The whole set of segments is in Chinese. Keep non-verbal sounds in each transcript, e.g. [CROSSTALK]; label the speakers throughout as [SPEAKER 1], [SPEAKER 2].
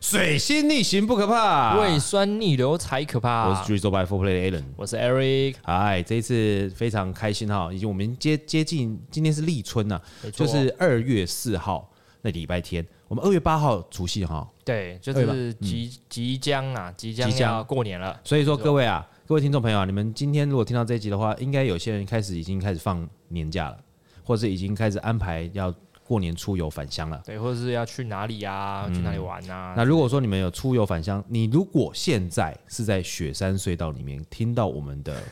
[SPEAKER 1] 水星逆行不可怕，
[SPEAKER 2] 胃酸逆流才可怕。
[SPEAKER 1] 啊我是 d r i z z by Four Play 的 Alan。
[SPEAKER 2] 我是 Eric，
[SPEAKER 1] 哎，这一次非常开心哈，已经我们接接近今天是立春呐、
[SPEAKER 2] 没错
[SPEAKER 1] 就是二月四号那礼拜天，我们二月八号除夕哈，
[SPEAKER 2] 对，就
[SPEAKER 1] 对吧
[SPEAKER 2] 是即即将啊，即将
[SPEAKER 1] 哎嗯即将
[SPEAKER 2] 要过年了，
[SPEAKER 1] 所以说各位啊，各位听众朋友啊，你们今天如果听到这一集的话，应该有些人开始已经开始放年假了，或者已经开始安排要过年出游返乡了。
[SPEAKER 2] 对，或者是要去哪里啊，去哪里玩
[SPEAKER 1] 嗯
[SPEAKER 2] 啊？
[SPEAKER 1] 那如果说你们有出游返乡，你如果现在是在雪山隧道里面听到我们的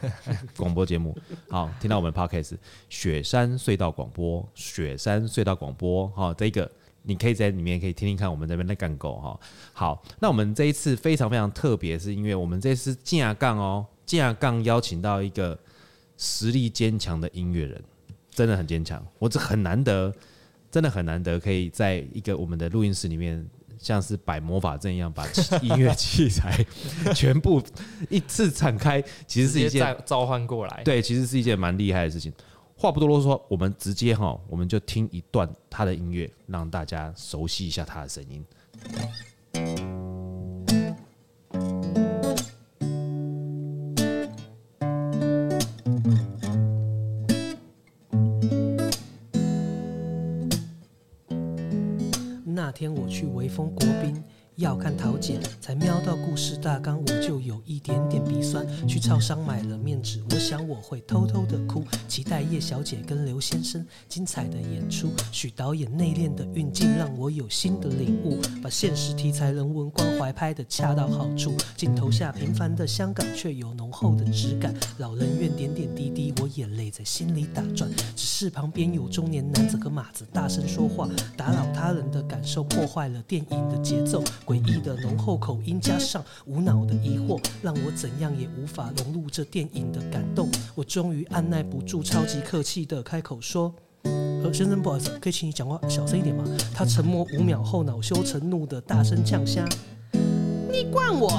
[SPEAKER 1] 广播节目，好，听到我们 podcast 雪山隧道广播，雪山隧道广播，好，这个你可以在里面可以听听看我们这边在干狗哈。好，那我们这一次非常非常特别，是因为我们这次架杠哦，架杠邀请到一个实力坚强的音乐人，真的很坚强，我这很难得。真的很难得，可以在一个我们的录音室里面像是摆魔法阵一样，把器音乐器材全部一次敞开，其实
[SPEAKER 2] 直
[SPEAKER 1] 是
[SPEAKER 2] 接
[SPEAKER 1] 一件
[SPEAKER 2] 再召唤过来，
[SPEAKER 1] 对，其实是一件蛮厉害的事情。话不多啰嗦，我们直接哈，我们就听一段他的音乐，让大家熟悉一下他的声音。
[SPEAKER 3] 那天我去微风国宾，要看桃姐，才瞄到故事大纲，我就有一点点鼻酸。去超商买了面纸，我想我会偷偷的哭，期待叶小姐跟刘先生精彩的演出。许导演内敛的运镜让我有新的领悟，把现实题材人文关怀拍得恰到好处。镜头下平凡的香港却有浓厚的质感，老人院点点滴滴，我眼泪在心里打转。只是旁边有中年男子和马子大声说话，打扰他人的感受，破坏了电影的节奏。诡异的浓厚口音加上无脑的疑惑，让我怎样也无法融入这电影的感动。我终于按耐不住，超级客气的开口说。呃，先生，不好意思，可以请你讲话小声一点吗？他沉默五秒后，恼羞成怒的大声呛虾：“你惯我！”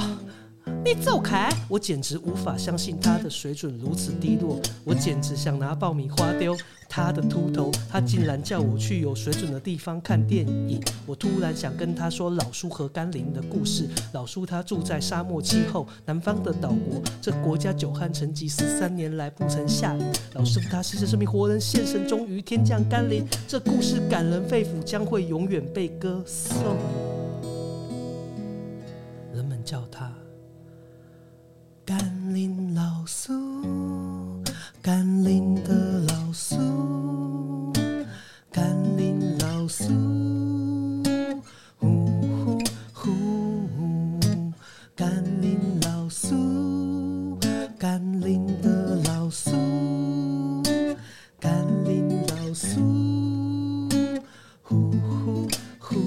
[SPEAKER 3] 你走开！我简直无法相信他的水准如此低落，我简直想拿爆米花丢他的秃头。他竟然叫我去有水准的地方看电影，我突然想跟他说老叔和甘霖的故事。老叔他住在沙漠气候南方的岛国，这国家久旱成疾，十三年来不曾下雨。老叔他是生命活人现身，终于天降甘霖。这故事感人肺腑，将会永远被歌颂。人们叫他。甘霖老苏，甘霖的老苏，甘霖老苏，呼呼呼，甘霖老苏，甘霖的老苏，甘霖老苏，呼呼呼。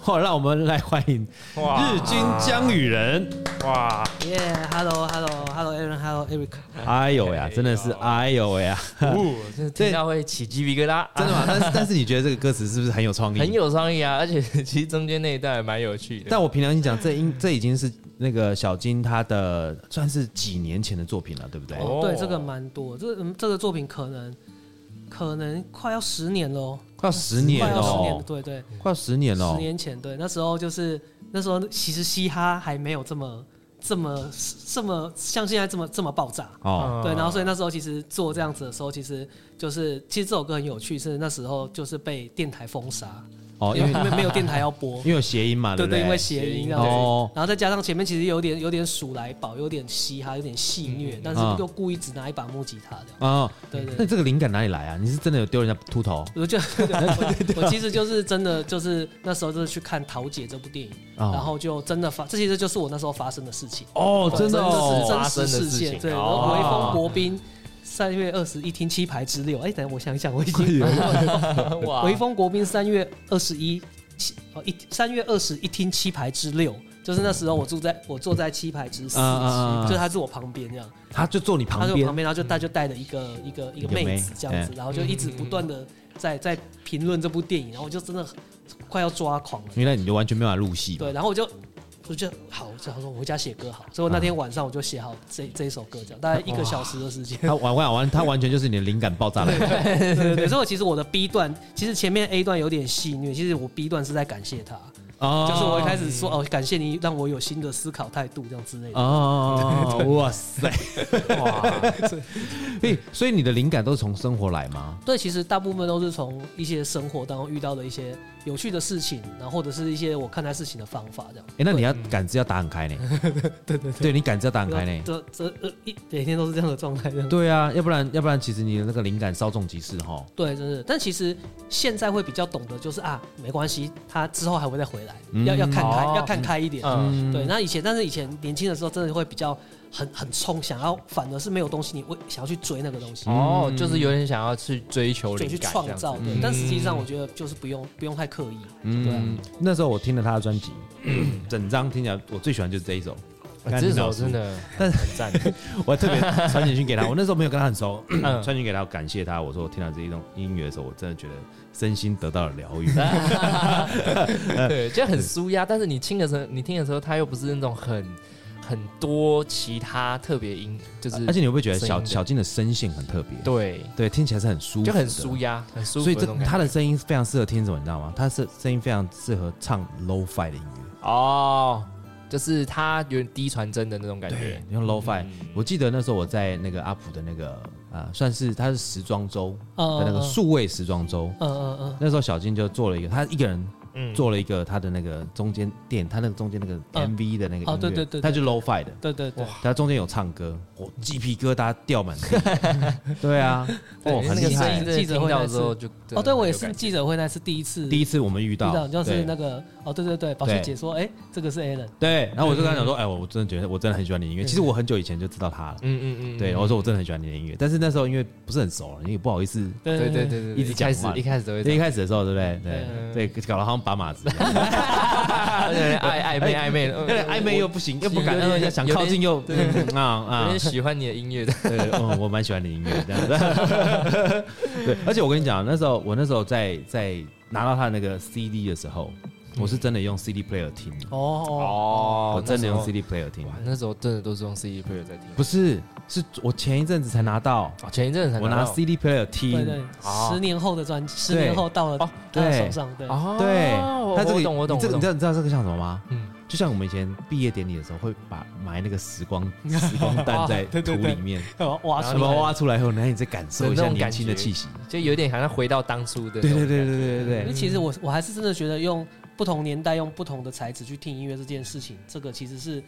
[SPEAKER 1] 好，让我们来欢迎
[SPEAKER 2] 哇
[SPEAKER 1] 日军江雨人。 [LAUGHS]
[SPEAKER 2] 哇，
[SPEAKER 3] 耶、h e l l o h e l l o h e l l o a a r o n h e l l o Eric。
[SPEAKER 1] 哎呦喂呀，真的是哎呦喂呀，
[SPEAKER 2] 哦，这听到会起鸡皮疙瘩，啊
[SPEAKER 1] 真的吗？ [LAUGHS] 但是但是你觉得这个歌词是不是很有创意？
[SPEAKER 2] 很有创意啊！而且其实中间那一段还蛮有趣的，
[SPEAKER 1] 但我平常心讲，这应这已经是那个小金他的算是几年前的作品了，对不对？
[SPEAKER 2] 哦
[SPEAKER 3] 哎对，这个蛮多，这个嗯，这个作品可能可能快要十年了哦，
[SPEAKER 1] 快要十
[SPEAKER 3] 快
[SPEAKER 1] 年
[SPEAKER 3] 要十年了，
[SPEAKER 1] 哦，
[SPEAKER 3] 对对，
[SPEAKER 1] 快要十年
[SPEAKER 3] 十
[SPEAKER 1] 哦。
[SPEAKER 3] 年前，对，那时候就是那时候其实嘻哈还没有这么这么这么像现在这么这么爆炸，
[SPEAKER 1] 哦，
[SPEAKER 3] 对，然后所
[SPEAKER 2] 以
[SPEAKER 3] 以那时候其实做这样子的时候，其实就是其实这首歌很有趣，是那时候就是被电台封杀，
[SPEAKER 1] 哦，因
[SPEAKER 3] 因
[SPEAKER 1] 为
[SPEAKER 3] 为没没有电台要播
[SPEAKER 1] [LAUGHS] 因，为有谐音嘛，
[SPEAKER 3] 嗯对
[SPEAKER 1] 不
[SPEAKER 3] 对，因为谐音这样子。
[SPEAKER 1] 啊哦，
[SPEAKER 3] 然后再加上前面其实有点有点数来宝，有点嘻哈，有点戏谑，但是
[SPEAKER 1] 嗯
[SPEAKER 3] 又故意只拿一把木吉他的，
[SPEAKER 1] 哦，
[SPEAKER 3] 对对对
[SPEAKER 1] 那这个灵感哪里来啊？你是真的有丢人家秃头
[SPEAKER 3] 我就 [LAUGHS] 我我其实就是真的就是那时候就是去看《桃姐》这部电影，
[SPEAKER 1] 哦
[SPEAKER 3] 然后就真的发，这其实就是我那时候发生的事情，
[SPEAKER 1] 哦，真的
[SPEAKER 3] 是
[SPEAKER 1] 哦，
[SPEAKER 3] 真实事
[SPEAKER 2] 发生的事情
[SPEAKER 3] 件，对，然
[SPEAKER 2] 哦
[SPEAKER 3] 后微风国宾。三月二十一听七排之六，哎、等一下我想一想，
[SPEAKER 1] [LAUGHS]
[SPEAKER 3] 我已经
[SPEAKER 2] [LAUGHS] 哇，
[SPEAKER 3] 微风国宾三月二十一七哦一三月二十一听七排之六，就是那时候我住在我坐在七排之四，
[SPEAKER 1] 嗯嗯嗯嗯
[SPEAKER 3] 就是他住我旁边这样，
[SPEAKER 1] 他就坐你
[SPEAKER 3] 他
[SPEAKER 1] 旁
[SPEAKER 3] 就
[SPEAKER 1] 边嗯
[SPEAKER 3] 旁，边，然后就带就带了一个一个
[SPEAKER 1] 一
[SPEAKER 3] 一个
[SPEAKER 1] 个妹哎
[SPEAKER 3] 妹子这样子，然后就一直不断的在在评论这部电影，然后我就真的很快要抓狂了。
[SPEAKER 1] 原来你就完全没办法入戏，
[SPEAKER 3] 对，，然后我就我就好，我想说我回家写歌好，所以我
[SPEAKER 1] 嗯
[SPEAKER 3] 那天晚上我就写好这这一首歌，这样大概一个小时的时
[SPEAKER 1] [LAUGHS]
[SPEAKER 3] 间。
[SPEAKER 1] 他完完完，他完全就是你的灵感爆炸来，
[SPEAKER 3] 对对对，所以我其实我的 B 段，其实前面 A 段有点戏谑，其实我 B 段是在感谢他，
[SPEAKER 1] 哦
[SPEAKER 4] 就是我一开始说哦，感谢你让我有新的思考态度这样之类的。
[SPEAKER 1] 哦，哇塞！
[SPEAKER 2] 哇，
[SPEAKER 1] 所以，所以你的灵感都是从生活来吗？
[SPEAKER 4] 对，其实大部分都是从一些生活当中遇到的一些有趣的事情，然后或者是一些我看待事情的方法这样。
[SPEAKER 1] 哎、那你要杆子要打很开呢？ [LAUGHS] 对对对，你杆子要打很开呢。
[SPEAKER 4] 这这呃一每天都是这样的状态这样。
[SPEAKER 1] 对啊，要不然要不然，其实你的那个灵感稍纵即逝哈。
[SPEAKER 4] 对，真是。但其实现在会比较懂得，就是啊，没关系，他之后还会再回来，
[SPEAKER 1] 嗯
[SPEAKER 4] 要要看开，
[SPEAKER 2] 哦
[SPEAKER 4] 要看开一点。
[SPEAKER 2] 嗯，
[SPEAKER 4] 对，那以前，但是以前年轻的时候，真的会比较很很冲，想要反而是没有东西，你会想要去追那个东西，
[SPEAKER 2] 哦，就是有点想要去追求
[SPEAKER 4] 就
[SPEAKER 2] 灵
[SPEAKER 4] 去
[SPEAKER 2] 感，
[SPEAKER 4] 创造。
[SPEAKER 2] 这样
[SPEAKER 4] 对
[SPEAKER 2] 子，嗯
[SPEAKER 4] 但实际上我觉得就是不用不用太刻意。对啊
[SPEAKER 1] 嗯，那时候我听了他的专 [CLEARS THROAT] 辑，整张听起来我最喜欢就是这一 [LAUGHS] 首。
[SPEAKER 2] 嗯这首真，的很赞，
[SPEAKER 1] 我还特别传简讯给他，我那时候没有跟他很 [LAUGHS] 熟，
[SPEAKER 2] 嗯
[SPEAKER 1] 传讯给他，我感谢他。我说我听到这一种音乐的时候，我真的觉得身心得到了疗 [LAUGHS] 愈。
[SPEAKER 2] 对，就很舒压。但是你听的时候，你听的时候，它又不是那种很很多其他特别音，就是
[SPEAKER 1] 而且你会不会觉得
[SPEAKER 2] 声音
[SPEAKER 1] 小
[SPEAKER 2] 的
[SPEAKER 1] 小金的声线很特别？
[SPEAKER 2] 对，
[SPEAKER 1] 对，听起来是很舒服，
[SPEAKER 2] 就很舒。压，很舒服
[SPEAKER 1] 所以
[SPEAKER 2] 那
[SPEAKER 1] 这
[SPEAKER 2] 种感觉。
[SPEAKER 1] 他的声音非常适合听什么，你知道吗？他是声音非常适合唱 low fi 的音乐，
[SPEAKER 2] 哦，就是它有点低传真的那种感觉
[SPEAKER 1] 对，。你用 low
[SPEAKER 4] 嗯
[SPEAKER 1] fi。我记得那时候我在那个阿普的那个啊，算是他是时装周
[SPEAKER 4] 嗯
[SPEAKER 1] 的那个数位时装周，
[SPEAKER 4] 嗯嗯嗯
[SPEAKER 1] 那时候小金就做了一个，他一个人
[SPEAKER 2] 嗯
[SPEAKER 1] 做了一个他的那个中间店，他那个中间那个
[SPEAKER 4] 嗯
[SPEAKER 1] MV 的那个音乐，
[SPEAKER 4] 哦对对对对嗯
[SPEAKER 1] 他就 low fi 的，
[SPEAKER 4] 嗯，对对对。
[SPEAKER 1] 他中间有唱歌，我鸡皮疙瘩掉满地。
[SPEAKER 4] [LAUGHS]
[SPEAKER 1] 对啊，哦，很
[SPEAKER 2] 对那个
[SPEAKER 1] 厉
[SPEAKER 2] 声
[SPEAKER 1] 害
[SPEAKER 2] 音，真的
[SPEAKER 4] 记者
[SPEAKER 2] 听
[SPEAKER 4] 会那
[SPEAKER 2] 到
[SPEAKER 4] 次
[SPEAKER 2] 之后就真的
[SPEAKER 4] 哦，对我也
[SPEAKER 2] 很
[SPEAKER 4] 是
[SPEAKER 2] 有感
[SPEAKER 4] 记者会那是第一次
[SPEAKER 1] 第一
[SPEAKER 4] 遇
[SPEAKER 1] 次我们遇到
[SPEAKER 4] 到，，就是
[SPEAKER 1] 对
[SPEAKER 4] 那个哦，对对对，宝
[SPEAKER 1] 对
[SPEAKER 4] 旭姐说，哎，这个是 Alan，
[SPEAKER 1] 对，然后我就跟他讲
[SPEAKER 4] 嗯
[SPEAKER 1] 说，哎，我真的觉得我真的很喜欢你的音乐。其实我很久以前就知道他了，
[SPEAKER 2] 嗯嗯嗯，
[SPEAKER 1] 对，我说我真的很喜欢你的音乐，但是那时候因为不是很熟，因为不好意思。
[SPEAKER 4] 对
[SPEAKER 2] 对对对对，嗯
[SPEAKER 1] 一直讲
[SPEAKER 2] 开始
[SPEAKER 1] 话
[SPEAKER 2] 一开始都会这
[SPEAKER 1] 一
[SPEAKER 2] 样，
[SPEAKER 1] 开始的时候，对不对？对对，搞得好像把
[SPEAKER 2] [LAUGHS]
[SPEAKER 1] 马子一样，
[SPEAKER 2] 有点暧暧昧
[SPEAKER 1] [LAUGHS]
[SPEAKER 2] 暧昧的，
[SPEAKER 1] 有
[SPEAKER 2] 有
[SPEAKER 1] 点暧昧又不行，又不敢，
[SPEAKER 2] 嗯有点
[SPEAKER 1] 想靠近又嗯啊
[SPEAKER 2] 有
[SPEAKER 1] 啊
[SPEAKER 2] 点，喜欢你的音乐的，
[SPEAKER 1] 对，嗯，我蛮喜欢你的音乐这样子。 [LAUGHS] 对，而且我跟你讲，那时候我那时候在在拿到他那个 CD 的时候，我是真的用 CD player 听，
[SPEAKER 4] 哦
[SPEAKER 2] 嗯哦
[SPEAKER 1] 我真的用 CD player
[SPEAKER 2] 那时候
[SPEAKER 1] 听
[SPEAKER 2] 哇，，那时候真的都是用 CD player 在听，
[SPEAKER 1] 不是，是我前一阵子才拿到，
[SPEAKER 2] 哦前一阵子才
[SPEAKER 1] 我拿
[SPEAKER 2] 拿到
[SPEAKER 1] CD player
[SPEAKER 4] 哦，对对
[SPEAKER 1] 听。，
[SPEAKER 2] 哦
[SPEAKER 4] 十年后的专辑，十
[SPEAKER 1] 对
[SPEAKER 4] 年后到了
[SPEAKER 2] 哦
[SPEAKER 4] 到了
[SPEAKER 1] 对
[SPEAKER 4] 手上，对，
[SPEAKER 2] 哦，
[SPEAKER 1] 对，
[SPEAKER 2] 他
[SPEAKER 1] 这个
[SPEAKER 2] 这个懂我懂
[SPEAKER 1] 你这个
[SPEAKER 2] 我
[SPEAKER 1] 你知
[SPEAKER 2] 懂，
[SPEAKER 1] 道你知道这个像什么吗？
[SPEAKER 2] 嗯，
[SPEAKER 1] 就像我们以前毕业典礼的时候，会把埋那个时
[SPEAKER 4] [LAUGHS]
[SPEAKER 1] 光时光弹在
[SPEAKER 4] 对
[SPEAKER 1] 土
[SPEAKER 4] 对
[SPEAKER 1] 里面，
[SPEAKER 4] 哇，
[SPEAKER 2] 然
[SPEAKER 1] 什
[SPEAKER 2] 后
[SPEAKER 1] 么
[SPEAKER 2] 你
[SPEAKER 1] 挖出来后，然后你再感受一
[SPEAKER 2] 那
[SPEAKER 1] 下
[SPEAKER 2] 种
[SPEAKER 1] 年
[SPEAKER 2] 感
[SPEAKER 1] 轻的
[SPEAKER 2] 觉
[SPEAKER 1] 气息。
[SPEAKER 2] 就有点好像回到当初的那
[SPEAKER 1] 对
[SPEAKER 2] 种
[SPEAKER 1] 对
[SPEAKER 2] 感
[SPEAKER 1] 对对对
[SPEAKER 2] 觉，
[SPEAKER 1] 对
[SPEAKER 4] 因
[SPEAKER 1] 对，
[SPEAKER 4] 为其实我我还是真的觉得用不同年代用不同的材质去听音乐这件事情，这个其实是。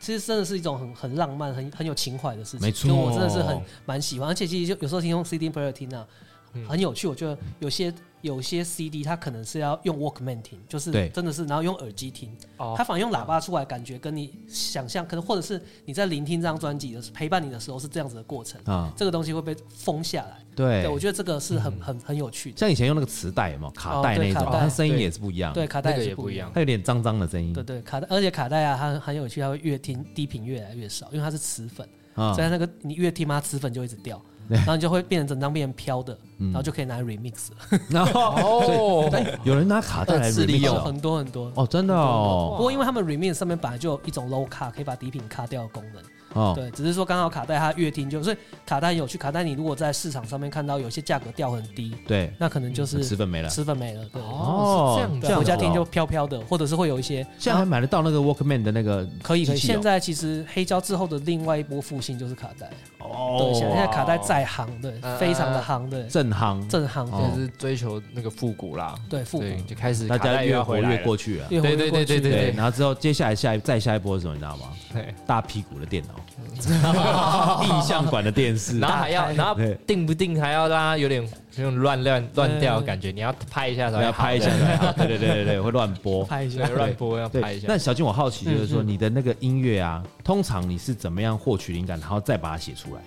[SPEAKER 4] 其实真的是一种很很浪漫、很很有情怀的事情，
[SPEAKER 1] 没错
[SPEAKER 4] 就我真的是很蛮喜欢，而且其实就有时候听用 CD player 听啊，
[SPEAKER 2] 嗯
[SPEAKER 4] 很有趣。我觉得有些有些 CD 它可能是要用 Walkman 听，就是
[SPEAKER 1] 对
[SPEAKER 4] 真的是然后用耳机听，
[SPEAKER 2] 哦，
[SPEAKER 4] 它反而用喇叭出来，感觉跟你想象可能或者是你在聆听这张专辑的时候陪伴你的时候是这样子的过程，
[SPEAKER 1] 啊，
[SPEAKER 4] 这个东西会被封下来。
[SPEAKER 1] 对嗯
[SPEAKER 4] 对，我觉得这个是很很很有趣的。
[SPEAKER 1] 像以前用那个磁带有没有卡
[SPEAKER 4] 哦
[SPEAKER 1] 带那
[SPEAKER 4] 对
[SPEAKER 1] 种，
[SPEAKER 4] 卡带
[SPEAKER 1] 它声音也是不一样，
[SPEAKER 4] 对，卡带
[SPEAKER 2] 那
[SPEAKER 4] 也
[SPEAKER 2] 个
[SPEAKER 4] 是
[SPEAKER 2] 也不一
[SPEAKER 1] [LAUGHS]
[SPEAKER 2] 样。
[SPEAKER 1] 它有点脏脏的声音
[SPEAKER 4] 对对，卡带，而且卡带啊，它很有趣，它会越听低频越来越少，因为它是磁粉，
[SPEAKER 1] 啊
[SPEAKER 4] 所以它那个你越听嘛，磁粉就一直掉，然后你就会变成整张变成飘的，
[SPEAKER 1] 嗯
[SPEAKER 4] 然后就可以拿来 remix 了，
[SPEAKER 1] 然后
[SPEAKER 2] 哦，
[SPEAKER 1] [LAUGHS] 有人拿卡带来
[SPEAKER 4] 呃
[SPEAKER 2] 二次利
[SPEAKER 1] remix
[SPEAKER 2] 用
[SPEAKER 4] 有
[SPEAKER 1] 哦
[SPEAKER 4] 很多很多。
[SPEAKER 1] 哦，真的
[SPEAKER 4] 不
[SPEAKER 1] 哦，
[SPEAKER 4] 过因为他们 remix 上面本来就有一种 low 卡，可以把低频卡掉的功能，
[SPEAKER 1] 哦，
[SPEAKER 4] 对，只是说刚好卡带它越听就，所以卡带很有趣，卡带你如果在市场上面看到有些价格掉很低，
[SPEAKER 1] 对，
[SPEAKER 4] 那可能就是
[SPEAKER 1] 十分没了。
[SPEAKER 4] 磁粉没了，对。
[SPEAKER 2] 哦，是这样
[SPEAKER 1] 啊这样
[SPEAKER 4] 对，啊
[SPEAKER 2] 子，
[SPEAKER 1] 子
[SPEAKER 4] 回家听
[SPEAKER 1] 哦
[SPEAKER 4] 就飘飘的，或者是会有一些
[SPEAKER 1] 现在还买得到那个 Walkman 的那个
[SPEAKER 4] 可以可以。
[SPEAKER 1] 机器哦
[SPEAKER 4] 现在其实黑胶之后的另外一波复兴就是卡带，
[SPEAKER 1] 哦
[SPEAKER 4] 对，现在卡带在行的
[SPEAKER 2] 嗯，
[SPEAKER 4] 非常的行的，
[SPEAKER 1] 正夯，
[SPEAKER 4] 正行
[SPEAKER 1] 哦
[SPEAKER 4] 的，
[SPEAKER 2] 就是追求那个复古啦，
[SPEAKER 4] 对，复古
[SPEAKER 2] 对，就开始
[SPEAKER 1] 大
[SPEAKER 2] 卡
[SPEAKER 1] 家
[SPEAKER 2] 带又
[SPEAKER 1] 越
[SPEAKER 2] 要
[SPEAKER 1] 活
[SPEAKER 2] 回来
[SPEAKER 1] 越
[SPEAKER 2] 了 [LAUGHS]
[SPEAKER 1] 过去啊。
[SPEAKER 4] 越活越
[SPEAKER 2] 对对
[SPEAKER 4] 过
[SPEAKER 2] 对
[SPEAKER 4] 去
[SPEAKER 2] 对
[SPEAKER 1] 对，然后之后接下来下一再下一波是什么，你知道吗？
[SPEAKER 2] 对，
[SPEAKER 1] 大屁股的电脑，
[SPEAKER 4] 哦
[SPEAKER 1] 意象馆的电
[SPEAKER 4] [LAUGHS]
[SPEAKER 1] 视
[SPEAKER 2] 然，后还要，然后
[SPEAKER 1] 对
[SPEAKER 2] 定不定还要让它有点有点乱乱乱掉的感觉，你要拍一下才
[SPEAKER 1] 要拍一下， [LAUGHS] 才好对对对对对，会乱播。
[SPEAKER 4] 拍一
[SPEAKER 2] 对，
[SPEAKER 4] 下。
[SPEAKER 2] 乱播要拍一
[SPEAKER 1] 对，
[SPEAKER 2] 下
[SPEAKER 1] 那。小金，我好奇就是说，
[SPEAKER 4] 嗯嗯
[SPEAKER 1] 你的那个音乐啊，通常你是怎么样获取灵感，然后再把它写出来？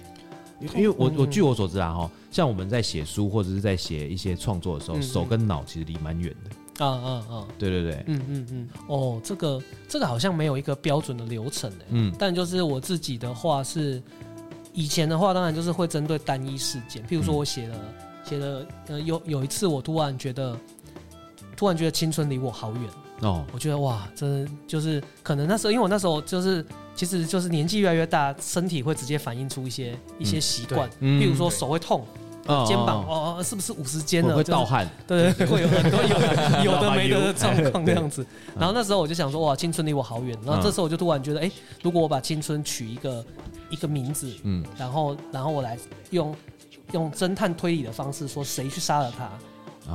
[SPEAKER 1] 因因为我
[SPEAKER 4] 嗯
[SPEAKER 1] 我据我所知啊，哈，像我们在写书或者是在写一些创作的时候，
[SPEAKER 4] 嗯嗯
[SPEAKER 1] 手跟脑其实离蛮远的。
[SPEAKER 4] 嗯嗯嗯
[SPEAKER 1] 对对对，
[SPEAKER 4] 嗯嗯嗯，哦，这个这个好像没有一个标准的流程诶，
[SPEAKER 1] 嗯
[SPEAKER 4] 但就是我自己的话是，以前的话当然就是会针对单一事件，譬如说我写了写了，呃，有有一次我突然觉得，突然觉得青春离我好远。
[SPEAKER 1] 哦，
[SPEAKER 4] 我觉得哇，真的就是可能那时候，因为我那时候就是，其实就是年纪越来越大，身体会直接反映出一些一些习惯，
[SPEAKER 1] 嗯
[SPEAKER 4] 譬如说手会痛，
[SPEAKER 1] 哦
[SPEAKER 4] 肩膀
[SPEAKER 1] 哦
[SPEAKER 4] 哦哦，是不是五十肩
[SPEAKER 1] 我
[SPEAKER 4] 了？
[SPEAKER 1] 会
[SPEAKER 4] 就是
[SPEAKER 1] 盗汗，
[SPEAKER 4] 对，会有很多
[SPEAKER 1] [LAUGHS]
[SPEAKER 4] 有的有的没的的状况这样子。
[SPEAKER 1] 嗯
[SPEAKER 4] 然后那时候我就想说，哇，青春离我好远。然后这时候我就突然觉得，哎，如果我把青春取一个一个名字，
[SPEAKER 1] 嗯，
[SPEAKER 4] 然后然后我来用用侦探推理的方式说谁去杀了他，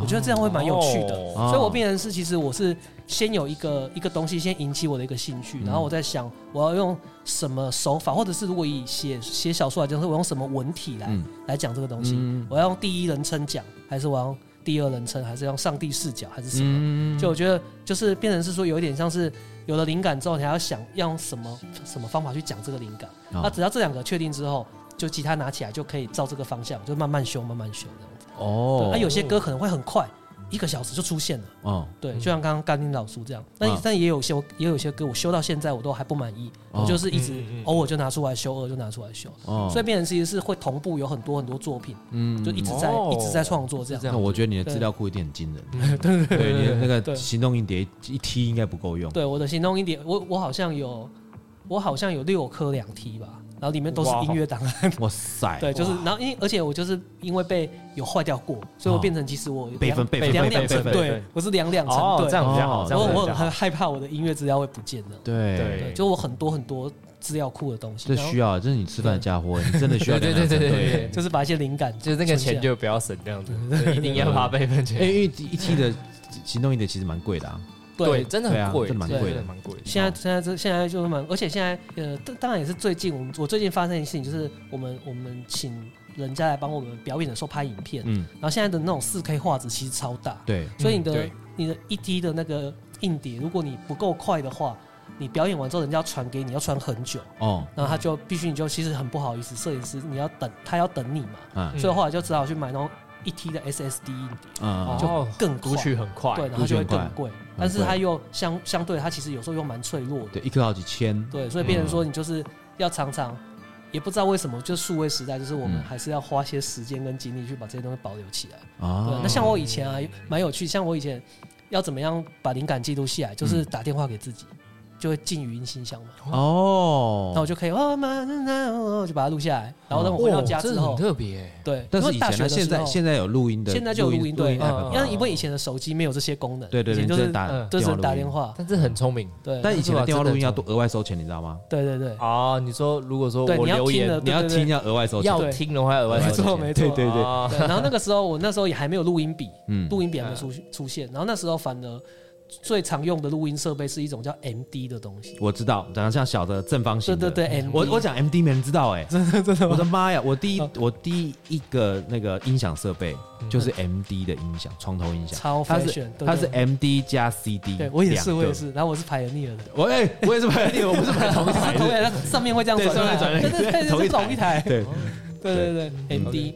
[SPEAKER 4] 我觉得这样会蛮有趣的。
[SPEAKER 2] 哦
[SPEAKER 1] 哦
[SPEAKER 4] 所以我变成是，其实我是先有一个一个东西先引起我的一个兴趣，
[SPEAKER 1] 嗯
[SPEAKER 4] 然后我在想我要用什么手法，或者是如果以写写小说来讲，是我用什么文体来、
[SPEAKER 1] 嗯
[SPEAKER 4] 来讲这个东西。
[SPEAKER 1] 嗯
[SPEAKER 4] 我要用第一人称讲，还是我要用第二人称，还是要用上帝视角，还是什么？
[SPEAKER 1] 嗯
[SPEAKER 4] 就我觉得就是变成是说，有一点像是有了灵感之后，你还要想要用什么什么方法去讲这个灵感。
[SPEAKER 1] 哦
[SPEAKER 4] 那只要这两个确定之后，就吉他拿起来就可以照这个方向，就慢慢修，慢慢修这样子。啊
[SPEAKER 1] 哦
[SPEAKER 4] 那、有些歌可能会很快，一个小时就出现了。
[SPEAKER 1] 哦，
[SPEAKER 4] 对，
[SPEAKER 2] 嗯
[SPEAKER 4] 就像刚刚甘霖老叔这样，但、
[SPEAKER 1] 嗯
[SPEAKER 4] 但也有些也有些歌我修到现在我都还不满意，
[SPEAKER 1] 哦
[SPEAKER 4] 我就是一直哦
[SPEAKER 2] 嗯嗯嗯
[SPEAKER 4] 偶尔就拿出来修，偶尔就拿出来修，
[SPEAKER 1] 哦
[SPEAKER 4] 所以变成其实是会同步有很多很多作品，
[SPEAKER 1] 嗯
[SPEAKER 4] 就一直在、
[SPEAKER 2] 哦
[SPEAKER 4] 一直在创作这样
[SPEAKER 2] 是这。样 [LAUGHS]
[SPEAKER 1] 那我觉得你的资料库一定很惊人，对对，你的那个
[SPEAKER 4] 对
[SPEAKER 1] 行动硬碟一踢应该不够用，
[SPEAKER 4] 对，我的行动一点，我我好像有我好像有六科两题吧，然后里面都是
[SPEAKER 2] 哇
[SPEAKER 4] 音乐档案，
[SPEAKER 1] 哇塞，
[SPEAKER 4] 对，就是然后因为而且我就是因为被有坏掉过，所以我
[SPEAKER 1] 哦
[SPEAKER 4] 变成其实我
[SPEAKER 1] 备份
[SPEAKER 4] 量
[SPEAKER 1] 备份
[SPEAKER 4] 量
[SPEAKER 1] 备份
[SPEAKER 4] 两成，
[SPEAKER 1] 备份
[SPEAKER 2] 备
[SPEAKER 4] 对
[SPEAKER 2] 份，
[SPEAKER 4] 我是量两成，
[SPEAKER 2] 哦
[SPEAKER 4] 对，，
[SPEAKER 2] 这样比较好，
[SPEAKER 1] 哦
[SPEAKER 2] 这
[SPEAKER 4] 我
[SPEAKER 2] 样比
[SPEAKER 4] 我
[SPEAKER 2] 较
[SPEAKER 4] 很
[SPEAKER 2] 好。
[SPEAKER 4] 害怕我的音乐资料会不见的，
[SPEAKER 1] 对，
[SPEAKER 4] 对，就我很多很多资料库的东西，
[SPEAKER 1] 这
[SPEAKER 4] 然后
[SPEAKER 1] 需要，这是你吃饭的家伙，你真的需要
[SPEAKER 2] 对
[SPEAKER 1] 两两
[SPEAKER 2] 对对
[SPEAKER 1] 成
[SPEAKER 2] 对
[SPEAKER 1] 对。
[SPEAKER 2] 对，
[SPEAKER 4] 就是把一些灵感
[SPEAKER 2] 就是那个钱
[SPEAKER 4] 存下来
[SPEAKER 2] 就不要省这样子，
[SPEAKER 4] [LAUGHS]
[SPEAKER 2] 就一定要把它备份起
[SPEAKER 1] 哎，
[SPEAKER 2] 来。
[SPEAKER 1] 因为一 T 的行动硬碟其实蛮贵的啊，
[SPEAKER 2] 对，
[SPEAKER 4] 对。
[SPEAKER 2] 真的
[SPEAKER 1] 对啊
[SPEAKER 2] 很贵，
[SPEAKER 1] 真的蛮
[SPEAKER 4] 贵
[SPEAKER 2] 真
[SPEAKER 4] 的
[SPEAKER 2] 的蛮贵的。
[SPEAKER 4] 现在现在这现在就是蛮，而且现在呃，当当然也是最近我们我最近发生一件事情，就是我们我们请人家来帮我们表演的时候拍影片，
[SPEAKER 1] 嗯，
[SPEAKER 4] 然后现在的那种四 K 画质其实超大，
[SPEAKER 1] 对，
[SPEAKER 4] 所以你的、
[SPEAKER 2] 嗯对
[SPEAKER 4] 你的一 T 的那个硬碟，如果你不够快的话，你表演完之后人家要传给你要传很久，
[SPEAKER 1] 哦，
[SPEAKER 4] 然后他就必须你就其实很不好意思，摄影师你要等他要等你嘛，
[SPEAKER 1] 嗯
[SPEAKER 2] 嗯
[SPEAKER 4] 所以后来就只好去买那种一 T 的 SSD 硬碟，
[SPEAKER 1] 嗯，
[SPEAKER 4] 就
[SPEAKER 2] 哦
[SPEAKER 4] 更
[SPEAKER 2] 读
[SPEAKER 4] 快
[SPEAKER 2] 取很快，
[SPEAKER 4] 对，然后就会
[SPEAKER 1] 入选快
[SPEAKER 4] 更贵，但是它又相相对它其实有时候又蛮脆弱的，
[SPEAKER 1] 对，一颗好几千，
[SPEAKER 4] 对，所以
[SPEAKER 1] 嗯
[SPEAKER 4] 变成说你就是要常常，也不知道为什么，就数位时代，就是我们
[SPEAKER 1] 嗯
[SPEAKER 4] 还是要花些时间跟精力去把这些东西保留起来。对
[SPEAKER 1] 啊，，
[SPEAKER 4] 那像我以前啊，蛮有趣，像我以前要怎么样把灵感记录下来，就是打电话给自己，就会进语音信箱嘛，
[SPEAKER 1] 嗯哦，
[SPEAKER 4] 那我就可以哦妈那那哦就把它录下来，然后等我回
[SPEAKER 1] 哦
[SPEAKER 4] 到家之
[SPEAKER 2] 哦这很
[SPEAKER 4] 后，
[SPEAKER 2] 特别欸。
[SPEAKER 4] 对，
[SPEAKER 1] 但
[SPEAKER 4] 因
[SPEAKER 1] 是
[SPEAKER 4] 为
[SPEAKER 1] 以
[SPEAKER 4] 大
[SPEAKER 1] 前
[SPEAKER 4] 学
[SPEAKER 1] 呢，
[SPEAKER 4] 的时
[SPEAKER 1] 现在
[SPEAKER 4] 候
[SPEAKER 1] 现在有录音的，
[SPEAKER 4] 现在就有
[SPEAKER 1] 录
[SPEAKER 4] 录音对，
[SPEAKER 1] app 吧
[SPEAKER 2] 嗯
[SPEAKER 4] 因为因为以前的手机没有这些功能，
[SPEAKER 1] 对对
[SPEAKER 4] 以
[SPEAKER 1] 对，
[SPEAKER 4] 前就
[SPEAKER 1] 你只能
[SPEAKER 4] 是
[SPEAKER 1] 打
[SPEAKER 2] 嗯
[SPEAKER 4] 就是打
[SPEAKER 1] 电
[SPEAKER 4] 电
[SPEAKER 1] 话录音。
[SPEAKER 4] 话，
[SPEAKER 2] 但是很聪明
[SPEAKER 4] 对，
[SPEAKER 1] 但以哦前的电话录音要多
[SPEAKER 2] 真的
[SPEAKER 1] 额外收钱，你知道吗？
[SPEAKER 4] 对对对。
[SPEAKER 2] 啊！你说如果说
[SPEAKER 4] 呃对
[SPEAKER 2] 我
[SPEAKER 4] 你要
[SPEAKER 2] 留
[SPEAKER 4] 听
[SPEAKER 2] 言
[SPEAKER 4] 的
[SPEAKER 1] 你要听要额外收钱，
[SPEAKER 2] 要听的话，额外
[SPEAKER 1] 对
[SPEAKER 4] 没
[SPEAKER 2] 再
[SPEAKER 1] 对
[SPEAKER 4] 错
[SPEAKER 2] 收
[SPEAKER 1] 对
[SPEAKER 4] 没
[SPEAKER 2] 钱
[SPEAKER 4] 错，
[SPEAKER 1] 对对
[SPEAKER 2] 啊
[SPEAKER 4] 对然后那个时候我那时候也还没有录音笔，
[SPEAKER 1] 嗯，
[SPEAKER 4] 录音笔还没出出现，然后那时候反而最常用的录音设备是一种叫 MD 的东西，
[SPEAKER 1] 我知道，长得像小的正方
[SPEAKER 4] 对
[SPEAKER 1] 形的。
[SPEAKER 4] 对
[SPEAKER 1] 嗯
[SPEAKER 4] 对，MD，
[SPEAKER 1] 我我讲 M D 没人知道哎、
[SPEAKER 4] 真的真的
[SPEAKER 1] 我
[SPEAKER 4] 吗
[SPEAKER 1] 的妈呀！我第一
[SPEAKER 4] 嗯
[SPEAKER 1] 我第一个那个音响设备就是 M D 的音响，床头音响，
[SPEAKER 4] 超
[SPEAKER 1] 它
[SPEAKER 4] fashion，
[SPEAKER 1] 是
[SPEAKER 4] 对
[SPEAKER 1] 它是
[SPEAKER 4] 对
[SPEAKER 1] M D 加 C D，
[SPEAKER 4] 对我也是
[SPEAKER 1] 两
[SPEAKER 4] 我
[SPEAKER 1] 个
[SPEAKER 4] 也，是，然后我是 Pioneer 的，
[SPEAKER 1] 我哎、我也是排列，我不是排 [LAUGHS] 同一台
[SPEAKER 4] 同一
[SPEAKER 1] 的，
[SPEAKER 4] 台上面会这样
[SPEAKER 1] 对上面
[SPEAKER 4] 转
[SPEAKER 1] 转
[SPEAKER 4] 来，
[SPEAKER 1] 来
[SPEAKER 4] 对对对，
[SPEAKER 1] 同
[SPEAKER 4] 对
[SPEAKER 1] 一
[SPEAKER 4] 是
[SPEAKER 1] 台
[SPEAKER 4] 同一台，
[SPEAKER 1] 对
[SPEAKER 4] [LAUGHS]
[SPEAKER 1] 嗯
[SPEAKER 4] 对对对对，MD，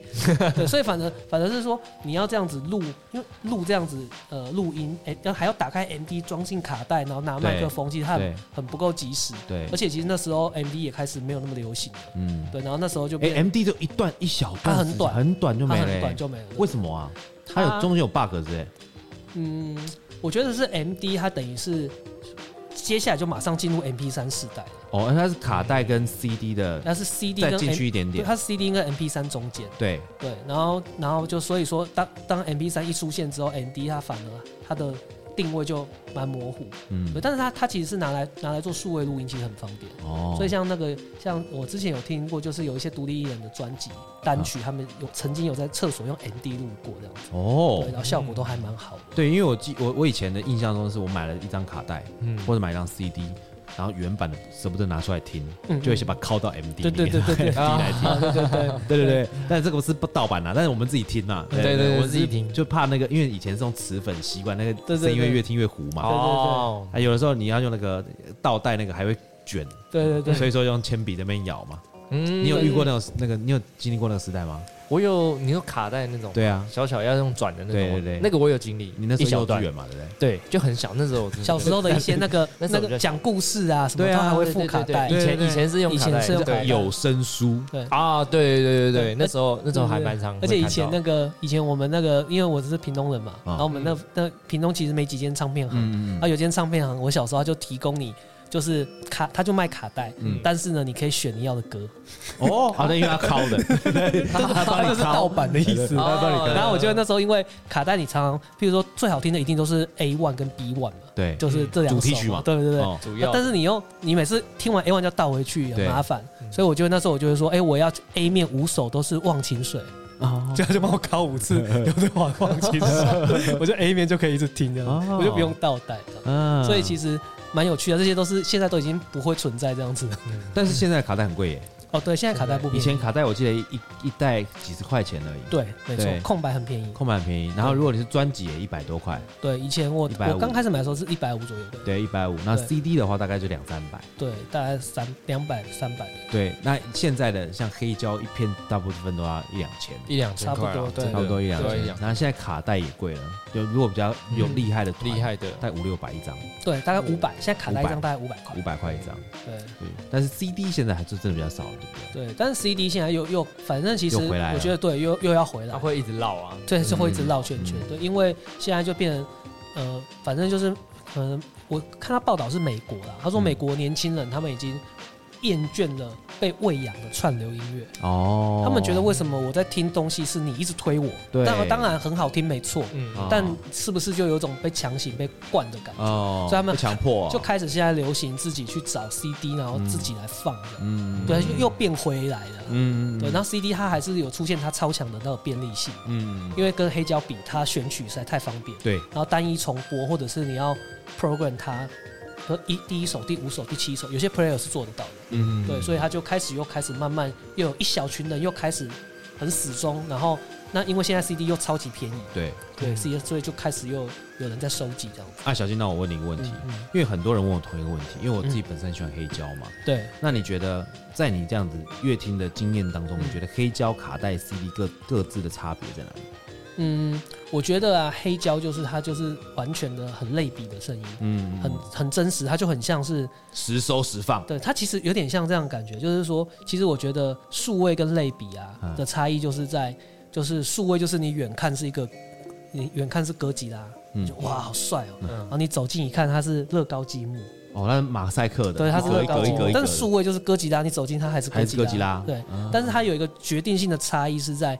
[SPEAKER 4] 对， [LAUGHS] 所以反正反正是说你要这样子录，因为录这样子呃录音，哎，要还要打开 MD 装进卡带，然后拿麦克风，其实它很
[SPEAKER 1] 对
[SPEAKER 4] 很不够及时，
[SPEAKER 1] 对
[SPEAKER 4] 而，且其实那时候 MD 也开始没有那么流行，
[SPEAKER 1] 嗯，
[SPEAKER 4] 对，然后那时候就
[SPEAKER 1] 哎、
[SPEAKER 4] 变
[SPEAKER 1] M D 就一段一小段，
[SPEAKER 4] 它很短
[SPEAKER 1] 很短就
[SPEAKER 4] 它
[SPEAKER 1] 没了、
[SPEAKER 4] 很短
[SPEAKER 1] 欸，
[SPEAKER 4] 就没了，
[SPEAKER 1] 为什么啊？它
[SPEAKER 4] 它
[SPEAKER 1] 有中间有哎 bug 是不是？
[SPEAKER 4] 嗯，我觉得是 M D，它等于是接下来就马上进入 M P 三时代了，
[SPEAKER 1] 哦，它是卡带跟 C D 的，
[SPEAKER 4] 它是 C D
[SPEAKER 1] 再
[SPEAKER 4] 跟 M,
[SPEAKER 1] 进去一点
[SPEAKER 4] 对，
[SPEAKER 1] 点，
[SPEAKER 4] 它是 C D 跟 M P 三中间，
[SPEAKER 1] 对，
[SPEAKER 4] 对，然后然后就所以说当当 M P 三一出现之后，M D 它反而它的定位就蛮模糊，
[SPEAKER 1] 嗯
[SPEAKER 4] 对，，但是它它其实是拿来拿来做数位录音，其实很方便。
[SPEAKER 1] 哦，
[SPEAKER 4] 所以像那个，像我之前有听过，就是有一些独立艺人的专
[SPEAKER 1] 啊
[SPEAKER 4] 辑单曲，他们有曾经有在厕所用 M D 录过这样子，
[SPEAKER 1] 哦
[SPEAKER 4] 对，，然后效果都还蛮好的。
[SPEAKER 1] 对，因为我记我我以前的印象中是我买了一张卡带
[SPEAKER 2] 嗯，
[SPEAKER 1] 或者买一张 CD，然后原版的舍不得拿出来听，
[SPEAKER 4] 嗯
[SPEAKER 1] 就会先把它拷到 MD
[SPEAKER 4] 对对
[SPEAKER 1] 里面
[SPEAKER 4] 对对
[SPEAKER 1] [LAUGHS]
[SPEAKER 4] 对
[SPEAKER 1] MD 来听。
[SPEAKER 4] 啊对对嗯
[SPEAKER 1] [LAUGHS]
[SPEAKER 4] 对
[SPEAKER 1] 对对对，但这个是不盗版啊啦，但是我们自己听啦。
[SPEAKER 2] 对对对
[SPEAKER 1] 我是
[SPEAKER 2] 自己听
[SPEAKER 1] 就怕那个，因为以前是用磁粉习惯，那个
[SPEAKER 4] 对对
[SPEAKER 1] 声音会
[SPEAKER 4] 对
[SPEAKER 1] 越听越糊嘛。
[SPEAKER 2] 哦，
[SPEAKER 1] 啊，有的时候你要用那个倒带那个还会卷，
[SPEAKER 4] 对对
[SPEAKER 1] 嗯
[SPEAKER 4] 对，
[SPEAKER 1] 所以说用铅笔在那边咬嘛。
[SPEAKER 2] 嗯
[SPEAKER 1] 你有遇过那种那个，你有经历过那个时代吗？
[SPEAKER 2] 我有，你有卡带那种，
[SPEAKER 1] 对啊，
[SPEAKER 2] 小小要用转的那种，
[SPEAKER 1] 对对对
[SPEAKER 2] 那个我有经历，
[SPEAKER 1] 你那
[SPEAKER 2] 哦一
[SPEAKER 1] 时候啊
[SPEAKER 2] 小
[SPEAKER 1] 幼稚
[SPEAKER 2] 段，
[SPEAKER 1] 园嘛，对不对？
[SPEAKER 2] 对，就很小，那时候我真的
[SPEAKER 4] 小时候的一些那个
[SPEAKER 2] [LAUGHS] 那
[SPEAKER 4] 那
[SPEAKER 2] 时候比较
[SPEAKER 4] 个讲故事啊什么，
[SPEAKER 1] 对啊
[SPEAKER 4] 都还会
[SPEAKER 2] 对
[SPEAKER 4] 附
[SPEAKER 2] 对
[SPEAKER 4] 卡
[SPEAKER 2] 对
[SPEAKER 4] 带。
[SPEAKER 2] 以
[SPEAKER 1] 对对
[SPEAKER 2] 前
[SPEAKER 1] 对
[SPEAKER 2] 以前是用
[SPEAKER 4] 以
[SPEAKER 2] 卡
[SPEAKER 4] 前
[SPEAKER 2] 带
[SPEAKER 4] 是用
[SPEAKER 2] 的，
[SPEAKER 4] 卡带
[SPEAKER 2] 对
[SPEAKER 1] 有声书，
[SPEAKER 2] 啊，对对对对
[SPEAKER 4] 对
[SPEAKER 2] 对，那时候那时候还蛮常会看
[SPEAKER 4] 而
[SPEAKER 2] 到，哦
[SPEAKER 4] 且以前那个以前我们那个，因为我是屏东人嘛，
[SPEAKER 1] 嗯
[SPEAKER 4] 然后我们那那屏东其实没几间唱片行，
[SPEAKER 1] 嗯嗯
[SPEAKER 4] 啊有间唱片行，我小时候它就提供你就是卡，他就卖卡带，
[SPEAKER 1] 嗯
[SPEAKER 4] 但是呢，你可以选你要的
[SPEAKER 2] [LAUGHS]
[SPEAKER 4] 歌，
[SPEAKER 1] 哦，好像因为他敲
[SPEAKER 4] [LAUGHS]
[SPEAKER 1] 的，他帮
[SPEAKER 4] 这
[SPEAKER 1] 你
[SPEAKER 4] 是盗
[SPEAKER 1] 敲，
[SPEAKER 4] 版的意思。
[SPEAKER 1] 对他帮你
[SPEAKER 2] 哦
[SPEAKER 1] 敲
[SPEAKER 4] 然后我觉得那时候因为卡带，你常常，譬如说最好听的一定都是 A one 跟 B one 嘛，
[SPEAKER 1] 对，哦
[SPEAKER 4] 就是
[SPEAKER 2] 嗯
[SPEAKER 4] 这两首
[SPEAKER 1] 主题曲嘛
[SPEAKER 4] 对对对。
[SPEAKER 1] 哦
[SPEAKER 2] 主
[SPEAKER 4] 那
[SPEAKER 2] 要，
[SPEAKER 4] 但是你又你每次听完 A one 就要倒回去，很
[SPEAKER 1] 对
[SPEAKER 4] 麻烦，所以我觉得那时候我就会说，哎，我要 A 面五首都是忘情水，
[SPEAKER 1] 哦
[SPEAKER 4] [LAUGHS] 这样就帮我考五 [LAUGHS] 次，有的忘忘情 [LAUGHS] 水，我就 A 面就可以一直听这
[SPEAKER 1] 哦
[SPEAKER 4] 样，我就不用倒带这样。
[SPEAKER 1] 嗯
[SPEAKER 4] 所以其实蛮有趣的，这些都是现在都已经不会存在这样子的。
[SPEAKER 1] 但是现在卡带很贵耶，
[SPEAKER 4] 哦，对，现在卡带不
[SPEAKER 1] 以
[SPEAKER 4] 便宜，
[SPEAKER 1] 前卡带我记得一一袋几十块钱而已，
[SPEAKER 4] 对，没错
[SPEAKER 1] 对，
[SPEAKER 4] 空白很便宜。
[SPEAKER 1] 空白很便宜。然后如果你是专辑也一百多块，
[SPEAKER 4] 对，以前我
[SPEAKER 1] 150
[SPEAKER 4] 我刚开始买的时候是一百五左右的，
[SPEAKER 1] 对，一百五。那
[SPEAKER 4] 对
[SPEAKER 1] CD 的话大概就两三百。
[SPEAKER 4] 对，大概三两百三百的，
[SPEAKER 1] 对，那现在的像黑胶一片，大部分都要一两千。
[SPEAKER 2] 一两千块啊
[SPEAKER 4] 差不多
[SPEAKER 2] 真
[SPEAKER 4] 对嗯
[SPEAKER 2] 的
[SPEAKER 1] 差不多一两
[SPEAKER 2] 对
[SPEAKER 1] 千，然后现在卡带也贵了，就如果比较有厉害的团
[SPEAKER 2] 厉，害的，
[SPEAKER 1] 大概五六百一张，
[SPEAKER 4] 对，大概五百。现在卡带一
[SPEAKER 1] 500
[SPEAKER 4] 张大概嗯五百块
[SPEAKER 1] 五，百块一张。
[SPEAKER 4] 对
[SPEAKER 1] 对，但是 CD 现在还是真的比较少了，对不对？
[SPEAKER 4] 对。但是 CD 现在又又，反正其实
[SPEAKER 1] 又回来了
[SPEAKER 4] 我觉得对，又又要回
[SPEAKER 2] 他
[SPEAKER 4] 来，
[SPEAKER 2] 会一直绕啊，
[SPEAKER 4] 对，是会一直绕圈圈
[SPEAKER 1] 嗯，
[SPEAKER 4] 对，因为现在就变成，呃，反正就是，可能我看他报道是美国啦，他说
[SPEAKER 1] 嗯
[SPEAKER 4] 美国年轻人他们已经厌倦了被喂养的串流音乐。
[SPEAKER 1] 哦，
[SPEAKER 4] 他们觉得为什么我在听东西是你一直推我？
[SPEAKER 1] 对
[SPEAKER 4] 当然当然很好听，没错，
[SPEAKER 1] 哦
[SPEAKER 2] 嗯，
[SPEAKER 4] 但是不是就有种被强行被灌的感觉？
[SPEAKER 1] 哦，
[SPEAKER 4] 所以他们
[SPEAKER 1] 被强迫啊
[SPEAKER 4] 就开始现在流行自己去找 CD，然后自己来放的，
[SPEAKER 1] 嗯
[SPEAKER 4] 对，又又变回来了。
[SPEAKER 1] 嗯
[SPEAKER 4] 对，然后 CD 它还是有出现它超强的那个便利性，
[SPEAKER 1] 嗯
[SPEAKER 4] 因为跟黑胶比，它选取实在太方便。
[SPEAKER 1] 对，
[SPEAKER 4] 然后单一重播，或者是你要 program 它，和一第一首、第五首、第七首，有些 player 是做得到的。
[SPEAKER 1] 嗯
[SPEAKER 4] 对，所以他就开始又开始慢慢又有一小群人又开始很死忠，然后那因为现在 CD 又超级便宜，
[SPEAKER 1] 对
[SPEAKER 4] 对
[SPEAKER 2] 嗯
[SPEAKER 4] CD，所以就开始又有人在收集这样子。
[SPEAKER 1] 啊，小金，那我问你一个问题，
[SPEAKER 4] 嗯嗯，
[SPEAKER 1] 因为很多人问我同一个问题，因为我自己本身喜欢黑胶嘛，
[SPEAKER 4] 对，
[SPEAKER 1] 那你觉得在你这样子乐听的经验当中，
[SPEAKER 4] 嗯
[SPEAKER 1] 你觉得黑胶、卡带、CD 各各自的差别在哪里？
[SPEAKER 4] 嗯，我觉得啊，黑胶就是它就是完全的很类比的声音，
[SPEAKER 1] 嗯，
[SPEAKER 4] 很很真实，它就很像是
[SPEAKER 1] 实收实放，
[SPEAKER 4] 对它其实有点像这样的感觉，就是说，其实我觉得数位跟类比啊
[SPEAKER 1] 嗯
[SPEAKER 4] 的差异就是在，就是数位就是你远看是一个，你远看是哥吉拉，
[SPEAKER 1] 嗯
[SPEAKER 4] 就哇好帅哦，然
[SPEAKER 2] 嗯
[SPEAKER 4] 后你走近一看它是乐高积木，
[SPEAKER 1] 哦，那是马赛克的，
[SPEAKER 4] 对，它是
[SPEAKER 1] 一格
[SPEAKER 4] 乐
[SPEAKER 1] 一
[SPEAKER 4] 高
[SPEAKER 1] 格
[SPEAKER 4] 积
[SPEAKER 1] 一格
[SPEAKER 4] 木
[SPEAKER 1] 一格，
[SPEAKER 4] 但
[SPEAKER 1] 的
[SPEAKER 4] 是数位就是哥吉拉，你走近它还是
[SPEAKER 1] 还是哥吉拉，
[SPEAKER 4] 对，
[SPEAKER 1] 啊
[SPEAKER 4] 但是它有一个决定性的差异是在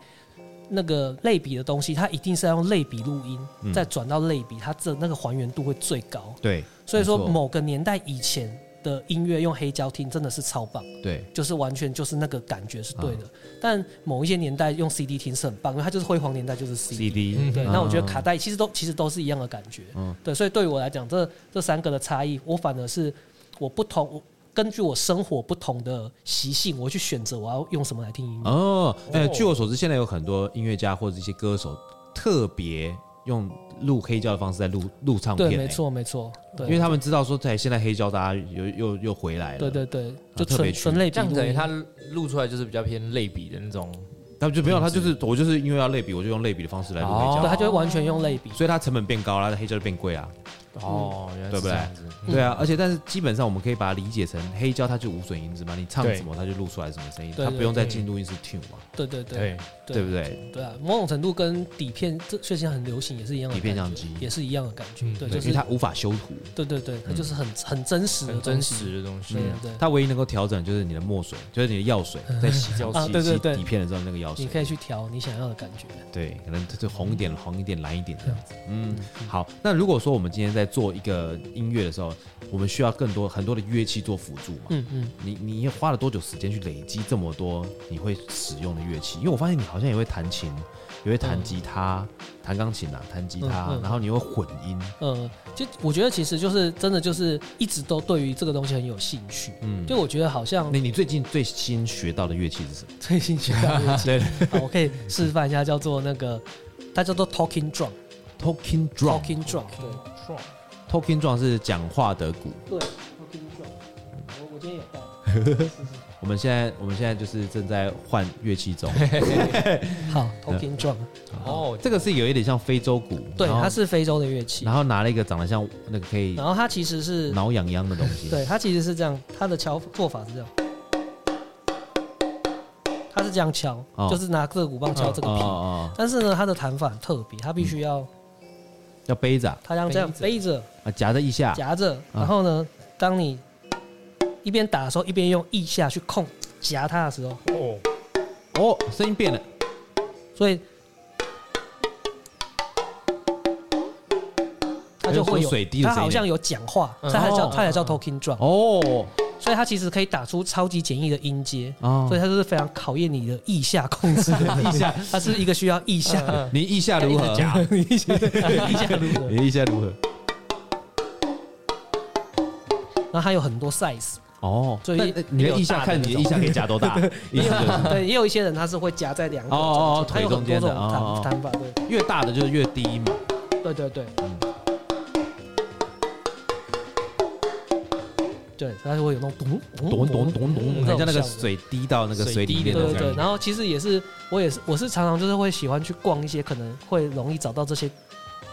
[SPEAKER 4] 那个类比的东西，它一定是要用类比录音，
[SPEAKER 1] 嗯
[SPEAKER 4] 再转到类比，它这那个还原度会最高。
[SPEAKER 1] 对
[SPEAKER 4] 所以说
[SPEAKER 1] 没错
[SPEAKER 4] 某个年代以前的音乐用黑胶听真的是超棒，
[SPEAKER 1] 对
[SPEAKER 4] 就是完全就是那个感觉是对
[SPEAKER 1] 啊
[SPEAKER 4] 的。但某一些年代用 CD 听是很棒，因为它就是辉煌年代就是 CD。
[SPEAKER 1] CD，
[SPEAKER 2] 嗯
[SPEAKER 4] 对，
[SPEAKER 1] 嗯
[SPEAKER 4] 那我觉得卡带其实都其实都是一样的感觉。
[SPEAKER 1] 嗯
[SPEAKER 4] 对，所以对于我来讲，这这三个的差异，我反而是我不同，我根据我生活不同的习性，我去选择我要用什么来听音乐。
[SPEAKER 1] 哦，哎、
[SPEAKER 2] 哦
[SPEAKER 1] 据我所知，现在有很多音乐家或者一些歌手特别用录黑胶的方式在录录唱片、
[SPEAKER 4] 对，没
[SPEAKER 1] 哎，
[SPEAKER 4] 错，没错，对，
[SPEAKER 1] 因为他们知道说，在现在黑胶大家又又又回来了，
[SPEAKER 4] 对对，对，就
[SPEAKER 1] 特别
[SPEAKER 4] 纯
[SPEAKER 1] 去
[SPEAKER 4] 纯类比
[SPEAKER 2] 这样
[SPEAKER 4] 录
[SPEAKER 2] 等于
[SPEAKER 4] 音，
[SPEAKER 2] 他录出来就是比较偏类比的那种，
[SPEAKER 1] 他们就没有，他就是我就是因为要类比，我就用类比的方式来录黑胶，
[SPEAKER 2] 哦
[SPEAKER 4] 对，他就会完全用类比。
[SPEAKER 1] 所以它成本变高了，它的黑胶就变贵啊，
[SPEAKER 2] 哦，原来
[SPEAKER 1] 对
[SPEAKER 2] 是
[SPEAKER 1] 不
[SPEAKER 2] 这
[SPEAKER 1] 对
[SPEAKER 2] 样子，
[SPEAKER 4] 嗯
[SPEAKER 1] 对啊，而且但是基本上我们可以把它理解成黑胶，它就无损音质嘛，你唱
[SPEAKER 2] 对
[SPEAKER 1] 什么它就录出来什么声音，
[SPEAKER 4] 对
[SPEAKER 1] 它不用
[SPEAKER 2] 对
[SPEAKER 1] 再进录音室 tune 嘛，
[SPEAKER 4] 对对对
[SPEAKER 2] 对，
[SPEAKER 1] 对不对？
[SPEAKER 4] 对啊，某种程度跟底片这最近很流行也是一样的
[SPEAKER 1] 底片
[SPEAKER 4] 感
[SPEAKER 1] 相
[SPEAKER 4] 觉
[SPEAKER 1] 机
[SPEAKER 4] 也是一样的感觉
[SPEAKER 2] 嗯。
[SPEAKER 4] 对，
[SPEAKER 1] 对，
[SPEAKER 4] 就
[SPEAKER 1] 因为
[SPEAKER 4] 是
[SPEAKER 1] 它无法修图，
[SPEAKER 4] 对对对，它就是很很真实的
[SPEAKER 2] 很真
[SPEAKER 4] 东西。
[SPEAKER 2] 实的东西
[SPEAKER 4] 对，嗯对对，
[SPEAKER 1] 它啊唯一能够调整就是你的墨水，就是你的药水在洗
[SPEAKER 2] 比较
[SPEAKER 4] 啊
[SPEAKER 2] 细
[SPEAKER 4] 对
[SPEAKER 1] 洗底片的时候那个药水
[SPEAKER 4] 你，可以去调你想要的感觉。
[SPEAKER 1] 对，可能就是红一点、黄一点、蓝一点这样子。嗯，好。那如果说我们今天在做一个音乐的时候，我们需要更多很多的乐器做辅助嘛？
[SPEAKER 4] 嗯嗯，
[SPEAKER 1] 你你花了多久时间去累积这么多你会使用的乐器？因为我发现你好像也会弹琴，也会弹吉他、弹钢琴啊，弹吉他，
[SPEAKER 4] 嗯嗯
[SPEAKER 1] 然后你会混音。
[SPEAKER 4] 呃，就我觉得其实就是真的就是一直都对于这个东西很有兴趣。
[SPEAKER 1] 嗯，
[SPEAKER 4] 就我觉得好像
[SPEAKER 1] 那你最近最新学到的乐器是什么？
[SPEAKER 4] 最新学到的乐器，啊我可以示范一下，叫做那个它叫做 talking drum，talking
[SPEAKER 1] Talking drum。
[SPEAKER 4] drum，
[SPEAKER 1] Talking drum 是讲话的鼓。
[SPEAKER 4] 对对 talking drum。我我今天有带，
[SPEAKER 1] 我们现在我们现在就是正在换乐器
[SPEAKER 4] [LAUGHS]
[SPEAKER 1] 中。
[SPEAKER 4] 好 talking drum，
[SPEAKER 2] 哦，
[SPEAKER 1] 这个是有一点像非洲鼓，
[SPEAKER 4] 对，
[SPEAKER 1] 然后
[SPEAKER 4] 它是非洲的乐器
[SPEAKER 1] 然，后拿了一个长得像那个可以
[SPEAKER 4] 然后它其实是
[SPEAKER 1] 挠痒痒的东西，
[SPEAKER 4] 对，它其实是这样，它的敲做法是这样，它是这样敲，
[SPEAKER 1] 哦
[SPEAKER 4] 就是拿这个鼓棒敲这个
[SPEAKER 1] 哦，
[SPEAKER 4] 皮。
[SPEAKER 1] 哦嗯哦
[SPEAKER 4] 但是呢，它的弹法很特别，它必须要
[SPEAKER 1] 要背着啊
[SPEAKER 4] 它要这样
[SPEAKER 2] 背
[SPEAKER 4] 背着、
[SPEAKER 1] 啊夹在腋下，
[SPEAKER 4] 夹着，然后呢，当你一边打的时候，一边用腋下去控夹它的时候，
[SPEAKER 2] 哦，
[SPEAKER 1] 哦，声音变了，
[SPEAKER 4] 所以它就会
[SPEAKER 1] 有水滴的
[SPEAKER 4] 它
[SPEAKER 1] 声音
[SPEAKER 4] 好像有讲话，
[SPEAKER 2] 嗯
[SPEAKER 4] 它才叫
[SPEAKER 1] 哦
[SPEAKER 4] 它才叫 talking drum，
[SPEAKER 1] 哦
[SPEAKER 4] 所以它其实可以打出超级简易的音阶，
[SPEAKER 1] 哦
[SPEAKER 4] 所以，它就是非常考验你的腋下控制的，
[SPEAKER 1] 腋下，
[SPEAKER 4] 它是一个需要腋下的
[SPEAKER 2] 嗯
[SPEAKER 1] 你意下如何？
[SPEAKER 4] 腋下腋下如何，
[SPEAKER 1] 你意下如何？
[SPEAKER 4] 然后它有很多 size，
[SPEAKER 1] 哦，
[SPEAKER 4] 所以
[SPEAKER 1] 那你的意下看你的意下可以夹多大？意下就是
[SPEAKER 4] 对，也有一些人他是会夹在两
[SPEAKER 1] 哦
[SPEAKER 4] 个
[SPEAKER 1] 哦哦
[SPEAKER 4] 它有很
[SPEAKER 1] 腿中间
[SPEAKER 4] 多种
[SPEAKER 1] 的哦哦
[SPEAKER 4] 弹弹法，对。
[SPEAKER 1] [LAUGHS] 越大的就是越低嘛。
[SPEAKER 4] 对对对，
[SPEAKER 1] 嗯
[SPEAKER 4] 对，它就会有那种咚
[SPEAKER 1] 咚咚，咚咚，很像那
[SPEAKER 4] 那
[SPEAKER 1] 个
[SPEAKER 4] 哦种效果
[SPEAKER 1] 水滴到那个水里
[SPEAKER 2] 水滴
[SPEAKER 1] 面
[SPEAKER 4] 对
[SPEAKER 1] 的
[SPEAKER 2] 的
[SPEAKER 1] 那种
[SPEAKER 4] 对对。
[SPEAKER 1] 感觉。
[SPEAKER 4] 然后其实也是，我也是，我是常常就是会喜欢去逛一些可能会容易找到这些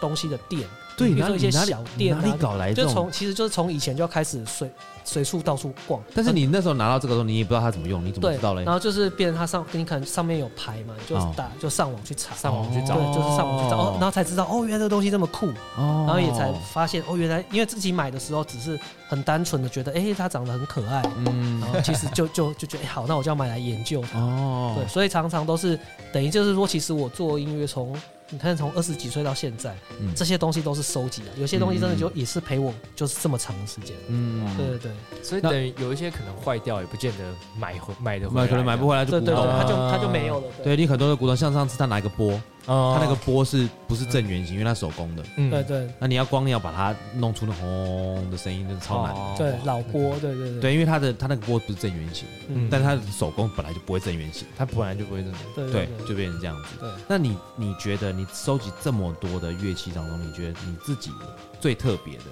[SPEAKER 4] 东西的店，
[SPEAKER 1] 对，
[SPEAKER 4] 比如
[SPEAKER 1] 哪
[SPEAKER 4] 说一
[SPEAKER 1] 里
[SPEAKER 4] 些
[SPEAKER 1] 哪
[SPEAKER 4] 小
[SPEAKER 1] 里
[SPEAKER 4] 店
[SPEAKER 1] 哪
[SPEAKER 4] 啊
[SPEAKER 1] 里，搞来这
[SPEAKER 4] 就
[SPEAKER 1] 种？
[SPEAKER 4] 从其实就是从以前就要开始随随处到处逛，
[SPEAKER 1] 但是你那时候拿到这个时候，你也不知道它怎么用，你怎么
[SPEAKER 4] 对
[SPEAKER 1] 知道，嘞
[SPEAKER 4] 然？后就是变成它上，你可能上面有牌嘛，你就
[SPEAKER 1] 哦
[SPEAKER 4] 打就上网去查，
[SPEAKER 2] 上网去找
[SPEAKER 4] 对，就是上网去找，哦，然后才知道哦，原来这个东西这么酷，
[SPEAKER 1] 哦
[SPEAKER 4] 然后也才发现哦，原来因为自己买的时候只是很单纯的觉得，哎、它长得很可爱，
[SPEAKER 1] 嗯
[SPEAKER 4] 然后其实就就就觉得，哎、好，那我就要买来研究它。
[SPEAKER 1] 哦
[SPEAKER 4] 对，，所以常常都是等于就是说，其实我做音乐从你看从二十几岁到现在，
[SPEAKER 1] 嗯
[SPEAKER 4] 这些东西都是收集的，有些东西真的就也是陪我就是这么长的时间。
[SPEAKER 1] 嗯
[SPEAKER 4] 对对对，
[SPEAKER 2] 所以等于有一些可能坏掉，也不见得买回买的回
[SPEAKER 1] 买
[SPEAKER 2] 来，
[SPEAKER 1] 可能买不回来就
[SPEAKER 4] 对
[SPEAKER 1] 古
[SPEAKER 4] 对对，
[SPEAKER 1] 董
[SPEAKER 2] 啊
[SPEAKER 1] 了。
[SPEAKER 4] 它就嗯它就没有了。对
[SPEAKER 1] 对你很多的古董，像上次他拿一个钵，
[SPEAKER 2] 哦，
[SPEAKER 1] 他那个钵是不是正圆形？因为它手工的。
[SPEAKER 2] 嗯
[SPEAKER 4] 对对
[SPEAKER 1] 那你要光要把它弄出那轰的声音，真的超难的。
[SPEAKER 2] 哦
[SPEAKER 4] 对，老波，对对对，
[SPEAKER 1] 对，因为它的它那个钵不是正圆形，
[SPEAKER 4] 嗯
[SPEAKER 1] 但它的手工本来就不会正圆形，
[SPEAKER 2] 他本来就不会这样。
[SPEAKER 4] 对
[SPEAKER 1] 对
[SPEAKER 4] 对，对
[SPEAKER 1] 就变成这样子。
[SPEAKER 4] 对。
[SPEAKER 1] 那你你觉得你收集这么多的乐器当中，你觉得你自己最特别的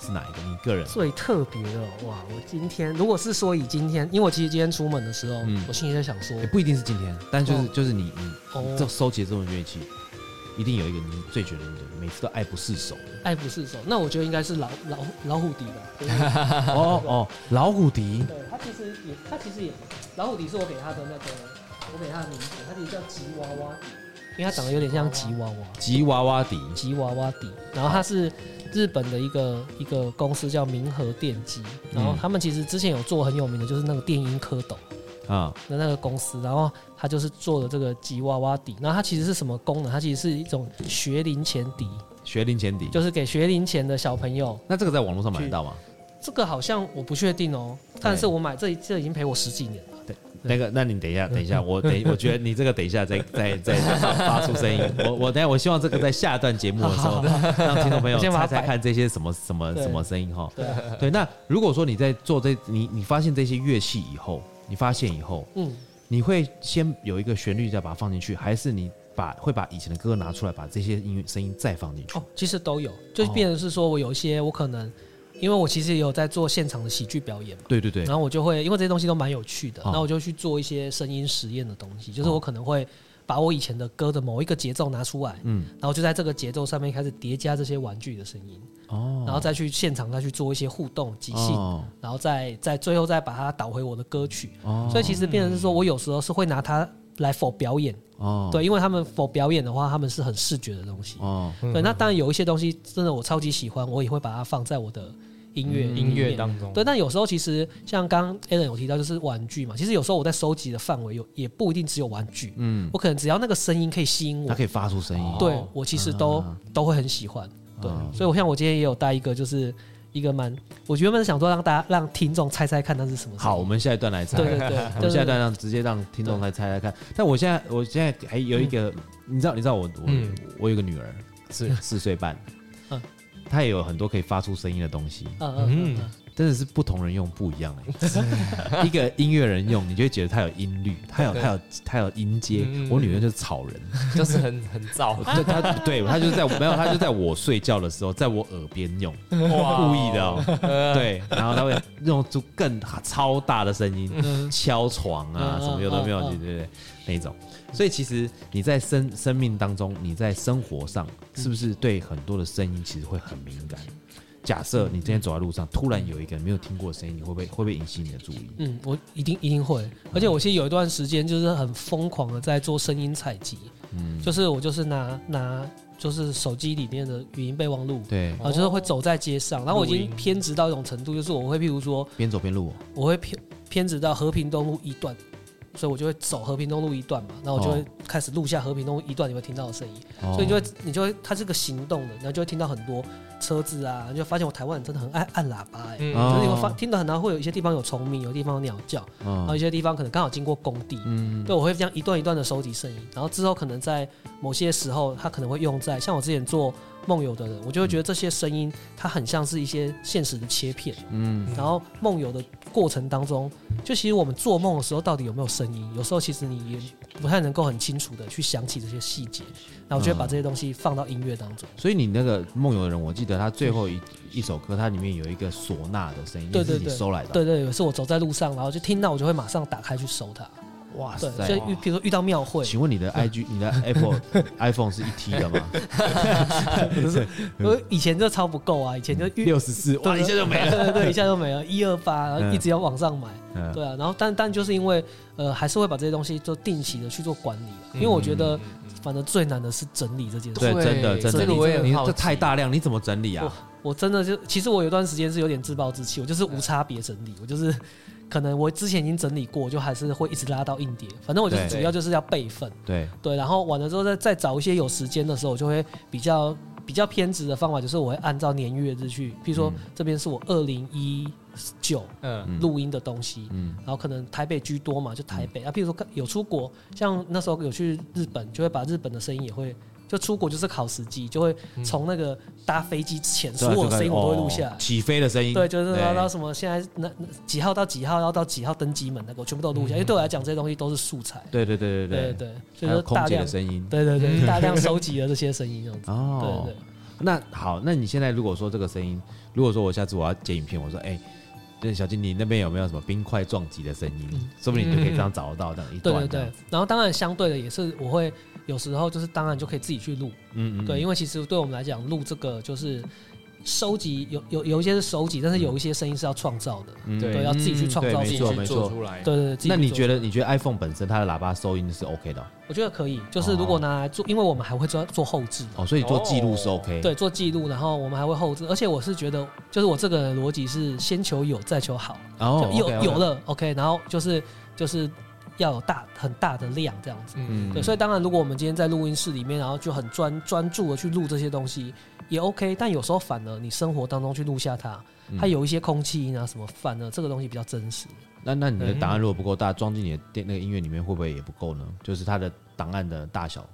[SPEAKER 1] 是哪一个？你个人？
[SPEAKER 4] 最特别的哇！我今天如果是说以今天，因为我其实今天出门的时候，
[SPEAKER 1] 嗯
[SPEAKER 4] 我心里在想说
[SPEAKER 1] 也，不一定是今天，但就是、
[SPEAKER 4] 哦
[SPEAKER 1] 就是你你
[SPEAKER 4] 哦
[SPEAKER 1] 这收集的这种乐器，一定有一个你最觉得你每次都爱不释
[SPEAKER 4] [LAUGHS]
[SPEAKER 1] 手的。
[SPEAKER 4] 哎爱不释手，那我觉得应该是老老老虎笛吧。就是
[SPEAKER 1] 哦哦，老虎笛，
[SPEAKER 4] 对，他其实也，他其实也，老虎笛是我给他的那个，我给他的名字，他其实叫吉娃娃笛，因为它长得有点像吉娃娃，
[SPEAKER 1] 吉娃娃笛。
[SPEAKER 4] 吉娃娃笛。然后它是日本的一个一个公司叫明和电机，然后
[SPEAKER 1] 嗯
[SPEAKER 4] 他们其实之前有做很有名的，就是那个电音蝌蚪。
[SPEAKER 1] 啊，
[SPEAKER 4] 的那个公司，然后他就是做的这个吉娃娃笛，然后它其实是什么功能？它其实是一种学龄前笛，
[SPEAKER 1] 学龄前笛。
[SPEAKER 4] 就是给学龄前的小朋友。
[SPEAKER 1] 那这个在网络上买得到吗？
[SPEAKER 4] 这个好像我不确定哦，但是我买这这已经陪我十几年了。
[SPEAKER 1] 那个，那你等一下，等一下，我等，我觉得你这个等一下再再再发出声音。我我等一下，我希望这个在下段节目的时候，让听众朋友
[SPEAKER 4] 我先把
[SPEAKER 1] 猜
[SPEAKER 4] 它
[SPEAKER 1] 猜
[SPEAKER 4] 摆
[SPEAKER 1] 看这些什么什么
[SPEAKER 4] 对
[SPEAKER 1] 什么声音哈。
[SPEAKER 4] 对，
[SPEAKER 1] 对，那如果说你在做这，你你发现这些乐器以后，你发现以后，
[SPEAKER 4] 嗯，
[SPEAKER 1] 你会先有一个旋律再把它放进去，还是你把会把以前的歌拿出来，把这些音乐声音再放进去？
[SPEAKER 4] 哦，其实都有，就是变成是说我有一些我可能，因为我其实也有在做现场的喜剧表演嘛。
[SPEAKER 1] 对对对
[SPEAKER 4] 然，后我就会，因为这些东西都蛮有趣的，
[SPEAKER 1] 哦
[SPEAKER 4] 那我就去做一些声音实验的东西，就是我可能会把我以前的歌的某一个节奏拿出来，
[SPEAKER 1] 嗯，
[SPEAKER 4] 然后就在这个节奏上面开始叠加这些玩具的声音，
[SPEAKER 1] 哦，
[SPEAKER 4] 然后再去现场再去做一些互动即兴，
[SPEAKER 1] 哦，
[SPEAKER 4] 然后再再最后再把它导回我的歌曲。
[SPEAKER 1] 哦
[SPEAKER 4] 所以其实变成是说我有时候是会拿它来否表演，
[SPEAKER 1] 哦，
[SPEAKER 4] 对，因为他们否表演的话，他们是很视觉的东西。
[SPEAKER 1] 哦，
[SPEAKER 2] 嗯
[SPEAKER 4] 对，那当然有一些东西真的我超级喜欢，我也会把它放在我的音乐
[SPEAKER 1] 嗯
[SPEAKER 4] 里
[SPEAKER 2] 音乐
[SPEAKER 4] 面
[SPEAKER 2] 当中，
[SPEAKER 4] 对，但有时候其实像刚刚 Alan 有提到，就是玩具嘛。其实有时候我在收集的范围有也不一定只有玩具，
[SPEAKER 1] 嗯，
[SPEAKER 4] 我可能只要那个声音可以吸引
[SPEAKER 1] 它
[SPEAKER 4] 我
[SPEAKER 1] 可，以发出声音，
[SPEAKER 4] 对我其实都、
[SPEAKER 1] 啊
[SPEAKER 4] 都会很喜欢。对，
[SPEAKER 1] 啊
[SPEAKER 4] 所以我像我今天也有带一个，就是一个蛮，我原本想说让大家让听众猜猜看它是什么。
[SPEAKER 1] 好，我，们下一段来猜。
[SPEAKER 4] 对对对，
[SPEAKER 1] [LAUGHS] 我
[SPEAKER 4] 对
[SPEAKER 1] 们下一段让直接让听众来猜猜看。但我现在，我现在还有一个，
[SPEAKER 4] 嗯
[SPEAKER 1] 你知道，你知道我我、
[SPEAKER 2] 嗯
[SPEAKER 1] 我有个女儿，
[SPEAKER 2] 是
[SPEAKER 1] 四岁半，
[SPEAKER 4] 嗯
[SPEAKER 1] 她也有很多可以发出声音的东西，
[SPEAKER 4] 嗯嗯嗯嗯，
[SPEAKER 1] 真的是不同人用不一样
[SPEAKER 2] [LAUGHS]
[SPEAKER 1] 哎、一个音乐人用，你就会觉得他有音律，他有
[SPEAKER 2] 对
[SPEAKER 1] 他有他有音阶。
[SPEAKER 2] 嗯
[SPEAKER 1] 我女儿就是草人，
[SPEAKER 2] 就是很很燥，
[SPEAKER 1] 就她对她就是在没有，她就在我睡觉的时候，在我耳边用，故
[SPEAKER 2] 故
[SPEAKER 1] 意的哦、对，然后她会用出更超大的声音
[SPEAKER 2] 嗯
[SPEAKER 1] 敲床啊，什
[SPEAKER 4] 嗯
[SPEAKER 1] 么有的没有，
[SPEAKER 4] 嗯
[SPEAKER 1] 对
[SPEAKER 4] 嗯
[SPEAKER 1] 对对，那种。所以其实你在生生命当中，你在生活上是不是对很多的声音其实会很敏感？假设你今天走在路上，突然有一个没有听过的声音，你会不会会不会引起你的注意？
[SPEAKER 4] 嗯，我一定一定会，而且我其实有
[SPEAKER 1] 嗯
[SPEAKER 4] 一段时间就是很疯狂的在做声音采集，就是我就是拿拿就是手机里面的语音备忘录，
[SPEAKER 1] 对，
[SPEAKER 4] 啊，就是会走在街上。然后我已经偏执到一种程度，就是我会譬如说，
[SPEAKER 1] 边走边录哦，
[SPEAKER 4] 我会偏偏执到和平东路一段，所以我就会走和平东路一段嘛，然后我就会
[SPEAKER 1] 哦
[SPEAKER 4] 开始录下和平东路一段你会听到的声音，
[SPEAKER 1] 哦
[SPEAKER 4] 所以你就会你就会它是个行动的，然后就会听到很多车子啊，你就会发现我台湾人真的很爱按喇叭哎、
[SPEAKER 2] 嗯
[SPEAKER 1] 哦
[SPEAKER 4] 就是你会发听到很多会有一些地方有虫鸣，有地方有鸟叫，然后
[SPEAKER 1] 嗯
[SPEAKER 4] 一些地方可能刚好经过工地，
[SPEAKER 1] 嗯，
[SPEAKER 4] 对，我会这样一段一段的收集声音，然后之后可能在某些时候，它可能会用在像我之前做梦游的人，我就会觉得这些声音它很像是一些现实的切片，
[SPEAKER 1] 嗯
[SPEAKER 4] 然后梦游的过程当中，就其实我们做梦的时候到底有没有声音，有时候其实你也不太能够很清楚的去想起这些细节，然后我就会把这些东西放到音乐当中。
[SPEAKER 1] 所以你那个梦游的人，我记得他最后一一首歌，它里面有一个唢呐的声音，
[SPEAKER 4] 对
[SPEAKER 1] 也是
[SPEAKER 4] 对
[SPEAKER 1] 你
[SPEAKER 4] 对
[SPEAKER 1] 收来的，
[SPEAKER 4] 对对，有时候我走在路上，然后就听到，我就会马上打开去搜它。
[SPEAKER 1] 哇
[SPEAKER 4] 对，
[SPEAKER 1] 塞
[SPEAKER 4] 所！以遇比如说遇到庙会，
[SPEAKER 1] 请问你的 IG、你的
[SPEAKER 4] [LAUGHS]
[SPEAKER 1] Apple iPhone 是一 T 的吗？
[SPEAKER 4] 我以前就超不够啊，以前就遇
[SPEAKER 1] 六十四，哇，一下就没了。
[SPEAKER 4] 对对对，一下就没了，一二八，然后一直要往上买，
[SPEAKER 1] 嗯
[SPEAKER 4] 对啊，然后但但就是因为呃，还是会把这些东西就定期的去做管理啦，因为我觉
[SPEAKER 2] 嗯
[SPEAKER 4] 得反正最难的是整理这件事。
[SPEAKER 1] 对，
[SPEAKER 2] 对
[SPEAKER 1] 真的真的，
[SPEAKER 2] 这个我也很
[SPEAKER 1] 你
[SPEAKER 2] 好
[SPEAKER 1] 这
[SPEAKER 2] 奇
[SPEAKER 1] 太大量，你怎么整理啊？
[SPEAKER 4] 我真的就其实我有一段时间是有点自暴自弃，我就是无差别整理，我就是可能我之前已经整理过，我就还是会一直拉到硬碟，反正我就是
[SPEAKER 1] 对
[SPEAKER 4] 主要就是要备份，
[SPEAKER 1] 对，
[SPEAKER 4] 对，然后完了之后再再找一些有时间的时候，我就会比较比较偏执的方法，就是我会按照年月日去，譬如说
[SPEAKER 1] 嗯
[SPEAKER 4] 这边是我二零一九
[SPEAKER 2] 嗯
[SPEAKER 1] 嗯
[SPEAKER 4] 录音的东西，
[SPEAKER 1] 嗯
[SPEAKER 4] 然后可能台北居多嘛，就台北啊。譬如说有出国，像那时候有去日本，就会把日本的声音也会，就出国就是考时机，就会
[SPEAKER 1] 嗯
[SPEAKER 4] 从那个搭飞机之前，所有的声音我都会录下
[SPEAKER 1] 哦
[SPEAKER 4] 来。
[SPEAKER 1] 起飞的声音，
[SPEAKER 4] 对，就是
[SPEAKER 1] 对
[SPEAKER 4] 到到什么现在那那几号到几号，然后到几号登机门那个，我全部都录下，因为对我来讲这些东西都是素材。
[SPEAKER 1] 对对对
[SPEAKER 4] 对
[SPEAKER 1] 嗯对
[SPEAKER 4] 对，所
[SPEAKER 1] 对，
[SPEAKER 4] 以
[SPEAKER 1] 还有
[SPEAKER 4] 说
[SPEAKER 1] 空
[SPEAKER 4] 大
[SPEAKER 1] 姐
[SPEAKER 4] 量
[SPEAKER 1] 的声音。嗯
[SPEAKER 4] 对对对，大量收集了这些声音这样子。
[SPEAKER 1] 哦，
[SPEAKER 4] 对对，
[SPEAKER 1] 那好，那你现在如果说这个声音，如果说我下次我要剪影片，我说哎，那小金，你那边有没有什么冰块撞击的声音
[SPEAKER 4] 嗯？
[SPEAKER 1] 说不定你就可以这样找得到这样一
[SPEAKER 4] 对
[SPEAKER 1] 段啊
[SPEAKER 4] 对
[SPEAKER 1] 这样
[SPEAKER 4] 对
[SPEAKER 1] 子。。
[SPEAKER 4] 然后当然相对的也是我会有时候就是当然就可以自己去录，
[SPEAKER 1] 嗯嗯，
[SPEAKER 4] 对，因为其实对我们来讲，录这个就是收集，有有有一些是收集，但是有一些声音是要创造的，
[SPEAKER 1] 嗯
[SPEAKER 2] 对
[SPEAKER 4] 对，要自己去创造
[SPEAKER 1] 对
[SPEAKER 4] 出
[SPEAKER 1] 没错嗯
[SPEAKER 2] 自
[SPEAKER 4] 来。
[SPEAKER 2] 己去做出来，
[SPEAKER 4] 对对对，自己
[SPEAKER 1] 那你
[SPEAKER 4] 做
[SPEAKER 1] 觉得你觉得 iPhone 本身它的喇叭收音是 OK 的哦
[SPEAKER 4] 我觉得可以，就是如果拿来做，因为我们还会做做后置，
[SPEAKER 1] 哦，所以做记录是
[SPEAKER 2] 哦
[SPEAKER 1] OK。
[SPEAKER 4] 对，做记录，然后我们还会后置，而且我是觉得，就是我这个人的逻辑是先求有，再求好，
[SPEAKER 1] 哦
[SPEAKER 4] 就，有
[SPEAKER 1] OK，OK
[SPEAKER 4] 有了 OK，然后就是就是要有大很大的量这样子。
[SPEAKER 1] 嗯
[SPEAKER 2] 嗯，
[SPEAKER 4] 对，所以当然，如果我们今天在录音室里面，然后就很专专注的去录这些东西，也 OK。但有时候反而你生活当中去录下它，它
[SPEAKER 1] 嗯
[SPEAKER 4] 有一些空气音啊什么，反而这个东西比较真实。
[SPEAKER 1] 那那你
[SPEAKER 4] 嗯
[SPEAKER 1] 的档案如果不够大，装进你的电那个音乐里面会不会也不够呢？就是它的档案的大小，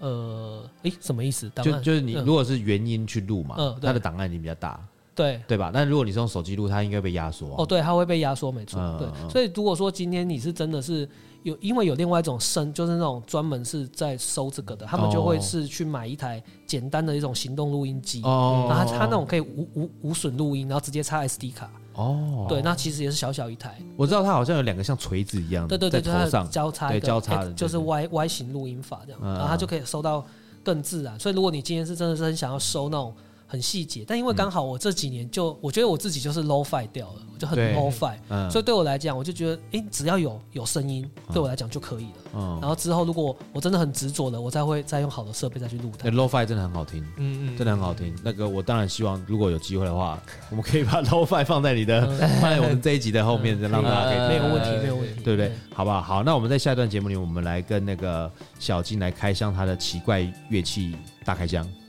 [SPEAKER 4] 呃，诶，什么意思？当
[SPEAKER 1] 就
[SPEAKER 4] 然，
[SPEAKER 1] 就是你
[SPEAKER 4] 嗯
[SPEAKER 1] 如果是原音去录嘛，
[SPEAKER 4] 嗯对
[SPEAKER 1] 它的档案已经比较大，
[SPEAKER 4] 对，
[SPEAKER 1] 对吧？但如果你是用手机录，它应该被压缩啊、
[SPEAKER 4] 哦，对，它会被压缩，没错。
[SPEAKER 1] 嗯嗯嗯
[SPEAKER 4] 对，所以如果说今天你是真的是有，因为有另外一种声，就是那种专门是在收这个的，他们就
[SPEAKER 1] 哦
[SPEAKER 4] 会是去买一台简单的一种行动录音机，
[SPEAKER 1] 哦，
[SPEAKER 4] 然后它它那种可以无无无损录音，然后直接插 SD 卡。
[SPEAKER 1] 哦，
[SPEAKER 4] 对，那其实也是小小一台。
[SPEAKER 1] 我知道它好像有两个像锤子一样
[SPEAKER 4] 对
[SPEAKER 1] 的
[SPEAKER 4] 对对，
[SPEAKER 1] 在头
[SPEAKER 4] 它
[SPEAKER 1] 上
[SPEAKER 4] 有，交叉一个
[SPEAKER 1] 对交叉的
[SPEAKER 4] X，
[SPEAKER 1] 对
[SPEAKER 4] 就是
[SPEAKER 1] 对
[SPEAKER 4] Y Y 型录音法这样，
[SPEAKER 1] 嗯
[SPEAKER 4] 然后它就可以收到更自然。所以如果你今天是真的是很想要收那种很细节，但因
[SPEAKER 1] 嗯
[SPEAKER 4] 为刚好我这几年就我觉得我自己就是 low fi 掉了，我就很
[SPEAKER 1] 对
[SPEAKER 4] low fi，
[SPEAKER 1] 嗯，
[SPEAKER 4] 所以对我来讲，我就觉得诶，只要有有声音，对我来讲就可以了。
[SPEAKER 1] 嗯
[SPEAKER 4] 然后之后如果我真的很执着了，我再会再用好的设备再去录它
[SPEAKER 1] 那。lofi 真的很好听。
[SPEAKER 2] 嗯
[SPEAKER 1] 真的很好听，那个我当然希望，如果有机会的话，我们可以把 lofi 放在你的，
[SPEAKER 4] 嗯
[SPEAKER 1] 放在我们这一集的后面，再让大家可以
[SPEAKER 2] 嗯
[SPEAKER 4] 没有问题，
[SPEAKER 2] 呃
[SPEAKER 4] 没有问题，
[SPEAKER 1] 对不对？好不好？好，那我们在下一段节目里，我们来跟那个小金来开箱他的奇怪乐器大开箱。 [LAUGHS]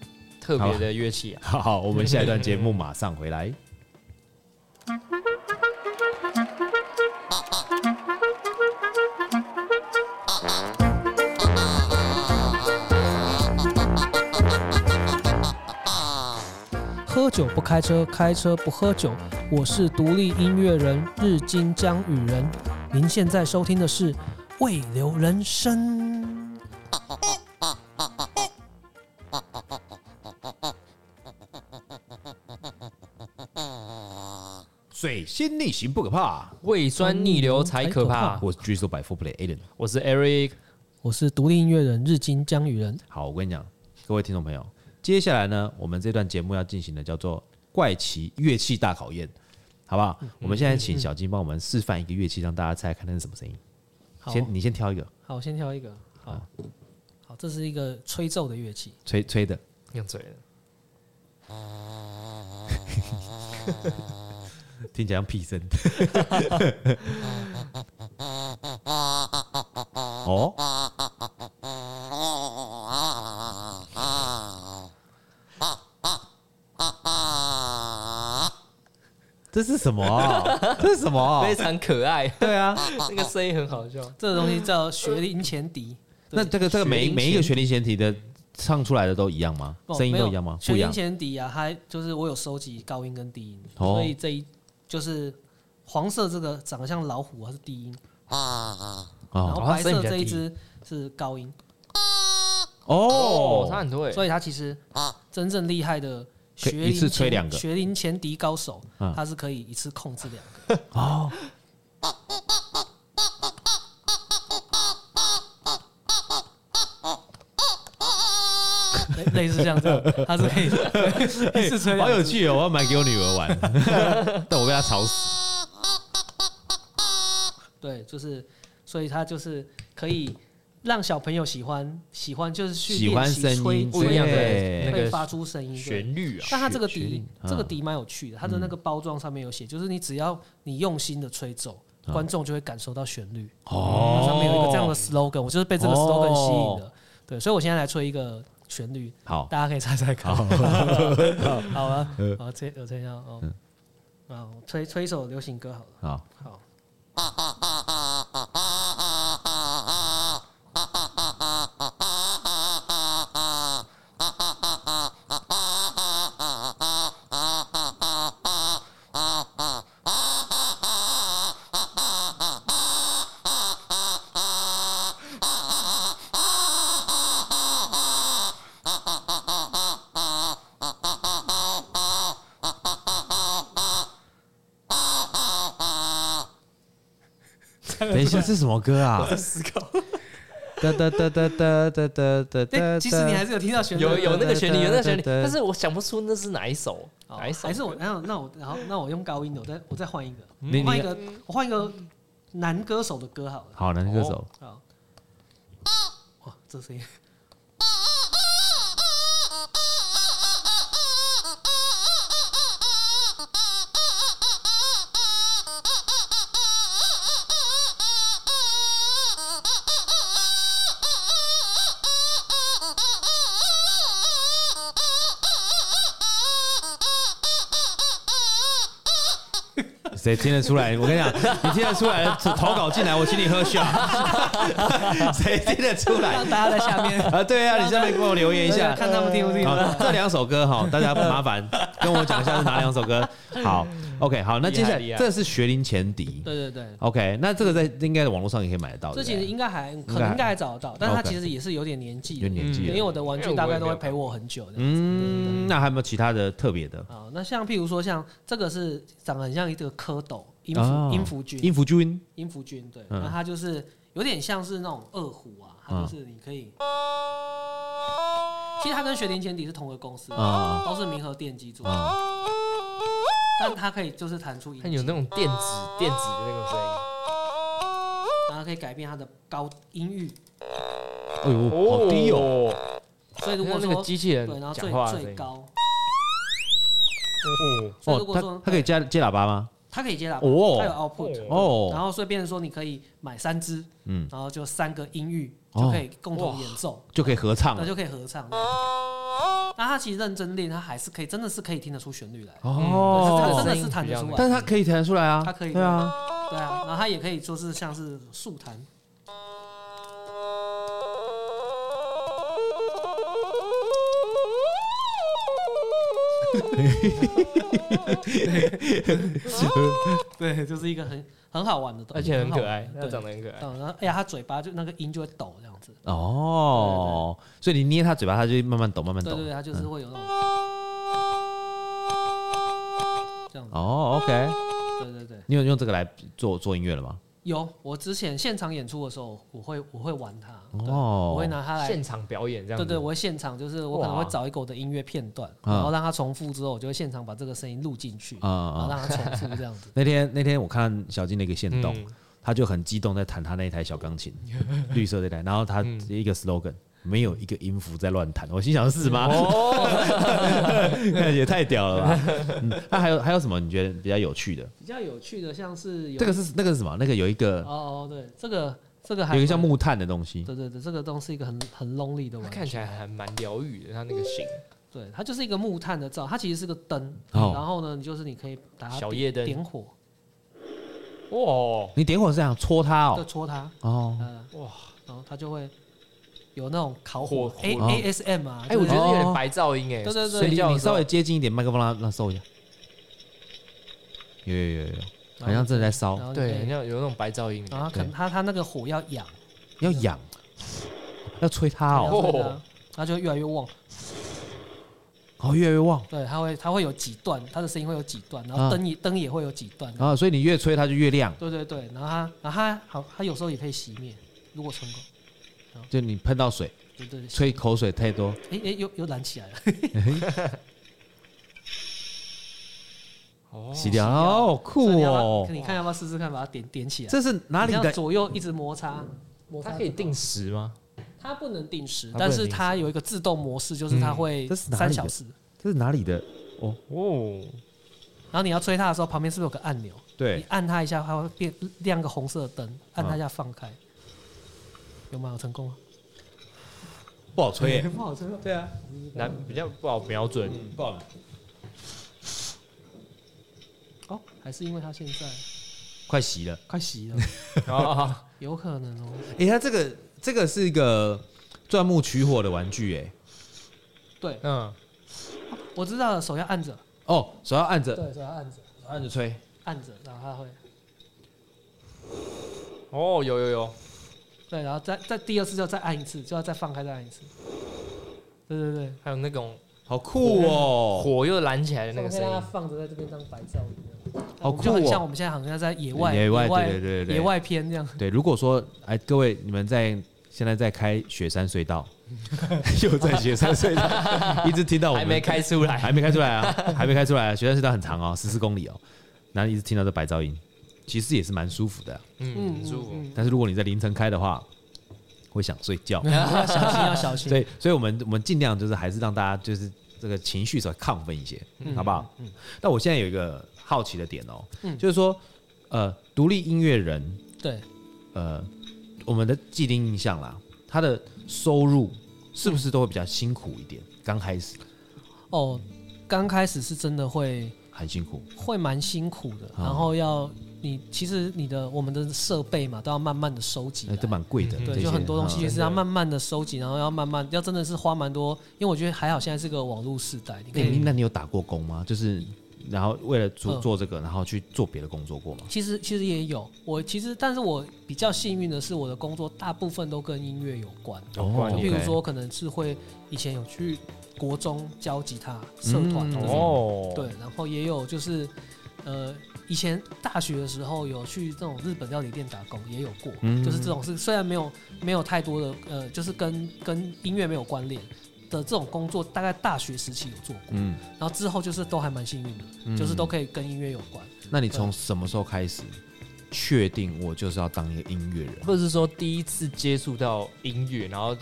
[SPEAKER 2] 特别的乐器啊，
[SPEAKER 1] 好好，我们下一段节目马上回来。
[SPEAKER 4] 喝酒不开车，开车不喝酒。我是独立音乐人日金江雨人，您现在收听的是《未留人生》。
[SPEAKER 1] 水星逆行不可怕，
[SPEAKER 2] 胃酸逆流才可怕。
[SPEAKER 1] [LAUGHS] 我是 Drizzle by Four Play Alan。
[SPEAKER 2] 我是 Eric，
[SPEAKER 4] 我是独立音乐人日金江雨人，
[SPEAKER 1] 好，我跟你讲，各位听众朋友，接下来呢，我们这段节目要进行的叫做怪奇乐器大考验，好不好？我们现在请小金帮我们示范一个乐器，让大家猜看那是什么声音。
[SPEAKER 4] 好，
[SPEAKER 1] 先，你先挑一个
[SPEAKER 4] 好，我先挑一个，好，好，这是一个吹奏的乐器，
[SPEAKER 1] 吹吹的，
[SPEAKER 2] 用嘴了。
[SPEAKER 1] 听起来像屁声。哦，这是什么啊？这是什么啊
[SPEAKER 2] 非？常可爱，
[SPEAKER 1] [LAUGHS] 对啊，
[SPEAKER 2] [LAUGHS] 那个声音很好笑。
[SPEAKER 4] 这个东西叫学龄前笛。
[SPEAKER 1] 那这个这个每
[SPEAKER 2] 学龄前
[SPEAKER 1] 每一个学龄前提的唱出来的都一样吗？[LAUGHS]
[SPEAKER 4] 哦
[SPEAKER 1] 声音
[SPEAKER 4] 没
[SPEAKER 1] 都
[SPEAKER 4] 有
[SPEAKER 1] 一样吗？
[SPEAKER 4] 学
[SPEAKER 1] 不一
[SPEAKER 4] 龄
[SPEAKER 1] 样。
[SPEAKER 4] 前笛啊，它就是我有收集高音跟低音，
[SPEAKER 1] 哦
[SPEAKER 4] 所以这一就是黄色这个长得像老虎，它是低音，然
[SPEAKER 1] 哦
[SPEAKER 4] 后白色这一只是高音，
[SPEAKER 2] 哦，差
[SPEAKER 1] 哦，
[SPEAKER 2] 很多哎。
[SPEAKER 4] 所以它其实真正厉害的
[SPEAKER 1] 可
[SPEAKER 4] 学
[SPEAKER 1] 以
[SPEAKER 4] 龄
[SPEAKER 1] 一次吹
[SPEAKER 4] 前
[SPEAKER 1] 两个
[SPEAKER 4] 学龄前笛高手
[SPEAKER 1] 嗯，
[SPEAKER 4] 它是可以一次控制两个。
[SPEAKER 1] 哦
[SPEAKER 4] 类 [LAUGHS] 类似像这样，它是
[SPEAKER 1] [LAUGHS]
[SPEAKER 4] 可以一次吹两
[SPEAKER 1] 好有
[SPEAKER 4] 只
[SPEAKER 1] 趣哦！我要买给我女儿玩， [LAUGHS] 但我被她吵死。
[SPEAKER 4] 对，就是，所以他就是可以让小朋友喜欢，喜欢就是去
[SPEAKER 1] 喜
[SPEAKER 4] 练
[SPEAKER 1] 欢
[SPEAKER 4] 习
[SPEAKER 1] 声音
[SPEAKER 4] 吹
[SPEAKER 1] 不
[SPEAKER 2] 一样的
[SPEAKER 4] 对
[SPEAKER 2] 那个
[SPEAKER 4] 会发出声音。对
[SPEAKER 2] 旋律啊，
[SPEAKER 4] 但它这个
[SPEAKER 1] 旋旋
[SPEAKER 4] 笛
[SPEAKER 1] 律，
[SPEAKER 4] 这个
[SPEAKER 1] 嗯
[SPEAKER 4] 笛蛮有趣的，它的那个包装上面有写，就是你只要你用心的吹奏，
[SPEAKER 1] 嗯
[SPEAKER 4] 观众就会感受到旋律。
[SPEAKER 1] 哦
[SPEAKER 4] 它上面有一个这样的 slogan，我就是被这个 slogan 吸引的
[SPEAKER 1] 哦。
[SPEAKER 4] 对，所以我现在来吹一个旋律，
[SPEAKER 1] 好，
[SPEAKER 4] 大家可以猜猜看。好
[SPEAKER 1] 哦
[SPEAKER 4] 啊， [LAUGHS]
[SPEAKER 1] 嗯
[SPEAKER 4] 好，这我这样哦，啊，我吹吹一首流行歌好了。
[SPEAKER 1] 好，
[SPEAKER 4] 好。
[SPEAKER 1] 等一下，这是什么歌
[SPEAKER 4] [LAUGHS]
[SPEAKER 1] 啊？
[SPEAKER 4] 思考。
[SPEAKER 1] 哒哒哒哒哒哒哒哒
[SPEAKER 4] 哎，
[SPEAKER 1] 哒。
[SPEAKER 4] 其实你还是有听到旋律的，
[SPEAKER 2] [LAUGHS] 有有那个旋律，有那个
[SPEAKER 1] [LAUGHS]
[SPEAKER 2] 旋律，
[SPEAKER 1] 对对对
[SPEAKER 2] 但是我想不出那是哪一首，
[SPEAKER 4] 哦
[SPEAKER 2] 哪一首？
[SPEAKER 4] 还是我，然后那我，然后那我用高音的，我再我再换一个，
[SPEAKER 1] 你
[SPEAKER 4] 我换一
[SPEAKER 1] 你
[SPEAKER 4] 个，我换一个男歌手的歌好了。
[SPEAKER 1] 好，男歌手
[SPEAKER 4] 好，哇，这声音，
[SPEAKER 1] 谁听得出来？我跟你讲，你听得出来，投稿进来，我请你喝酒。
[SPEAKER 4] [LAUGHS]
[SPEAKER 1] 谁听得出来
[SPEAKER 4] 让？大家在下面
[SPEAKER 1] 啊，对啊，你下面给我留言一下，
[SPEAKER 4] 看他们听不听得
[SPEAKER 1] 好
[SPEAKER 4] 到。，
[SPEAKER 1] 这两首歌哈，大家麻烦跟我讲一下是哪两首
[SPEAKER 4] [LAUGHS]
[SPEAKER 1] 歌。好，OK，好，那接下
[SPEAKER 2] 厉
[SPEAKER 1] 来
[SPEAKER 2] 害
[SPEAKER 1] 这是学龄前笛
[SPEAKER 4] 对对对，
[SPEAKER 1] ，OK，那这个在应该网络上也可以买得到。
[SPEAKER 4] 这
[SPEAKER 1] 对不
[SPEAKER 4] 其
[SPEAKER 1] 对
[SPEAKER 4] 实应该还可能应该还找得到，但是它
[SPEAKER 1] OK
[SPEAKER 4] 其实也是有点年纪
[SPEAKER 1] 有
[SPEAKER 4] 的，
[SPEAKER 1] 年纪
[SPEAKER 4] 嗯因
[SPEAKER 1] 了
[SPEAKER 4] 为我的玩具大概都会陪我很久的。
[SPEAKER 1] 嗯，那还有没有其他的特别的？
[SPEAKER 4] 好，那像譬如说，像这个是长得很像一个蝌蚪，音符
[SPEAKER 1] 哦
[SPEAKER 4] 音符菌，
[SPEAKER 1] 音符君
[SPEAKER 4] 音符菌，对，
[SPEAKER 1] 嗯
[SPEAKER 4] 那它就是有点像是那种二胡啊，它就是你可以，其实它跟学龄前笛是同个公司，
[SPEAKER 1] 啊
[SPEAKER 4] 都是明和电机做，的，
[SPEAKER 1] 啊，
[SPEAKER 4] 但它可以就是弹出音
[SPEAKER 2] 它有
[SPEAKER 4] 阶，
[SPEAKER 2] 那种电子
[SPEAKER 4] 啊
[SPEAKER 2] 电子的那种声音，
[SPEAKER 4] 然后可以改变它的高音域，
[SPEAKER 1] 哎呦，好低哦，
[SPEAKER 2] 哦。
[SPEAKER 4] 所以如果
[SPEAKER 2] 那个
[SPEAKER 4] 说
[SPEAKER 2] 机器人
[SPEAKER 4] 对，然后
[SPEAKER 2] 讲话
[SPEAKER 4] 最
[SPEAKER 2] 的声
[SPEAKER 4] 最
[SPEAKER 2] 音，
[SPEAKER 4] 高，
[SPEAKER 2] 哦，
[SPEAKER 4] 所以如
[SPEAKER 1] 哦，
[SPEAKER 4] 果
[SPEAKER 1] 他
[SPEAKER 4] 说
[SPEAKER 1] 他可以接接喇叭吗？
[SPEAKER 4] 它可以接喇叭，
[SPEAKER 1] 哦
[SPEAKER 4] 它有 output，然
[SPEAKER 1] 哦，
[SPEAKER 4] 后所以变成说你可以买三支，
[SPEAKER 1] 嗯，
[SPEAKER 4] 然后就三个音域
[SPEAKER 1] 哦
[SPEAKER 4] 就可以共同演奏，
[SPEAKER 1] 就可以合唱
[SPEAKER 4] 那
[SPEAKER 1] 了。
[SPEAKER 4] 就可以合唱。
[SPEAKER 1] 哦
[SPEAKER 4] 那他其实认真练，他还是可以，真的是可以听得出旋律来。可是他
[SPEAKER 1] 哦
[SPEAKER 4] 真，的是弹得出来，
[SPEAKER 1] 但是他可以弹得出来啊，
[SPEAKER 4] 他可以
[SPEAKER 1] 对啊，
[SPEAKER 4] 对啊，然后他也可以说是像是速弹，对， [LAUGHS] 就是一个很很好玩的东
[SPEAKER 2] 而
[SPEAKER 4] 西，
[SPEAKER 2] 且很
[SPEAKER 4] 好玩
[SPEAKER 2] 可爱，它
[SPEAKER 4] 对，
[SPEAKER 2] 长得很可爱。
[SPEAKER 4] 嗯，然后哎呀，他嘴巴就那个音就会抖这样子，
[SPEAKER 1] 哦，所以你捏他嘴巴，他就慢慢抖，慢慢
[SPEAKER 4] 对
[SPEAKER 1] 抖
[SPEAKER 4] 对。对，他就是会有那种这样子，
[SPEAKER 1] 哦，OK，
[SPEAKER 4] 对对对，
[SPEAKER 1] 你有用这个来做做音乐了吗？
[SPEAKER 4] 有。我之前现场演出的时候，我会我会玩它，对
[SPEAKER 1] 哦
[SPEAKER 4] 我会拿它来
[SPEAKER 2] 现场表演这样
[SPEAKER 4] 哎对
[SPEAKER 2] 子，
[SPEAKER 4] 对，我会现场就是我可能
[SPEAKER 2] 哇
[SPEAKER 4] 会找一个我的音乐片段，
[SPEAKER 1] 嗯
[SPEAKER 4] 然后让它重复之后，我就会现场把这个声音录进去，
[SPEAKER 1] 啊
[SPEAKER 4] 然后
[SPEAKER 1] 啊！。
[SPEAKER 4] 让它重复这样子
[SPEAKER 1] 那天那天我看小金的一个线动，
[SPEAKER 2] 嗯
[SPEAKER 1] 他就很激动在弹他那一台小钢琴，绿色这台，然后他一个 slogan，、没有一个音符在乱弹。我心想是
[SPEAKER 4] 嗯
[SPEAKER 1] 吗？
[SPEAKER 2] [LAUGHS] 哦，
[SPEAKER 4] [LAUGHS]
[SPEAKER 1] [LAUGHS] 也太屌了吧！嗯，那还有还有什么你觉得比较有趣的？
[SPEAKER 4] [LAUGHS] 比较有趣的像是有
[SPEAKER 1] 这个是那个是什么？那个有一个
[SPEAKER 4] 哦哦对，这个这个还
[SPEAKER 1] 有一个
[SPEAKER 4] 蛮
[SPEAKER 1] 像木炭的东西，
[SPEAKER 4] 对对对，这个东西是一个很很 lonely 的
[SPEAKER 2] 它
[SPEAKER 4] 玩具，
[SPEAKER 2] 看起来还蛮疗愈的，它那个型
[SPEAKER 4] 对，它就是一个木炭的灶，它其实是个灯，
[SPEAKER 1] 哦
[SPEAKER 4] 然后呢，你就是你可以把它
[SPEAKER 2] 小
[SPEAKER 4] 点
[SPEAKER 2] 夜灯
[SPEAKER 4] 点火，
[SPEAKER 2] 哇
[SPEAKER 1] 你点火是这样戳它
[SPEAKER 4] 就
[SPEAKER 1] 哦，
[SPEAKER 4] 戳它，
[SPEAKER 1] 哦，
[SPEAKER 4] 嗯，
[SPEAKER 2] 哇，
[SPEAKER 4] 然后它就会有那种烤
[SPEAKER 2] 火
[SPEAKER 4] 火
[SPEAKER 2] 火
[SPEAKER 4] A
[SPEAKER 1] 哦
[SPEAKER 4] A S M 啊，
[SPEAKER 2] 哎，我觉得
[SPEAKER 4] 就是
[SPEAKER 2] 有点白噪音哎，
[SPEAKER 4] 对对对
[SPEAKER 1] 所以
[SPEAKER 2] 睡
[SPEAKER 1] 你
[SPEAKER 2] 觉
[SPEAKER 1] 你
[SPEAKER 2] 的时
[SPEAKER 1] 稍
[SPEAKER 2] 候
[SPEAKER 1] 微接近一点麦克风，让让收一下。有有
[SPEAKER 4] 哦
[SPEAKER 1] 有有有，好像正在烧
[SPEAKER 4] 然，后你可
[SPEAKER 2] 哦对，很
[SPEAKER 4] 以
[SPEAKER 2] 像有那种白噪音，
[SPEAKER 4] 然后它可能它它那个火要痒，
[SPEAKER 1] 要痒，要吹它
[SPEAKER 4] 然
[SPEAKER 1] 哦，
[SPEAKER 4] 后它呢它就会越来越旺，
[SPEAKER 1] 哦，越来越旺。
[SPEAKER 4] 对，它会它会有几段，它的声音会有几段，然
[SPEAKER 1] 啊
[SPEAKER 4] 后灯也灯也会有几段，
[SPEAKER 1] 然哦后所以你越吹它就越亮，
[SPEAKER 4] 对对对，然后它然后它好它有时候也可以熄灭，如果成功，
[SPEAKER 1] 就你喷到水，
[SPEAKER 4] 对对，对
[SPEAKER 1] 吹口水太多，
[SPEAKER 4] 哎哎又又燃起来了。
[SPEAKER 2] 哦
[SPEAKER 1] 洗掉哦，
[SPEAKER 4] 所以
[SPEAKER 1] 酷
[SPEAKER 4] [LAUGHS] 你要不要
[SPEAKER 1] 哦，
[SPEAKER 4] 你看要不要试试看，把它点点起来？
[SPEAKER 1] 这是哪里
[SPEAKER 4] 你这样
[SPEAKER 1] 的？
[SPEAKER 4] 左右一直摩擦，摩擦
[SPEAKER 2] 它可以定，时吗？
[SPEAKER 4] 它不能定时，
[SPEAKER 2] 它不能
[SPEAKER 4] 但
[SPEAKER 2] 定
[SPEAKER 4] 是
[SPEAKER 2] 时
[SPEAKER 4] 它有一个自动模式，就是它会
[SPEAKER 1] 嗯这是哪里的
[SPEAKER 4] 三小时。
[SPEAKER 1] 这是哪里的？
[SPEAKER 2] 哦，
[SPEAKER 4] 然后你要吹它的时候，旁边是不是有个按钮？你
[SPEAKER 1] 对，啊
[SPEAKER 4] 按它一下，它会变亮个红色的灯，按它一下放开。有吗？有成功吗？
[SPEAKER 1] 不好吹
[SPEAKER 2] [LAUGHS]
[SPEAKER 4] [LAUGHS]
[SPEAKER 1] 耶，
[SPEAKER 4] 不好吹。
[SPEAKER 1] 对啊，
[SPEAKER 2] 难比较不好瞄
[SPEAKER 4] [LAUGHS]
[SPEAKER 2] 准，
[SPEAKER 1] 不好，
[SPEAKER 4] 哦，还是因为它现在
[SPEAKER 1] 快洗了。
[SPEAKER 4] 快洗了，
[SPEAKER 2] 哦，
[SPEAKER 4] [LAUGHS] 有可能哦。
[SPEAKER 1] 哎，它这个这个是一个钻木取火的玩具，哎，
[SPEAKER 4] 对，
[SPEAKER 2] 嗯，
[SPEAKER 4] 我知道了，手要按着，
[SPEAKER 1] 哦，手要按着，
[SPEAKER 4] 对，手要按着，
[SPEAKER 1] 手按着吹，
[SPEAKER 4] 按着，然后它会。
[SPEAKER 2] 哦，有有有，
[SPEAKER 4] 对，然后再再第二次就再按一次，就要再放开再按一次。对对对，
[SPEAKER 2] 还有那种
[SPEAKER 1] 好酷哦，
[SPEAKER 2] 火又燃起来的那
[SPEAKER 4] 那
[SPEAKER 2] 个
[SPEAKER 4] 个
[SPEAKER 2] 声
[SPEAKER 4] 可以让它
[SPEAKER 2] 音，
[SPEAKER 4] 放着在这边当白噪音这样，
[SPEAKER 1] 好
[SPEAKER 4] 我们就
[SPEAKER 1] 酷
[SPEAKER 4] 很
[SPEAKER 1] 哦
[SPEAKER 4] 像我们现在好像在野外
[SPEAKER 1] 野外
[SPEAKER 4] 野外
[SPEAKER 1] 对对对对对
[SPEAKER 4] 野外片这样。
[SPEAKER 1] 对，如果说哎，各位你们在现在在开雪山隧
[SPEAKER 2] [LAUGHS]
[SPEAKER 1] 道，又在雪山隧道，一直听到我
[SPEAKER 2] 还
[SPEAKER 1] 们
[SPEAKER 2] 没开出来，
[SPEAKER 1] 还没开出来啊，还没开出来、啊。雪山隧道很长哦，十四公里哦，然后一直听到这白噪音，其实也是蛮舒服的啊、
[SPEAKER 2] 嗯，很舒服。
[SPEAKER 4] 嗯，嗯
[SPEAKER 1] 但是如果你在凌晨开的话，会想睡觉。
[SPEAKER 4] 要小心嗯要小心。 [LAUGHS]
[SPEAKER 1] 所以，所以我们我们尽量就是还是让大家就是这个情绪稍微亢奋一些，好不好？嗯。那我现在有一个好奇的点哦，
[SPEAKER 4] 嗯
[SPEAKER 1] 就是说，呃，独立音乐人，
[SPEAKER 4] 对，
[SPEAKER 1] 呃，我们的既定印象啦，他的收入是不是都会比较辛苦一点？刚开始
[SPEAKER 4] 哦，刚开始是真的会
[SPEAKER 1] 很辛苦，
[SPEAKER 4] 会蛮辛苦的，
[SPEAKER 1] 啊
[SPEAKER 4] 然后要你其实你的我们的设备嘛都要慢慢的收集啊
[SPEAKER 1] 那
[SPEAKER 4] 来。
[SPEAKER 1] 都蛮贵的。
[SPEAKER 2] 嗯
[SPEAKER 1] 这
[SPEAKER 4] 对，
[SPEAKER 1] 些
[SPEAKER 4] 就很多东
[SPEAKER 1] 嗯
[SPEAKER 4] 西是要慢慢的收集，然后要慢慢要真的是花蛮多，因为我觉得还好现在是个网络时代，你可
[SPEAKER 1] 那你
[SPEAKER 4] 以
[SPEAKER 1] 那你有打过工吗？就是然后为了做
[SPEAKER 4] 嗯
[SPEAKER 1] 做这个，然后去做别的工作过吗？
[SPEAKER 4] 其实其实也有，我其实但是我比较幸运的是，我的工作大部分都跟音乐有关，
[SPEAKER 1] 哦
[SPEAKER 4] 就比如
[SPEAKER 1] OK
[SPEAKER 4] 说可能是会以前有去国中教吉他社团
[SPEAKER 1] 嗯
[SPEAKER 4] 这种，
[SPEAKER 2] 哦，
[SPEAKER 4] 对，然后也有就是呃以前大学的时候有去这种日本料理店打工，也有过，
[SPEAKER 1] 嗯
[SPEAKER 4] 就是这种是虽然没有没有太多的呃，就是跟跟音乐没有关联的这种工作，大概大学时期有做过，
[SPEAKER 1] 嗯，
[SPEAKER 4] 然后之后就是都还蛮幸运的，
[SPEAKER 1] 嗯
[SPEAKER 4] 就是都。可以跟音乐有关。
[SPEAKER 1] 那你从什么时候开始确定我就是要当一个音乐人？
[SPEAKER 2] 或者是说第一次接触到音乐，然后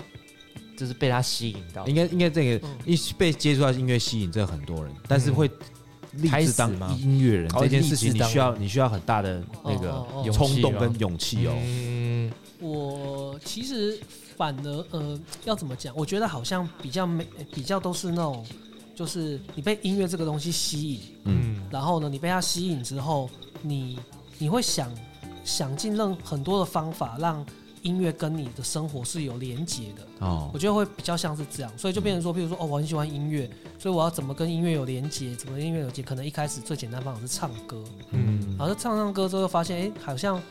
[SPEAKER 2] 就是被它吸引到，
[SPEAKER 1] 应该应该这个
[SPEAKER 4] 嗯
[SPEAKER 1] 一被接触到音乐吸引，这很多人，但是会
[SPEAKER 4] 嗯
[SPEAKER 1] 立
[SPEAKER 2] 开
[SPEAKER 1] 志
[SPEAKER 2] 始
[SPEAKER 1] 当
[SPEAKER 2] 吗
[SPEAKER 1] 音乐人
[SPEAKER 2] 哦
[SPEAKER 1] 这件事情，
[SPEAKER 2] 立志
[SPEAKER 1] 你
[SPEAKER 2] 当
[SPEAKER 1] 需要你需要很大的那
[SPEAKER 4] 哦哦
[SPEAKER 1] 个
[SPEAKER 4] 哦
[SPEAKER 1] 冲动
[SPEAKER 2] 勇气吗
[SPEAKER 1] 跟勇气哦。
[SPEAKER 2] 嗯，
[SPEAKER 4] 我其实反而呃，要怎么讲？我觉得好像比较没，比较都是那种，就是你被音乐这个东西吸引，
[SPEAKER 2] 嗯，
[SPEAKER 4] 然后呢，你被它吸引之后，你你会想想尽任很多的方法，让音乐跟你的生活是有连结的。
[SPEAKER 1] 哦
[SPEAKER 4] 嗯我，觉得会比较像是这样，所以就变成说，譬如说，哦，我很喜欢音乐，所以我要怎么跟音乐有连接，怎么跟音乐有连接？可能一开始最简单的方法是唱歌，
[SPEAKER 1] 嗯
[SPEAKER 4] 然后就唱唱歌之后，发现，哎、好像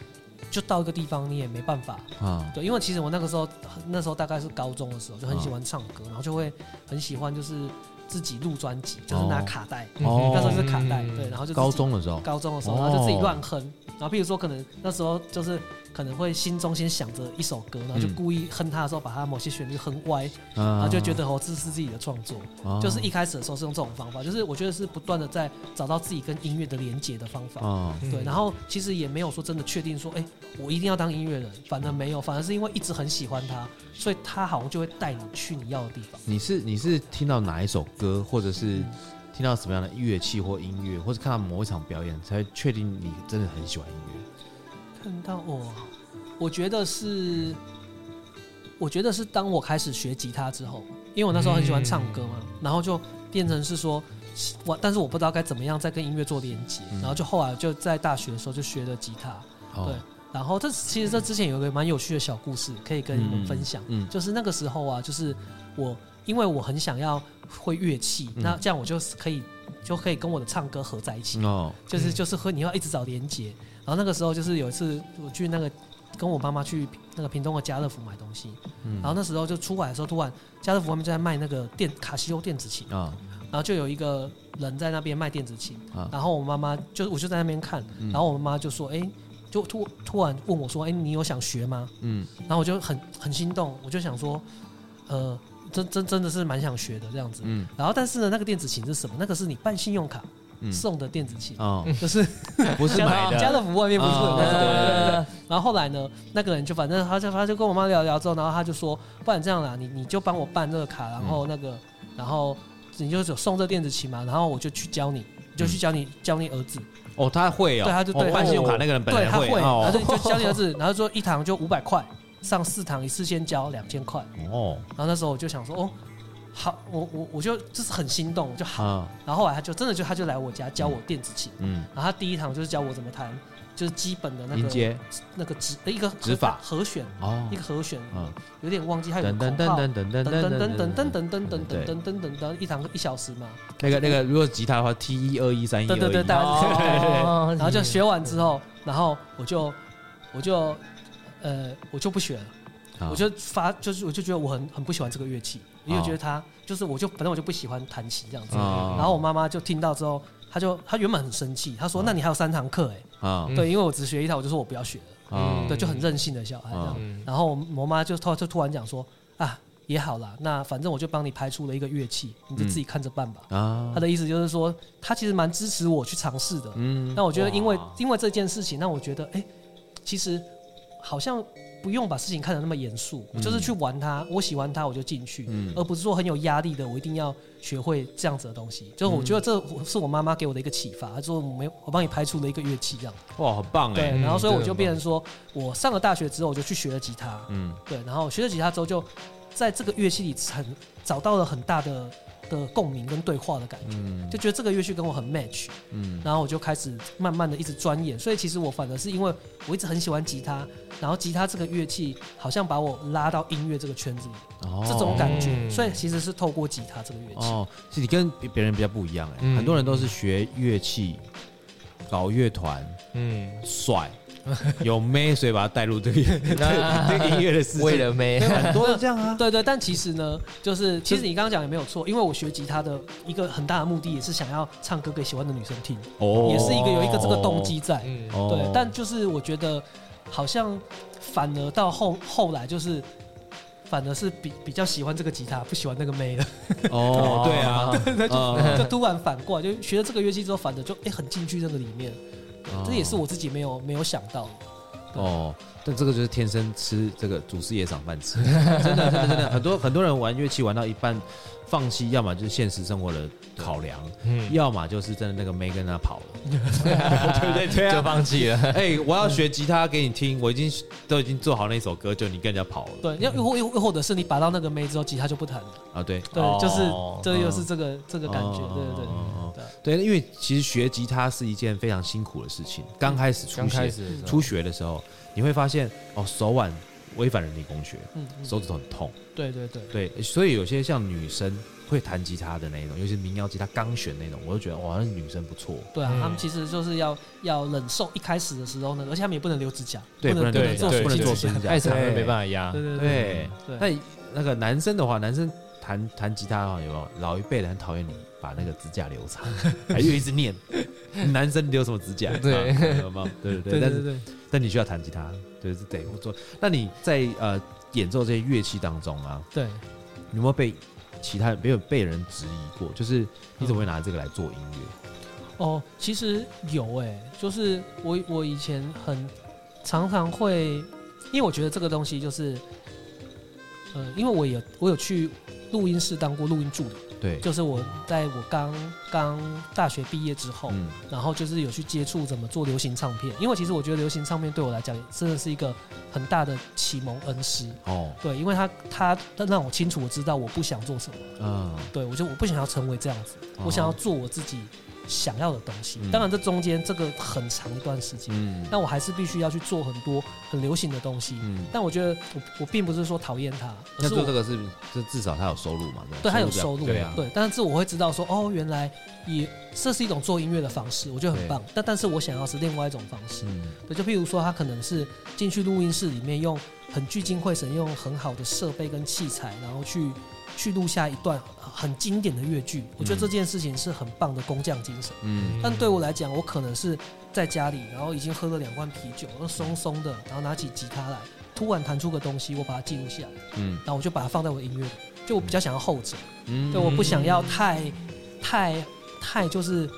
[SPEAKER 4] 就到一个地方，你也没办法
[SPEAKER 1] 啊，
[SPEAKER 4] 对，因为其实我那个时候，那时候大概是高中的时候，就很喜欢唱歌，然后就会很喜欢就是自己录专辑，就是拿
[SPEAKER 1] 哦
[SPEAKER 4] 卡带，
[SPEAKER 1] 哦
[SPEAKER 2] 嗯
[SPEAKER 4] 那时候是卡带，对，然后就自己
[SPEAKER 1] 高中的时候，
[SPEAKER 4] 高中的时候，
[SPEAKER 1] 哦
[SPEAKER 4] 然后就自己乱哼，然后譬如说可能那时候就是可能会心中先想着一首歌，然后就
[SPEAKER 1] 嗯
[SPEAKER 4] 故意哼它的时候把它某些旋律哼歪，然
[SPEAKER 1] 啊
[SPEAKER 4] 后就觉得哦这是自己的创作。
[SPEAKER 1] 啊
[SPEAKER 4] 就是一开始的时候是用这种方法，就是我觉得是不断的在找到自己跟音乐的连接的方法。
[SPEAKER 1] 啊
[SPEAKER 4] 对，然后其实也没有说真的确定说，哎、我一定要当音乐人，反而没有，反而是因为一直很喜欢他，所以他好像就会带你去你要的地方。
[SPEAKER 1] 你是你是听到哪一首歌，或者是
[SPEAKER 4] 嗯
[SPEAKER 1] 听到什么样的乐器或音乐，或者看到某一场表演，才会确定你真的很喜欢音乐？
[SPEAKER 4] 看到我，我觉得是，我觉得是当我开始学吉他之后，因为我那时候很喜欢唱歌嘛，
[SPEAKER 1] 嗯
[SPEAKER 4] 然后就变成是说，我但是我不知道该怎么样再跟音乐做连接，
[SPEAKER 1] 嗯
[SPEAKER 4] 然后就后来就在大学的时候就学了吉他，
[SPEAKER 1] 哦
[SPEAKER 4] 对，然后这其实这之前有一个蛮有趣的小故事可以跟你们分享，
[SPEAKER 1] 嗯，
[SPEAKER 4] 就是那个时候啊，就是我因为我很想要会乐器，
[SPEAKER 1] 嗯
[SPEAKER 4] 那这样我就是可以就可以跟我的唱歌合在一起，
[SPEAKER 1] 嗯哦，
[SPEAKER 4] 就是
[SPEAKER 2] 嗯
[SPEAKER 4] 就是和你要一直找连接。然后那个时候就是有一次我去那个跟我妈妈去那个屏东的家乐福买东西，
[SPEAKER 1] 嗯
[SPEAKER 4] 然后那时候就出来的时候，突然家乐福外面就在卖那个电卡西欧电子琴，
[SPEAKER 1] 啊
[SPEAKER 4] 然后就有一个人在那边卖电子琴，
[SPEAKER 1] 啊
[SPEAKER 4] 然后我妈妈就我就在那边看，
[SPEAKER 1] 嗯
[SPEAKER 4] 然后我妈妈就说：“哎、就突突然问我说：‘哎、你有想学吗
[SPEAKER 1] 嗯，？’
[SPEAKER 4] 然后我就很很心动，我就想说，呃，真真真的是蛮想学的这样子。
[SPEAKER 1] 嗯
[SPEAKER 4] 然后但是呢，那个电子琴是什么？那个是你办信用卡
[SPEAKER 1] 嗯
[SPEAKER 4] 送的电子琴，
[SPEAKER 1] 哦，
[SPEAKER 4] 就是
[SPEAKER 1] 不是
[SPEAKER 4] 家
[SPEAKER 1] 买
[SPEAKER 4] 家
[SPEAKER 1] 的，啊
[SPEAKER 4] 乐福外面不是有那种。
[SPEAKER 2] 呃
[SPEAKER 4] 然后后来呢，那个人就反正他就他就跟我妈聊聊之后，然后他就说，不然这样啦，你你就帮我办那个卡，然后那个，然后你就有送这电子琴嘛，然后我就去教你，你
[SPEAKER 1] 嗯
[SPEAKER 4] 就去教你、教你儿子，
[SPEAKER 1] 哦，他会哦，
[SPEAKER 4] 对他就
[SPEAKER 1] 哦
[SPEAKER 4] 对
[SPEAKER 1] 办信用卡那个人本
[SPEAKER 4] 对，
[SPEAKER 1] 来
[SPEAKER 4] 他会，然后
[SPEAKER 1] 哦
[SPEAKER 4] 就就教你儿子，然后说一堂就五百块，上四堂一次先交两千块，
[SPEAKER 1] [LAUGHS] 哦
[SPEAKER 4] 然后那时候我就想说，哦，好，我我我就就是很心动，我就好，
[SPEAKER 1] 啊
[SPEAKER 4] 然后后来他就真的就他就来我家教我电子琴，
[SPEAKER 1] 嗯，
[SPEAKER 4] 然后他第一堂就是教我怎么弹，就是基本的那
[SPEAKER 1] 音
[SPEAKER 4] 个
[SPEAKER 1] 阶
[SPEAKER 4] 那个指一个
[SPEAKER 1] 指法
[SPEAKER 4] 和弦。
[SPEAKER 1] 哦
[SPEAKER 4] 一，个和弦，
[SPEAKER 1] 嗯，
[SPEAKER 4] 有点忘记，还有个
[SPEAKER 1] 等等
[SPEAKER 4] 口
[SPEAKER 1] 等
[SPEAKER 4] 号，
[SPEAKER 1] 等等等
[SPEAKER 4] 等
[SPEAKER 1] 等
[SPEAKER 4] 等
[SPEAKER 1] 等
[SPEAKER 4] 等
[SPEAKER 1] 等等，
[SPEAKER 4] 等等等等等等等等等，一堂一小时嘛，
[SPEAKER 1] 那个那个，如果吉他的话，T 一二一三一
[SPEAKER 4] 对对对大
[SPEAKER 1] 二
[SPEAKER 4] 家对对对
[SPEAKER 2] 哦
[SPEAKER 4] 然后就学完之后，然后我就我就呃我就不学了，
[SPEAKER 2] 啊
[SPEAKER 1] 一，
[SPEAKER 4] 我就发就是我就觉得我很很不喜欢这个乐器，因为觉得它就是我就反正我就不喜欢弹琴这样子，
[SPEAKER 1] 啊
[SPEAKER 4] 然后我妈妈就听到之后，她就她原本很生气，她说
[SPEAKER 1] 嗯
[SPEAKER 4] 那你还有三堂课
[SPEAKER 1] 啊
[SPEAKER 4] 哎，
[SPEAKER 2] 啊嗯
[SPEAKER 4] 对，因为我只学一套，我就说我不要学了，
[SPEAKER 1] 啊
[SPEAKER 2] 嗯
[SPEAKER 4] 对，就很任性的小孩这样
[SPEAKER 1] 嗯，
[SPEAKER 2] 嗯
[SPEAKER 4] 然后我我妈就突就突然讲说啊，也好啦，那反正我就帮你排除了一个乐器，你
[SPEAKER 2] 嗯
[SPEAKER 4] 就自己看着办吧。
[SPEAKER 1] 啊
[SPEAKER 4] 她，的意思就是说，她其实蛮支持我去尝试的。
[SPEAKER 1] 嗯
[SPEAKER 4] 那我觉得，因为
[SPEAKER 1] 哇
[SPEAKER 4] 因为这件事情，让我觉得，哎、其实好像不用把事情看得那么严肃，
[SPEAKER 1] 嗯
[SPEAKER 4] 就是去玩它，我喜欢它我就进去，
[SPEAKER 1] 嗯
[SPEAKER 4] 而不是说很有压力的，我一定要学会这样子的东西。就是我觉得
[SPEAKER 1] 嗯
[SPEAKER 4] 这是我妈妈给我的一个启发，她说我没有我帮你排除了一个乐器这样。
[SPEAKER 1] 哇，很棒
[SPEAKER 4] 对
[SPEAKER 1] 哎，，
[SPEAKER 2] 嗯
[SPEAKER 4] 然后所以
[SPEAKER 2] 这
[SPEAKER 4] 我
[SPEAKER 2] 个
[SPEAKER 4] 就
[SPEAKER 2] 很
[SPEAKER 4] 变
[SPEAKER 2] 棒
[SPEAKER 4] 成说，我上了大学之后，我就去学了吉他。
[SPEAKER 1] 嗯
[SPEAKER 4] 对，然后学了吉他之后，就在这个乐器里很找到了很大的的共鸣跟对话的感觉，
[SPEAKER 1] 嗯
[SPEAKER 4] 就觉得这个乐器跟我很 match，
[SPEAKER 1] 嗯
[SPEAKER 4] 然后我就开始慢慢的一直钻研，所以其实我反而是因为我一直很喜欢吉他，然后吉他这个乐器好像把我拉到音乐这个圈子里，
[SPEAKER 1] 哦
[SPEAKER 4] 这种感觉，
[SPEAKER 2] 嗯
[SPEAKER 4] 所以其实是透过吉他这个乐器，
[SPEAKER 1] 哦，是你跟别别人比较不一样哎、
[SPEAKER 2] 嗯
[SPEAKER 1] 很多人都是学乐器、搞乐团、
[SPEAKER 2] 嗯，
[SPEAKER 4] [LAUGHS]
[SPEAKER 1] 帅、有妹，所以把他带入这个这个音乐的世界。
[SPEAKER 2] 为了妹
[SPEAKER 1] 对，很多是这样啊，
[SPEAKER 4] 对对，但其实呢，就是其实你刚刚讲也没有错，因为我学吉他的一个很大的目的也是想要唱歌给喜欢的女生听，
[SPEAKER 1] 哦
[SPEAKER 4] 也是一个有一个这个动机在。
[SPEAKER 2] 嗯
[SPEAKER 1] 哦
[SPEAKER 4] 对，但就是我觉得好像反而到后后来就是。反而是比比较喜欢这个吉他，不喜欢那个妹了。
[SPEAKER 1] 哦，对啊， [LAUGHS] 嗯
[SPEAKER 4] 就突然反过来，就学了这个乐器之后，反而就哎、很进去这个里面。
[SPEAKER 1] 哦
[SPEAKER 4] 这也是我自己没有没有想到的。
[SPEAKER 1] 哦，但这个就是天生吃这个祖师爷赏饭
[SPEAKER 4] [LAUGHS]
[SPEAKER 1] 吃，真的真的真的，很多很多人玩乐器玩到一半放弃，要么就是现实生活的考量，
[SPEAKER 2] 嗯，
[SPEAKER 1] 要么就是真的那个妹跟他跑
[SPEAKER 4] [LAUGHS]
[SPEAKER 1] 了。
[SPEAKER 2] [LAUGHS] 对
[SPEAKER 1] 对对啊
[SPEAKER 2] 就放弃了。
[SPEAKER 1] 哎、我要学吉他给你听，我已经都已经做好那首歌，就你跟人家跑了
[SPEAKER 4] 对，又又又又或者是你把到那个妹之后，吉他就不弹了。
[SPEAKER 1] 啊！对，
[SPEAKER 4] 对，
[SPEAKER 2] 哦
[SPEAKER 4] 就是这又
[SPEAKER 1] 嗯
[SPEAKER 4] 是这个、这个感觉。
[SPEAKER 1] 哦
[SPEAKER 4] 对对对。
[SPEAKER 1] 哦哦
[SPEAKER 4] 对啊
[SPEAKER 1] 对，因为其实学吉他是一件非常辛苦的事情。刚开始初
[SPEAKER 2] 刚开
[SPEAKER 1] 学，
[SPEAKER 2] 始的时候
[SPEAKER 1] 初学的时候，你会发现哦，手腕违反人体工学，
[SPEAKER 4] 嗯，嗯
[SPEAKER 1] 手指头很痛。
[SPEAKER 4] 对对对，
[SPEAKER 1] 对，所以有些像女生会弹吉他的那一种，尤其是民谣吉他刚选那种，我就觉得哇，那女生不错。
[SPEAKER 4] 对啊，
[SPEAKER 2] 嗯
[SPEAKER 4] 他们其实就是要要忍受一开始的时候呢，而且他们也不能留指甲，
[SPEAKER 1] 对，不能
[SPEAKER 4] 不
[SPEAKER 2] 对
[SPEAKER 4] 能做
[SPEAKER 1] 不能
[SPEAKER 4] 手
[SPEAKER 1] 做
[SPEAKER 4] 指
[SPEAKER 2] 哎
[SPEAKER 1] 指甲，
[SPEAKER 2] 太长了
[SPEAKER 1] 对
[SPEAKER 2] 没办法压
[SPEAKER 4] 对。对对
[SPEAKER 1] 对，
[SPEAKER 4] 对
[SPEAKER 1] 那那个男生的话，男生弹弹吉他啊，有没有老一辈人很讨厌你把那个指甲留
[SPEAKER 4] [LAUGHS]
[SPEAKER 1] 长，还又一直念男生留什么指甲？
[SPEAKER 2] 对
[SPEAKER 1] 啊有没有？对对
[SPEAKER 4] 对
[SPEAKER 1] 对，但
[SPEAKER 4] 对
[SPEAKER 1] 是
[SPEAKER 4] 对，
[SPEAKER 1] 但你需要弹吉他，对是得做。那你在呃演奏这些乐器当中啊，
[SPEAKER 4] 对，
[SPEAKER 1] 你有没有被其他没有被人质疑过？就是你怎么会拿这个来做音乐？
[SPEAKER 4] 哦，其实有哎、就是我我以前很常常会，因为我觉得这个东西就是，呃，因为我有我有去录音室当过录音助理，
[SPEAKER 1] 对，
[SPEAKER 4] 就是我在我刚刚大学毕业之后，
[SPEAKER 1] 嗯
[SPEAKER 4] 然后就是有去接触怎么做流行唱片，因为其实我觉得流行唱片对我来讲真的是一个很大的启蒙恩师，
[SPEAKER 1] 哦
[SPEAKER 4] 对，因为他他他让我清楚我知道我不想做什么，
[SPEAKER 1] 嗯，
[SPEAKER 4] 对我就我不想要成为这样子，我想要
[SPEAKER 1] 哦
[SPEAKER 4] 做我自己想要的东西。
[SPEAKER 1] 嗯
[SPEAKER 4] 当然，这中间这个很长一段时间，
[SPEAKER 1] 嗯
[SPEAKER 4] 但我还是必须要去做很多很流行的东西。
[SPEAKER 1] 嗯，
[SPEAKER 4] 但我觉得我我并不是说讨厌它，而
[SPEAKER 1] 那
[SPEAKER 4] 是
[SPEAKER 1] 做这
[SPEAKER 4] 我
[SPEAKER 1] 个是就至少他有收入嘛？吧
[SPEAKER 4] 对它有
[SPEAKER 1] 比较
[SPEAKER 4] 收入，
[SPEAKER 1] 对啊，
[SPEAKER 4] 对，但是我会知道说哦，原来也这是一种做音乐的方式，我觉得很
[SPEAKER 1] 对
[SPEAKER 4] 棒。但但是我想要是另外一种方式，
[SPEAKER 1] 嗯
[SPEAKER 4] 对，就譬如说他可能是进去录音室里面用很聚精会神，用很好的设备跟器材，然后去去录下一段很经典的乐句。我觉得这件事情是很棒的工匠精神。
[SPEAKER 1] 嗯
[SPEAKER 4] 但对我来讲，我可能是在家里，然后已经喝了两罐啤酒，然后松松的，然后拿起吉他来，突然弹出个东西，我把它记录下来，
[SPEAKER 1] 嗯
[SPEAKER 4] 然后我就把它放在我的音乐里。就我比较想要后者，
[SPEAKER 1] 嗯
[SPEAKER 4] 对，我不想要太太太就是，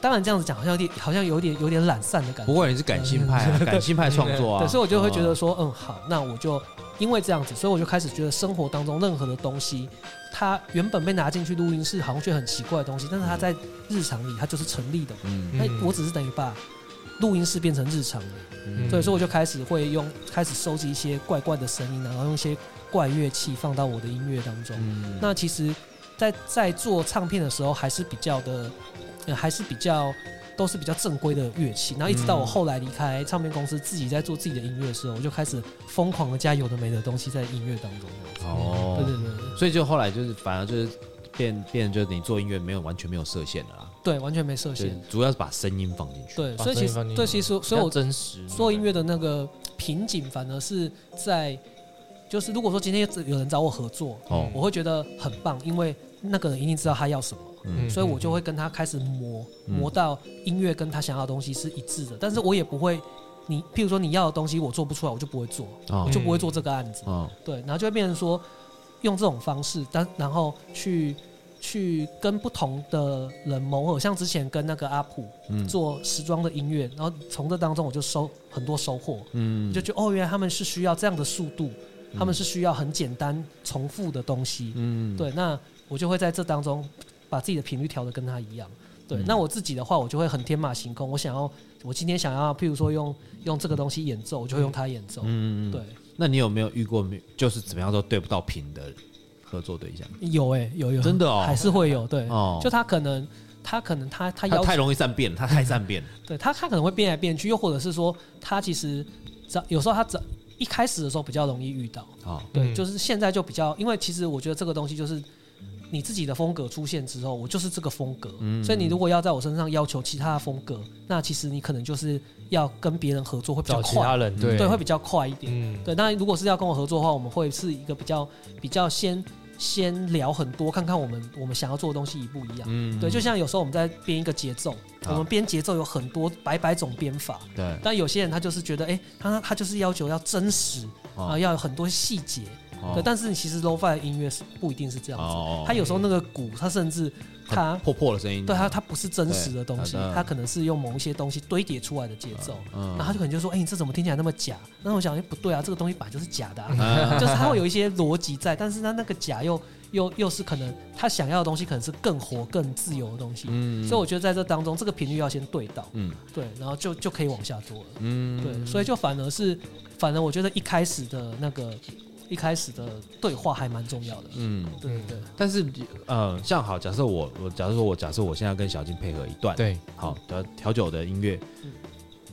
[SPEAKER 4] 当然这样子讲好像有点好像有点有点懒散的感觉
[SPEAKER 1] 不。过你是感性派
[SPEAKER 4] [LAUGHS]
[SPEAKER 1] 啊，感性派创作啊，
[SPEAKER 4] 对，所以我就会觉得说，嗯，好，那我就因为这样子，所以我就开始觉得生活当中任何的东西，它原本被拿进去录音室好像却很奇怪的东西，但是它在日常里它就是成立的嘛。
[SPEAKER 1] 嗯，
[SPEAKER 2] 嗯
[SPEAKER 4] 那、哎我只是等于把录音室变成日常了，
[SPEAKER 1] 嗯
[SPEAKER 4] 所以说我就开始会用开始收集一些怪怪的声音，然后用一些怪乐器放到我的音乐当中。
[SPEAKER 1] 嗯
[SPEAKER 4] 那其实在，在做唱片的时候，还是比较的，呃、还是比较都是比较正规的乐器。然后一直到我后来离开唱片公司，自己在做自己的音乐的时候，我就开始疯狂的加有的没的东西在音乐当中。
[SPEAKER 1] 哦
[SPEAKER 4] 对对对对
[SPEAKER 1] 所以就后来就是反而就是变变就是你做音乐没有完全没有设限了啦，
[SPEAKER 4] 对，完全没设
[SPEAKER 1] 就是
[SPEAKER 4] 限。
[SPEAKER 1] 主要是把声音放进去。
[SPEAKER 4] 对，
[SPEAKER 2] 把
[SPEAKER 4] 所以其
[SPEAKER 2] 声音放进
[SPEAKER 4] 实
[SPEAKER 2] 去
[SPEAKER 4] 对，其实
[SPEAKER 2] 比
[SPEAKER 4] 所以
[SPEAKER 2] 较
[SPEAKER 4] 我
[SPEAKER 2] 真实
[SPEAKER 4] 做音乐的那个瓶颈，反而是在就是如果说今天有人找我合作，
[SPEAKER 1] 哦，
[SPEAKER 4] 我会觉得很棒，因为那个人一定知道他要什么。
[SPEAKER 1] 嗯
[SPEAKER 4] 所以我就会跟他开始磨，
[SPEAKER 1] 嗯
[SPEAKER 4] 磨到音乐跟他想要的东西是一致的。但是我也不会，你譬如说你要的东西我做不出来，我就不会做，
[SPEAKER 1] 哦
[SPEAKER 4] 我就不会做这个案子。
[SPEAKER 1] 哦
[SPEAKER 4] 对，然后就会变成说，用这种方式，但然后去去跟不同的人磨合。像之前跟那个阿普
[SPEAKER 1] 嗯
[SPEAKER 4] 做时装的音乐，然后从这当中我就收很多收获，
[SPEAKER 1] 嗯
[SPEAKER 4] 你就觉得哦，原来他们是需要这样的速度，他们是需要很简单重复的东西。
[SPEAKER 1] 嗯
[SPEAKER 4] 对，那我就会在这当中把自己的频率调的跟他一样。对，
[SPEAKER 1] 嗯
[SPEAKER 4] 那我自己的话，我就会很天马行空。我想要，我今天想要，譬如说用用这个东西演奏，我就会用它演奏。
[SPEAKER 1] 嗯，
[SPEAKER 4] 对，
[SPEAKER 1] 那你有没有遇过没就是怎么样都对不到频的合作对象？
[SPEAKER 4] 有哎、有有，
[SPEAKER 1] 真的哦
[SPEAKER 4] 还是会有。对，
[SPEAKER 1] 哦，
[SPEAKER 4] 就他可能，他可能他他
[SPEAKER 1] 他
[SPEAKER 4] 要
[SPEAKER 1] 太
[SPEAKER 4] 求，
[SPEAKER 1] 容易善变了，他太善变了。
[SPEAKER 4] 对他他可能会变来变去，又或者是说他其实早有时候他早一开始的时候比较容易遇到，
[SPEAKER 1] 哦，
[SPEAKER 4] 对，
[SPEAKER 2] 嗯
[SPEAKER 4] 就是现在就比较，因为其实我觉得这个东西就是你自己的风格出现之后，我就是这个风格，
[SPEAKER 1] 嗯
[SPEAKER 4] 所以你如果要在我身上要求其他的风格，那其实你可能就是要跟别人合作会比较
[SPEAKER 2] 找其
[SPEAKER 4] 快，
[SPEAKER 2] 他人
[SPEAKER 1] 对
[SPEAKER 4] 对，会比较快一点。
[SPEAKER 2] 嗯
[SPEAKER 4] 对，那如果是要跟我合作的话，我们会是一个比较比较先先聊很多，看看我们我们想要做的东西一不一样。
[SPEAKER 1] 嗯
[SPEAKER 4] 对，就像有时候我们在编一个节奏，我们编节奏有很多百百种编法，
[SPEAKER 1] 对，
[SPEAKER 4] 但有些人他就是觉得，哎、他他就是要求要真实啊、
[SPEAKER 1] 哦
[SPEAKER 4] 要有很多细节。
[SPEAKER 1] 哦
[SPEAKER 4] 啊对，但是其实 lofi 的音乐是不一定是这样子，
[SPEAKER 1] 哦
[SPEAKER 4] 它有时候那个鼓，它甚至它
[SPEAKER 1] 很破破的声音，
[SPEAKER 4] 对它它不是真实的东西
[SPEAKER 1] 嗯对它，的啊
[SPEAKER 4] 它可能是用某一些东西堆叠出来的节奏，
[SPEAKER 1] 嗯
[SPEAKER 4] 然后他就可能就说，哎、你这怎么听起来那么假？那我想，哎、不对啊，这个东西本来就是假的、啊，
[SPEAKER 1] 嗯
[SPEAKER 4] [LAUGHS] 就是它会有一些逻辑在，但是它那个假又又又是可能他想要的东西，可能是更活、更自由的东西。
[SPEAKER 1] 嗯
[SPEAKER 4] 所以我觉得在这当中，这个频率要先对到，
[SPEAKER 1] 嗯
[SPEAKER 4] 对，然后就就可以往下做了。
[SPEAKER 1] 嗯
[SPEAKER 4] 对，所以就反而是，反而我觉得一开始的那个一开始的对话还蛮重要的。
[SPEAKER 1] 嗯。
[SPEAKER 4] 对对对，
[SPEAKER 1] 但是，呃，像好，假设我我假设说我假设我现在跟小金配合一段，，
[SPEAKER 2] 对，
[SPEAKER 1] 好调调酒的音乐
[SPEAKER 4] 嗯，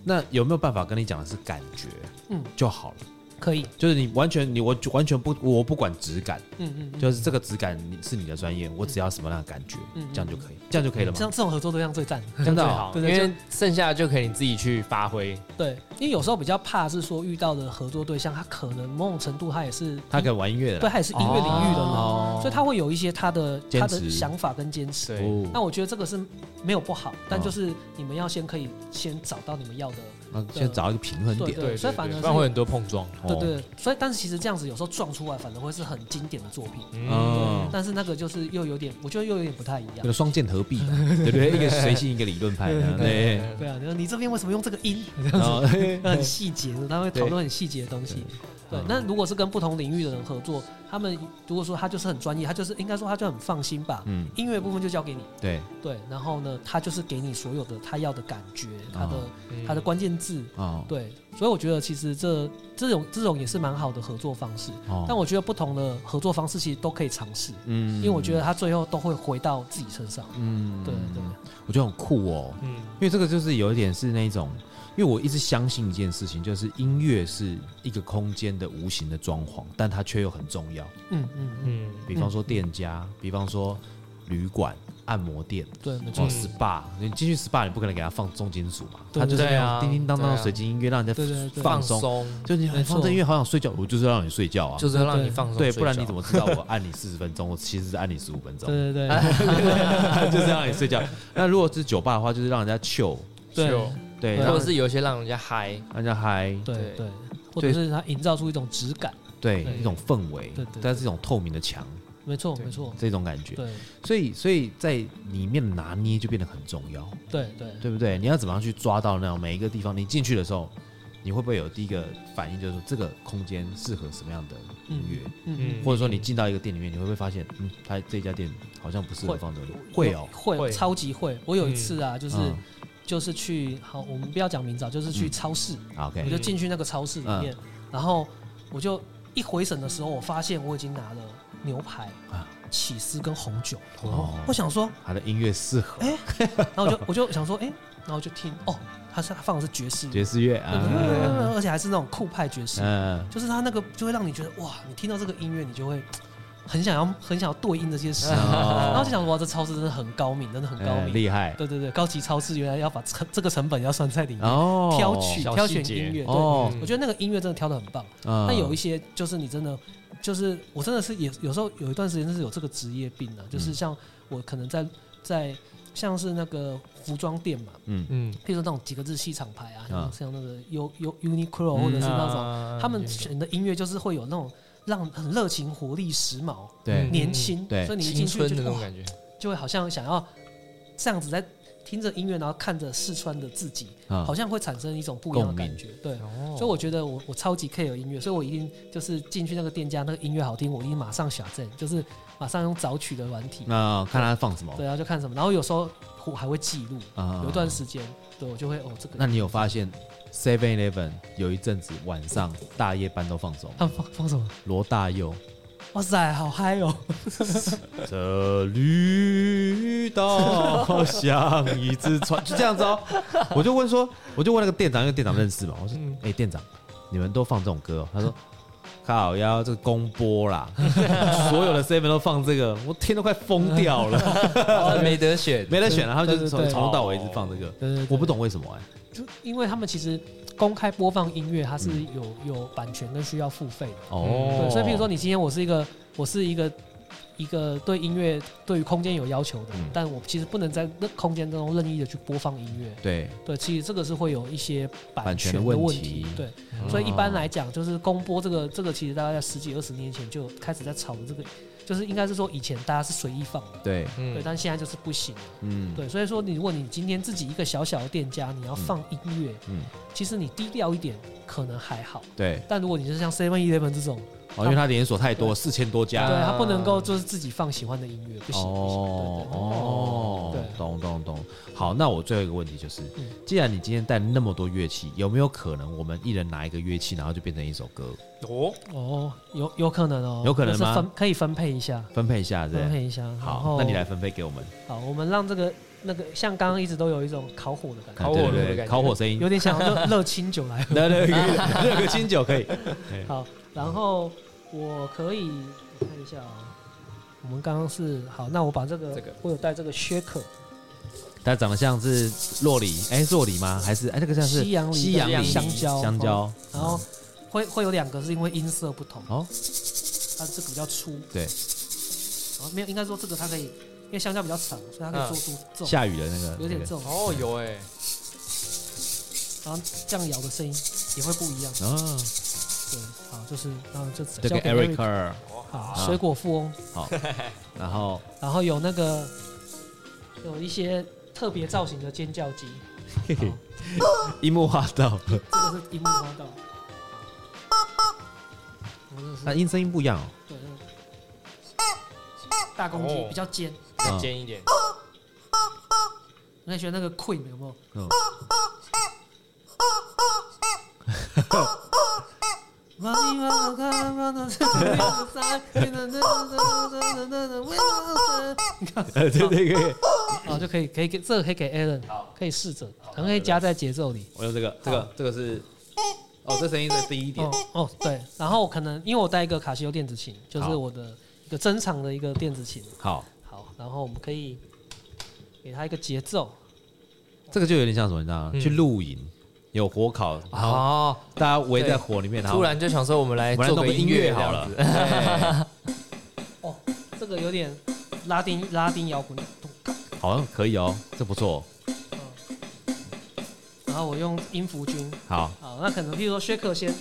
[SPEAKER 1] 那有没有办法跟你讲的是感觉，
[SPEAKER 4] 嗯
[SPEAKER 1] 就好了，
[SPEAKER 4] 可以，
[SPEAKER 1] 就是你完全你我完全不我不管质感，
[SPEAKER 4] 嗯嗯嗯，
[SPEAKER 1] 就是这个质感你是你的专业，我只要什么样的感觉
[SPEAKER 4] 嗯嗯，嗯
[SPEAKER 1] 这样就可以，这样就可以了
[SPEAKER 4] 像
[SPEAKER 1] 吗？
[SPEAKER 4] 这种合作对象最赞，
[SPEAKER 1] 真的
[SPEAKER 2] 最
[SPEAKER 1] 哦
[SPEAKER 2] 好，
[SPEAKER 4] 对
[SPEAKER 2] 因
[SPEAKER 4] 对
[SPEAKER 2] 为剩下就可以你自己去发挥。
[SPEAKER 4] 对，因为有时候比较怕是说遇到的合作对象，他可能某种程度他也是
[SPEAKER 1] 他可以玩音乐
[SPEAKER 4] 对，
[SPEAKER 1] 的，
[SPEAKER 4] 他也是音乐领域的人，
[SPEAKER 2] 哦
[SPEAKER 4] 所以他会有一些他的
[SPEAKER 1] 坚
[SPEAKER 4] 他
[SPEAKER 1] 持
[SPEAKER 4] 的想法跟坚持。
[SPEAKER 2] 对，
[SPEAKER 4] 那我觉得这个是没有不好，但
[SPEAKER 1] 哦
[SPEAKER 4] 就是你们要先可以先找到你们要的，
[SPEAKER 1] 那先找一个平衡
[SPEAKER 4] 对
[SPEAKER 1] 点。
[SPEAKER 2] 对，
[SPEAKER 4] 所以反而
[SPEAKER 2] 对
[SPEAKER 4] 是
[SPEAKER 2] 不然会很多碰撞。
[SPEAKER 4] 对
[SPEAKER 1] 哦，
[SPEAKER 4] 对。所以但是其实这样子有时候撞出来反而会是很经典的作品，
[SPEAKER 1] 嗯，
[SPEAKER 4] 但是那个就是又有点，我觉得又有点不太一
[SPEAKER 1] 这
[SPEAKER 4] 样
[SPEAKER 1] 个。双剑合璧，对不
[SPEAKER 4] [LAUGHS]
[SPEAKER 1] 对？一个随性，一个理论派，对。
[SPEAKER 4] 对啊，你说你这边为什么用这个音？
[SPEAKER 1] 然
[SPEAKER 4] [LAUGHS]
[SPEAKER 1] 后
[SPEAKER 4] 很细节的，他会讨论很细节的东西。
[SPEAKER 1] 嗯
[SPEAKER 4] 对，那如果是跟不同领域的人合作，他们如果说他就是很专业，他就是应该说他就很放心吧。
[SPEAKER 1] 嗯，
[SPEAKER 4] 音乐部分就交给你，
[SPEAKER 1] 对，
[SPEAKER 4] 对，然后呢，他就是给你所有的他要的感觉，他的、
[SPEAKER 2] 嗯
[SPEAKER 4] 他的关键字，
[SPEAKER 1] 哦，
[SPEAKER 4] 对，所以我觉得其实这这种这种也是蛮好的合作方式。
[SPEAKER 1] 哦，
[SPEAKER 4] 但我觉得不同的合作方式其实都可以尝试，
[SPEAKER 1] 嗯
[SPEAKER 4] 因为我觉得，他最后都会回到自己身上。
[SPEAKER 1] 嗯
[SPEAKER 4] 对对，
[SPEAKER 1] 我觉得很酷哦，
[SPEAKER 2] 嗯
[SPEAKER 1] 因为这个就是有一点是那种，因为我一直相信一件事情，就是音乐是一个空间的无形的装潢，但它却又很重要。
[SPEAKER 4] 嗯嗯嗯，
[SPEAKER 2] 嗯，
[SPEAKER 1] 比方说店家，比方说旅馆、按摩店。
[SPEAKER 4] 对，没错
[SPEAKER 1] 哦
[SPEAKER 2] 嗯。
[SPEAKER 1] ，SPA，你进去 SPA，你不可能给他放重金属嘛，
[SPEAKER 4] 对
[SPEAKER 1] 他就是
[SPEAKER 2] 对
[SPEAKER 1] 那
[SPEAKER 2] 啊
[SPEAKER 1] 种叮叮当当的
[SPEAKER 2] 对啊
[SPEAKER 1] 水晶音乐，让人
[SPEAKER 4] 对对
[SPEAKER 1] 家
[SPEAKER 4] 对
[SPEAKER 1] 放松。
[SPEAKER 2] 松，
[SPEAKER 1] 就你
[SPEAKER 4] 没错
[SPEAKER 1] 放这音乐好想睡觉，我就是要让你睡觉啊，
[SPEAKER 2] 就是让你放松睡
[SPEAKER 1] 对，
[SPEAKER 2] 觉，
[SPEAKER 1] 不然你怎么知道我按你四十分钟，我其实是按你十五分钟？
[SPEAKER 4] 对对
[SPEAKER 1] [LAUGHS]
[SPEAKER 4] 对，
[SPEAKER 1] 哎就是让你睡觉。那如果是酒吧的话，就是让人家 chill，
[SPEAKER 4] 对
[SPEAKER 2] 就
[SPEAKER 1] 对，
[SPEAKER 4] 对
[SPEAKER 1] 让
[SPEAKER 2] 或者是有一些让人家嗨，
[SPEAKER 1] 让人家嗨，
[SPEAKER 4] 对
[SPEAKER 2] 对
[SPEAKER 4] 对，或者是他营造出一种质感，
[SPEAKER 1] 对
[SPEAKER 4] 对
[SPEAKER 1] 一种氛围
[SPEAKER 4] 对对对，
[SPEAKER 1] 但是一种透明的墙
[SPEAKER 4] 没错
[SPEAKER 2] 对
[SPEAKER 4] 没错，
[SPEAKER 1] 这种感觉，
[SPEAKER 4] 对
[SPEAKER 1] 所以所以在里面拿捏就变得很重要，
[SPEAKER 4] 对对
[SPEAKER 1] 对不对？你要怎么样去抓到那种每一个地方？你进去的时候，你会不会有第一个反应就是说这个空间适合什么样的音乐？
[SPEAKER 4] 嗯
[SPEAKER 1] 或者说你进到一个店里面，你会不会发现，嗯，它这家店好像不适合
[SPEAKER 4] 会
[SPEAKER 1] 放这个？
[SPEAKER 4] 嗯，
[SPEAKER 1] 会哦，
[SPEAKER 4] 会
[SPEAKER 2] 会
[SPEAKER 4] 超级会。我有一次啊，就是
[SPEAKER 1] 嗯
[SPEAKER 4] 就是去好，我们不要讲明早，就是去
[SPEAKER 1] 嗯
[SPEAKER 4] 超市，
[SPEAKER 1] 好，OK，
[SPEAKER 4] 我就进去那个超市里面，然后我就一回神的时候，我发现我已经拿了牛排
[SPEAKER 1] 啊、
[SPEAKER 4] 起司跟红酒，
[SPEAKER 1] 哦
[SPEAKER 4] 我想说，
[SPEAKER 1] 它的音乐适合
[SPEAKER 4] 哎然后我就我就想说，哎，然后我就听哦，他是他放的是爵士乐，
[SPEAKER 1] 爵士乐
[SPEAKER 4] 对对对对对
[SPEAKER 1] 啊，
[SPEAKER 4] 对而且还是那种酷派爵士，
[SPEAKER 1] 嗯，
[SPEAKER 4] 就是他那个就会让你觉得哇，你听到这个音乐，你就会很想要很想要对应这些事，然后就想哇，这超市真的很高明，真的很高
[SPEAKER 1] 嗯哦
[SPEAKER 4] 明。
[SPEAKER 1] 厉害
[SPEAKER 4] 对对对，高级超市原来要把这这个成本要算在里面，
[SPEAKER 1] 哦，
[SPEAKER 4] 挑取
[SPEAKER 2] 小
[SPEAKER 4] 挑
[SPEAKER 2] 细
[SPEAKER 4] 选
[SPEAKER 2] 节
[SPEAKER 4] 音乐。对，
[SPEAKER 1] 哦嗯
[SPEAKER 2] 嗯
[SPEAKER 4] 我觉得那个音乐真的挑的很棒。
[SPEAKER 1] 那
[SPEAKER 4] 那有一些就是你真的，就是我真的是也有时候有一段时间是有这个职业病
[SPEAKER 1] 嗯
[SPEAKER 4] 啊，就是像我可能在在像是那个服装店嘛，
[SPEAKER 1] 嗯
[SPEAKER 2] 嗯，
[SPEAKER 4] 譬如说那种几个字系厂牌啊，
[SPEAKER 1] 啊嗯
[SPEAKER 4] 像像那个 U U Uniqlo 或者是那种，
[SPEAKER 2] 种
[SPEAKER 4] 他们选的音乐就是会有那种让很热情、活力、时髦、
[SPEAKER 1] 对
[SPEAKER 2] 嗯
[SPEAKER 4] 年轻，
[SPEAKER 1] 对
[SPEAKER 4] 所以你一
[SPEAKER 2] 青
[SPEAKER 4] 进去
[SPEAKER 2] 春
[SPEAKER 4] 就
[SPEAKER 2] 的那
[SPEAKER 4] 哇
[SPEAKER 2] 种感觉，
[SPEAKER 4] 就会好像想要这样子在听着音乐，然后看着四川的自己，
[SPEAKER 1] 啊
[SPEAKER 4] 好像会产生一种不一样的感觉。对，
[SPEAKER 2] 哦
[SPEAKER 4] 所以我觉得我我超级 care 音乐，所以我一定就是进去那个店家，那个音乐好听，我一定马上下载，就是马上用找曲的软体，
[SPEAKER 1] 那看他放什么
[SPEAKER 4] 对，然后就看什么，然后有时候我还会记录，
[SPEAKER 1] 啊
[SPEAKER 4] 有一段时间，对我就会哦这个
[SPEAKER 1] 那。你有发现 Seven Eleven 有一阵子晚上大夜班都放手，
[SPEAKER 4] 他们放放什么？
[SPEAKER 1] 罗大佑，
[SPEAKER 4] 哇塞，好嗨哦！
[SPEAKER 1] 这绿岛像一只船，就这样子
[SPEAKER 4] [LAUGHS]
[SPEAKER 1] 哦。我就问说，我就问那个店长，因为店长认识嘛，我说
[SPEAKER 2] 嗯，
[SPEAKER 1] 哎、店长，你们都放这种歌、哦？他说。靠腰，这个公播
[SPEAKER 4] [LAUGHS]
[SPEAKER 1] 啦，所有的 seven 都放这个，我听都快疯掉了。
[SPEAKER 4] [LAUGHS]
[SPEAKER 2] 哦没得选，
[SPEAKER 1] 没得选了，他们就是从
[SPEAKER 4] 对对对
[SPEAKER 1] 从头到尾一直放这个，
[SPEAKER 4] 对对对
[SPEAKER 1] 我不懂为什么哎、
[SPEAKER 4] 就因为他们其实公开播放音乐，它是有有版权跟需要付费的。
[SPEAKER 1] 嗯哦，
[SPEAKER 4] 嗯对，所以比如说你今天我是一个我是一个一个对音乐对于空间有要求的，
[SPEAKER 1] 嗯
[SPEAKER 4] 但我其实不能在那空间中任意的去播放音乐。
[SPEAKER 1] 对，
[SPEAKER 4] 对，其实这个是会有一些版
[SPEAKER 1] 版权
[SPEAKER 4] 权的
[SPEAKER 1] 问
[SPEAKER 4] 问
[SPEAKER 1] 题
[SPEAKER 4] 对，
[SPEAKER 2] 嗯
[SPEAKER 4] 所以一般来讲，就是公播这个这个，其实大概在十几二十年前就开始在炒的这个，就是应该是说以前大家是随意放的，
[SPEAKER 1] 对，
[SPEAKER 4] 对，
[SPEAKER 2] 嗯，
[SPEAKER 4] 但现在就是不行了。
[SPEAKER 1] 嗯，
[SPEAKER 4] 对，所以说你如果你今天自己一个小小的店家，你要放音乐，
[SPEAKER 1] 嗯，
[SPEAKER 4] 其实你低调一点可能还好，
[SPEAKER 1] 对，
[SPEAKER 4] 但如果你是像 Seven Eleven 这种，
[SPEAKER 1] 哦，因为它连锁太多，四千多
[SPEAKER 2] 啊
[SPEAKER 1] 家，
[SPEAKER 4] 对他不能够就是自己放喜欢的音乐，不行不行。
[SPEAKER 1] 哦
[SPEAKER 4] 对对
[SPEAKER 1] 哦
[SPEAKER 4] 对对，
[SPEAKER 1] 懂懂懂。好，那我最后一个问题就是
[SPEAKER 4] 嗯，
[SPEAKER 1] 既然你今天带那么多乐器，有没有可能我们一人拿一个乐器，然后就变成一首歌，
[SPEAKER 2] 哦，
[SPEAKER 4] 哦，有有可能哦，
[SPEAKER 1] 有可能
[SPEAKER 4] 就是
[SPEAKER 1] 吗
[SPEAKER 4] 分可以分配一下，
[SPEAKER 1] 分配一下，对
[SPEAKER 4] 分
[SPEAKER 1] 不对？
[SPEAKER 4] 配一下。然
[SPEAKER 1] 好
[SPEAKER 4] 后，
[SPEAKER 1] 那你来。分配给我们，
[SPEAKER 4] 好，我们让这个那个像刚刚一直都有一种烤火的感觉，
[SPEAKER 2] 烤火
[SPEAKER 1] 对对
[SPEAKER 2] 的
[SPEAKER 1] 对
[SPEAKER 2] 感觉
[SPEAKER 1] 烤火声音
[SPEAKER 4] 有，点想要热热清酒来。
[SPEAKER 1] 对对，对热个清酒
[SPEAKER 4] [LAUGHS]
[SPEAKER 1] 可以，
[SPEAKER 4] 好，然后我可以我看一下、哦，我们刚刚是好，那我把这个
[SPEAKER 2] 这个
[SPEAKER 4] 我有带这个 shaker，
[SPEAKER 1] 它长得像是洛梨，哎、是洛梨吗？还是哎、那个像是
[SPEAKER 4] 西洋梨
[SPEAKER 1] 西洋梨、
[SPEAKER 2] 香
[SPEAKER 4] 蕉哦
[SPEAKER 1] 香蕉，
[SPEAKER 4] 然后会会有两个是因为音色不同，
[SPEAKER 1] 哦，
[SPEAKER 4] 它这个比较粗，
[SPEAKER 1] 对，
[SPEAKER 4] 然后没有应该说这个它可以，因为香蕉比较长，所以它可以做出这种
[SPEAKER 1] 下雨的那个
[SPEAKER 4] 有点
[SPEAKER 1] 那
[SPEAKER 4] 这
[SPEAKER 1] 个
[SPEAKER 4] 种，
[SPEAKER 2] 嗯哦，有哎，
[SPEAKER 4] 然后这样咬的声音也会不一样。
[SPEAKER 1] 哦，
[SPEAKER 4] 对，好，就是然后就
[SPEAKER 1] 这
[SPEAKER 4] 交
[SPEAKER 1] 个
[SPEAKER 4] 给
[SPEAKER 1] Eric，啊
[SPEAKER 4] Eric
[SPEAKER 1] r
[SPEAKER 4] 好，水果富翁，
[SPEAKER 1] 然后
[SPEAKER 4] 然后有那个有一些特别造型的尖叫鸡，
[SPEAKER 1] 嘿嘿樱木花道，
[SPEAKER 4] 这个是樱木花道。我真的
[SPEAKER 1] 那
[SPEAKER 4] 是
[SPEAKER 1] 音声音不一样哦，
[SPEAKER 4] 对，那个大公鸡
[SPEAKER 2] 哦
[SPEAKER 4] 比较尖，
[SPEAKER 2] 再
[SPEAKER 1] 嗯
[SPEAKER 2] 尖一点，
[SPEAKER 4] 你可以学那个 Queen 有没有？
[SPEAKER 1] 嗯呃，对对对，
[SPEAKER 4] [LAUGHS] 哦，就可以，可以给这个可以给 Alan，可以试着，可能可以加在节奏里。
[SPEAKER 1] [LAUGHS] 我用这个，这个这个是，哦，这声音再低一点
[SPEAKER 4] 哦，哦，对，然后可能因为我带一个卡西欧电子琴，就是
[SPEAKER 1] 好
[SPEAKER 4] 我的一个珍藏的一个电子琴。
[SPEAKER 1] 好，
[SPEAKER 4] 好，然后我们可以给它一个节奏，
[SPEAKER 1] 这个就有点像什么，你知道吗？
[SPEAKER 2] 嗯
[SPEAKER 1] 去露营，有火烤，然后
[SPEAKER 2] 哦，
[SPEAKER 1] 大家围在火里面，然后
[SPEAKER 2] 突然就想说我们来
[SPEAKER 1] 我们来
[SPEAKER 2] 做
[SPEAKER 1] 弄个音
[SPEAKER 2] 音
[SPEAKER 1] 乐
[SPEAKER 2] 乐
[SPEAKER 1] 好了，
[SPEAKER 2] 这样子，
[SPEAKER 4] 哦，这个有点拉丁拉丁摇滚，
[SPEAKER 1] 好像可以哦，这不错，
[SPEAKER 4] 嗯，然后我用音符君，
[SPEAKER 1] 好，
[SPEAKER 4] 好，那可能譬如说薛克先，
[SPEAKER 1] 你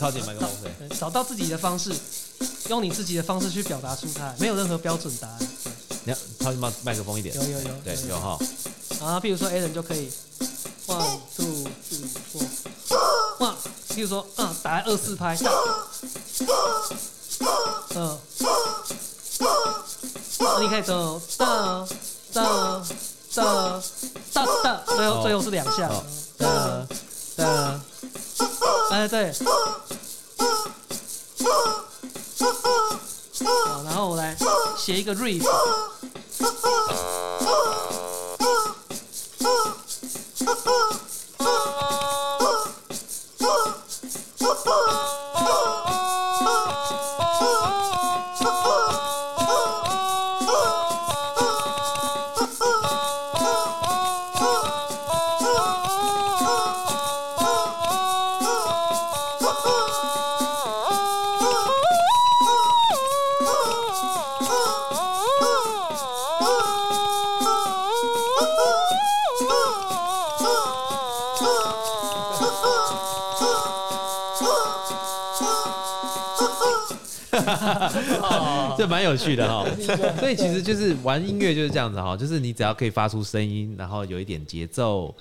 [SPEAKER 1] 靠近麦克风对
[SPEAKER 4] 对，找到自己的方式，用你自己的方式去表达出它，没有任何标准答案。
[SPEAKER 1] 你看靠近麦麦克风一点，
[SPEAKER 4] 有有有
[SPEAKER 1] 对，
[SPEAKER 4] 有
[SPEAKER 1] 有哈，
[SPEAKER 4] 然啊后譬如说 A 人就可以，one two three four，哇，譬如说，嗯，打在二四拍，嗯，然后你可以走哒哒哒哒哒，最后最后是两下
[SPEAKER 1] 哦，
[SPEAKER 4] 哒哒，哎对，好，然后我来写一个 riff。
[SPEAKER 1] [LAUGHS] 这蛮有趣的哈。所以其实就是玩音乐就是这样子哈，就是你只要可以发出声音，然后有一点节奏。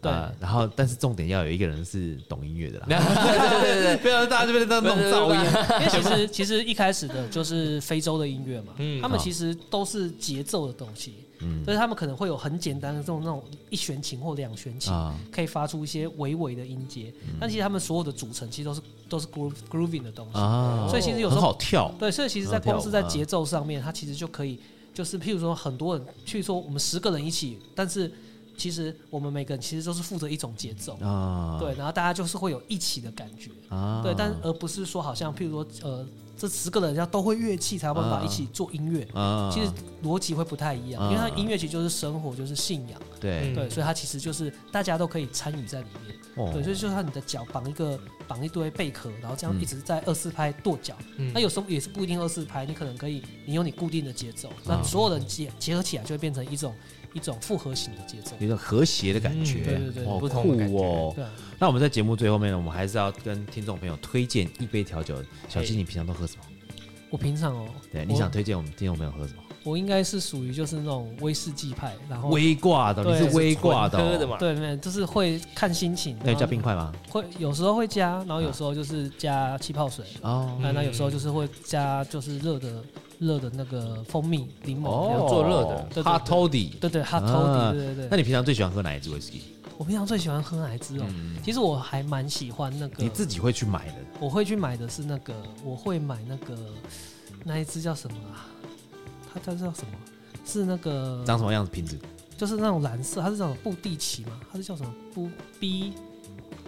[SPEAKER 1] 呃，然后但是重点要有一个人是懂音乐的啦，
[SPEAKER 2] 对对对，
[SPEAKER 1] 不要啊大家这边都弄噪音。
[SPEAKER 4] [LAUGHS] 因为其实其实一开始的就是非洲的音乐嘛，
[SPEAKER 2] 嗯
[SPEAKER 4] 他们
[SPEAKER 1] 好
[SPEAKER 4] 其实都是节奏的东西，
[SPEAKER 1] 嗯
[SPEAKER 4] 所以他们可能会有很简单的这种那种一弦琴或两弦琴，
[SPEAKER 1] 啊，嗯
[SPEAKER 4] 可以发出一些微微的音阶，但其实他们所有的组成其实都是都是 groove grooving 的东西，
[SPEAKER 1] 啊
[SPEAKER 4] 所以其实有时
[SPEAKER 1] 很
[SPEAKER 4] 候
[SPEAKER 1] 好跳
[SPEAKER 4] 对，所以其实在
[SPEAKER 1] 很好跳
[SPEAKER 4] 光是在
[SPEAKER 1] 啊
[SPEAKER 4] 节奏上面，它其实就可以就是譬如说很多人去说我们十个人一起，但是其实我们每个人其实都是负责一种节奏，
[SPEAKER 1] 啊，
[SPEAKER 4] 对，然后大家就是会有一起的感觉。
[SPEAKER 1] 啊，
[SPEAKER 4] 对，但而不是说好像譬如说呃，这十个人要都会乐器才有办法
[SPEAKER 1] 啊
[SPEAKER 4] 一起做音乐，
[SPEAKER 1] 啊，
[SPEAKER 4] 其实逻辑会不太一样，因为它音乐其实就是生活，就是信仰，
[SPEAKER 1] 对
[SPEAKER 2] 嗯
[SPEAKER 4] 对，所以它其实就是大家都可以参与在里面，
[SPEAKER 1] 哦
[SPEAKER 4] 对，所以就像你的脚绑一个绑一堆贝壳，然后这样
[SPEAKER 1] 嗯
[SPEAKER 4] 一直在二四拍跺脚，
[SPEAKER 2] 嗯
[SPEAKER 4] 那有时候也是不一定二四拍，你可能可以你有你固定的节奏，那
[SPEAKER 1] 啊
[SPEAKER 4] 所有人结结合起来就会变成一种一种复合型的节奏，
[SPEAKER 1] 有点和谐的感觉，
[SPEAKER 2] 嗯
[SPEAKER 4] 对对对
[SPEAKER 1] 哇
[SPEAKER 2] 不同的感
[SPEAKER 1] 酷哦。
[SPEAKER 4] 对啊，
[SPEAKER 1] 那我们在节目最后面呢，我们还是要跟听众朋友推荐一杯调酒。小七，
[SPEAKER 2] 嘿
[SPEAKER 1] 你平常都喝什么？
[SPEAKER 4] 我平常哦，
[SPEAKER 1] 对，
[SPEAKER 4] 我
[SPEAKER 1] 你想推荐我们听众朋友喝什么？
[SPEAKER 4] 我应该是属于就是那种威士忌派，然后
[SPEAKER 1] 微挂的，你
[SPEAKER 4] 哦对
[SPEAKER 1] 是微挂的
[SPEAKER 2] 纯
[SPEAKER 1] 哦
[SPEAKER 2] 喝的。嘛，
[SPEAKER 4] 对，没有，就是会看心情。
[SPEAKER 1] 那有加
[SPEAKER 4] 然后
[SPEAKER 1] 冰块啊吗？
[SPEAKER 4] 会有时候会加，然后有时候就是加气泡水，
[SPEAKER 1] 哦
[SPEAKER 2] 嗯
[SPEAKER 4] 那、那有时候就是会加就是热的热的那个蜂蜜柠檬这样。
[SPEAKER 2] 做热的
[SPEAKER 4] 对对
[SPEAKER 1] 哈 toddy。
[SPEAKER 4] 对对，哈头
[SPEAKER 1] 哦啊
[SPEAKER 4] 底，对对
[SPEAKER 1] 那
[SPEAKER 4] 对。
[SPEAKER 1] 你平常最喜欢喝哪一支威士忌？
[SPEAKER 4] 我平常最喜欢喝哪一支哦？其实我还蛮喜欢那个，
[SPEAKER 1] 嗯你自己会去买的？
[SPEAKER 4] 我会去买的是那个，我会买那个那一支叫什么啊？它它叫什么？是那个
[SPEAKER 1] 长什么样子？瓶子？
[SPEAKER 4] 就是那种蓝色，它是那种布地奇嘛，它是叫什么布 B，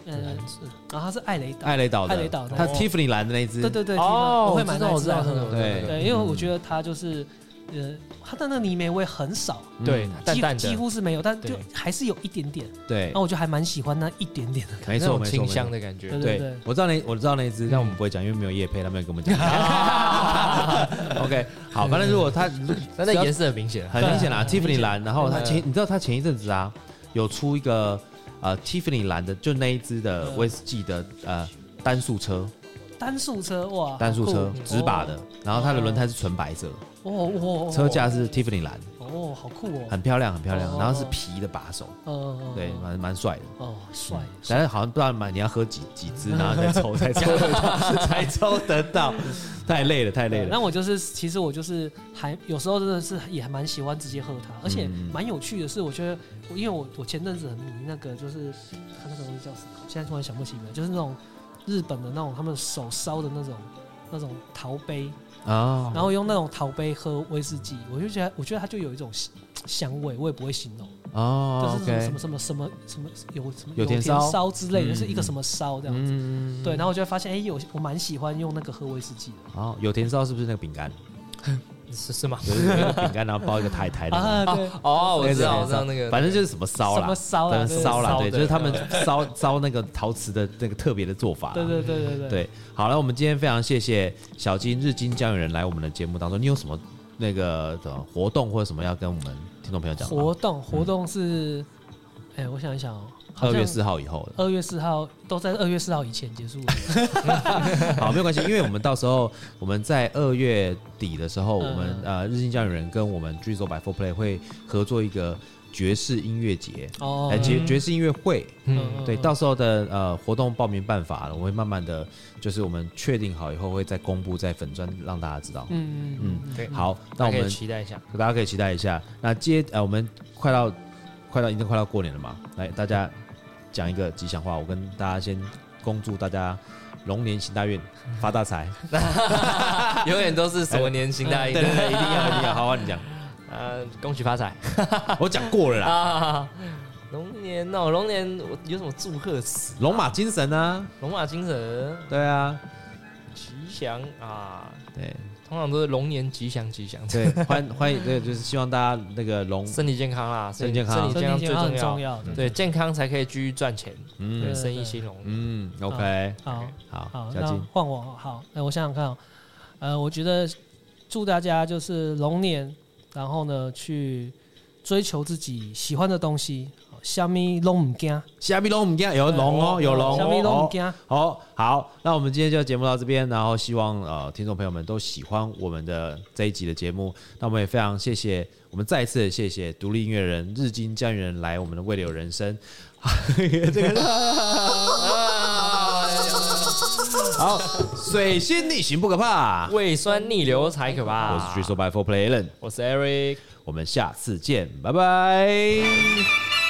[SPEAKER 4] 嗯、呃，是然后它是艾雷达，
[SPEAKER 1] 艾雷岛的，
[SPEAKER 4] 艾雷岛的
[SPEAKER 1] 它
[SPEAKER 2] 哦
[SPEAKER 1] Tiffany 蓝的那一支。
[SPEAKER 4] 对对对，
[SPEAKER 2] 哦
[SPEAKER 4] 我会
[SPEAKER 2] 我
[SPEAKER 4] 买
[SPEAKER 2] 知道
[SPEAKER 4] 那一
[SPEAKER 2] 我知
[SPEAKER 4] 支来
[SPEAKER 2] 道
[SPEAKER 4] 喝
[SPEAKER 2] 那个
[SPEAKER 1] 对
[SPEAKER 4] 对，因为我觉得它就是呃，它的那个泥煤味很少，
[SPEAKER 2] 对
[SPEAKER 1] 嗯，
[SPEAKER 2] 淡
[SPEAKER 4] 几
[SPEAKER 2] 淡
[SPEAKER 4] 几
[SPEAKER 2] 的，
[SPEAKER 4] 乎是没有，但就
[SPEAKER 2] 对
[SPEAKER 4] 还是有一点点。
[SPEAKER 1] 对
[SPEAKER 4] 那、，我就还蛮喜欢哦那一点点的感
[SPEAKER 1] 没错
[SPEAKER 2] 那种
[SPEAKER 1] 没错
[SPEAKER 2] 清
[SPEAKER 1] 没
[SPEAKER 2] 香
[SPEAKER 1] 错。
[SPEAKER 2] 的感
[SPEAKER 4] 对嗯
[SPEAKER 2] 觉。
[SPEAKER 1] 对，我知道那我知道那一只，但我们不会讲，因为没有叶配，他们有跟我
[SPEAKER 4] [LAUGHS]
[SPEAKER 1] 们讲。OK，好，反正如果他
[SPEAKER 2] 但那颜色很明显啊，
[SPEAKER 1] 很明显啦
[SPEAKER 4] 对很明
[SPEAKER 1] ，Tiffany
[SPEAKER 4] 显
[SPEAKER 1] 蓝，然后他
[SPEAKER 2] 嗯
[SPEAKER 1] 前你知道他前一阵子啊，有出一个呃 Tiffany 蓝的，就那一只的
[SPEAKER 4] 嗯
[SPEAKER 1] 威士忌的呃单速车，
[SPEAKER 4] 觉。单速车哇，
[SPEAKER 1] 单速车
[SPEAKER 4] 好酷
[SPEAKER 1] 直把的，然后它的轮胎是纯白色，
[SPEAKER 4] 哦哦哦，
[SPEAKER 1] 车架是 Tiffany 蓝，
[SPEAKER 4] 哦，好酷哦，
[SPEAKER 1] 很漂亮很漂亮，
[SPEAKER 4] 哦
[SPEAKER 1] 然后是皮的把手，
[SPEAKER 4] 嗯，
[SPEAKER 1] 对，嗯蛮蛮帅的。
[SPEAKER 4] 哦，帅，帅
[SPEAKER 1] 但是好像不知道买你要喝几几支，然后再抽才抽得 [LAUGHS] 到，才抽得到，太累了太累了。
[SPEAKER 4] 那我就是，其实我就是还有时候真的是也还蛮喜欢直接喝它，而且
[SPEAKER 1] 嗯
[SPEAKER 4] 蛮有趣的是，我觉得我因为我我前阵子很迷那个，就是它那个东西叫什么，现在突然想不起来，就是那种日本的那种他们手烧的那种那种陶杯，
[SPEAKER 1] 啊，
[SPEAKER 4] 然后用那种陶杯喝威士忌，我就觉得我觉得它就有一种香香味，我也不会形容，
[SPEAKER 1] 哦
[SPEAKER 4] 就是
[SPEAKER 1] ，OK，
[SPEAKER 4] 什么什么什么什么什么有什么
[SPEAKER 1] 有田烧
[SPEAKER 4] 烧之类的，
[SPEAKER 1] 嗯
[SPEAKER 4] 是一个什么烧这样子。
[SPEAKER 1] 嗯，
[SPEAKER 4] 对，然后我就会发现，哎、有我蛮喜欢用那个喝威士忌的
[SPEAKER 1] 哦，有田烧是不是那个饼干？
[SPEAKER 2] 是是吗？
[SPEAKER 1] 就是那个饼干，然后包一个太太的那
[SPEAKER 4] [LAUGHS] 啊，
[SPEAKER 1] 个。
[SPEAKER 4] 对，
[SPEAKER 2] 哦，
[SPEAKER 1] 那
[SPEAKER 2] 我
[SPEAKER 1] 个
[SPEAKER 2] 知
[SPEAKER 1] 有
[SPEAKER 2] 道，
[SPEAKER 1] 田
[SPEAKER 2] 我知道那个，
[SPEAKER 1] 反正就是什么烧
[SPEAKER 4] 什么
[SPEAKER 1] 啦，
[SPEAKER 4] 烧啦，对
[SPEAKER 1] 烧啦，
[SPEAKER 2] 烧
[SPEAKER 1] 对，
[SPEAKER 2] 的
[SPEAKER 1] 就是他们烧烧那个陶瓷的那个特别的做法啦。
[SPEAKER 4] 对对对对对
[SPEAKER 1] 对，好了，我们今天非常谢谢小金日金江远人来我们的节目当中，你有什么那个什么活动或者什么要跟我们听众朋友讲的吗？
[SPEAKER 4] 活动活动是，哎、我想一想哦，
[SPEAKER 1] 二月四号以后
[SPEAKER 4] 二月四号都在二月四号以前结束了。
[SPEAKER 1] 的， [LAUGHS] 好，没有关系，因为我们到时候我们在二月底的时候，
[SPEAKER 4] 嗯
[SPEAKER 1] 我们呃日金江远人跟我们巨手百 Four Play 会合作一个爵士音乐节，
[SPEAKER 4] 哦
[SPEAKER 1] 哎，爵爵士音乐会，
[SPEAKER 2] 嗯，
[SPEAKER 1] 对，到时候的呃活动报名办法，我会慢慢的，就是我们确定好以后会再公布在粉砖让大家知道。
[SPEAKER 4] 嗯嗯嗯，
[SPEAKER 2] 对
[SPEAKER 1] 好，那
[SPEAKER 2] 那
[SPEAKER 1] 我
[SPEAKER 2] 我们
[SPEAKER 1] 们
[SPEAKER 2] 期待一下。
[SPEAKER 1] 大家可以期待一下。那接呃，我们快到快到已经快到过年了嘛，来大家讲一个吉祥话，我跟大家先恭祝大家龙年行大运，发大财。
[SPEAKER 2] [LAUGHS] 永远都是什么年薪大一
[SPEAKER 1] [LAUGHS] 对对对，一定要一定要，好好你讲，
[SPEAKER 2] [LAUGHS] 呃，恭喜发财
[SPEAKER 1] 我讲过了啦。
[SPEAKER 2] 啊！龙年哦，龙年我有什么祝贺词？
[SPEAKER 1] 龙马精神啊，
[SPEAKER 2] 龙马精神，
[SPEAKER 1] 对啊，
[SPEAKER 2] 吉祥啊！
[SPEAKER 1] 对
[SPEAKER 2] 通常都是龙年吉祥吉祥，
[SPEAKER 1] 对，欢欢迎，对，就是希望大家那个龙，
[SPEAKER 2] 身体健康啦，
[SPEAKER 1] 身体健康
[SPEAKER 2] 身体
[SPEAKER 4] 身
[SPEAKER 2] 健康
[SPEAKER 4] 体
[SPEAKER 2] 最
[SPEAKER 4] 健康
[SPEAKER 2] 重
[SPEAKER 4] 很重
[SPEAKER 2] 要。
[SPEAKER 4] 要。
[SPEAKER 2] 对，健康才可以继续赚钱，对，
[SPEAKER 1] 嗯
[SPEAKER 2] 生意兴隆。
[SPEAKER 1] 嗯，OK，
[SPEAKER 4] 好
[SPEAKER 1] 好
[SPEAKER 4] 好，，
[SPEAKER 1] 小
[SPEAKER 4] 那
[SPEAKER 1] 金。
[SPEAKER 4] 换我好，那我想想看、哦，呃，我觉得祝大家就是龙年，然后呢去追求自己喜欢的东西，哦虾米拢唔惊，
[SPEAKER 1] 虾米龙唔惊，有龙哦，有龙
[SPEAKER 4] 虾米拢
[SPEAKER 1] 哦
[SPEAKER 4] 唔。惊。
[SPEAKER 1] 好好，那我们今天就节目到这边，然后希望呃听众朋友们都喜欢我们的这一集的节目。那我们也非常谢谢，我们再一次地谢谢独立音乐人日金江源人来我们的未流人生。 [LAUGHS] 这个好，水星逆行不可怕。
[SPEAKER 2] 胃酸逆流才可怕。
[SPEAKER 1] 我是 Three So By Four Play Allen，
[SPEAKER 2] 我是 Eric。
[SPEAKER 1] 我们下次见，拜拜。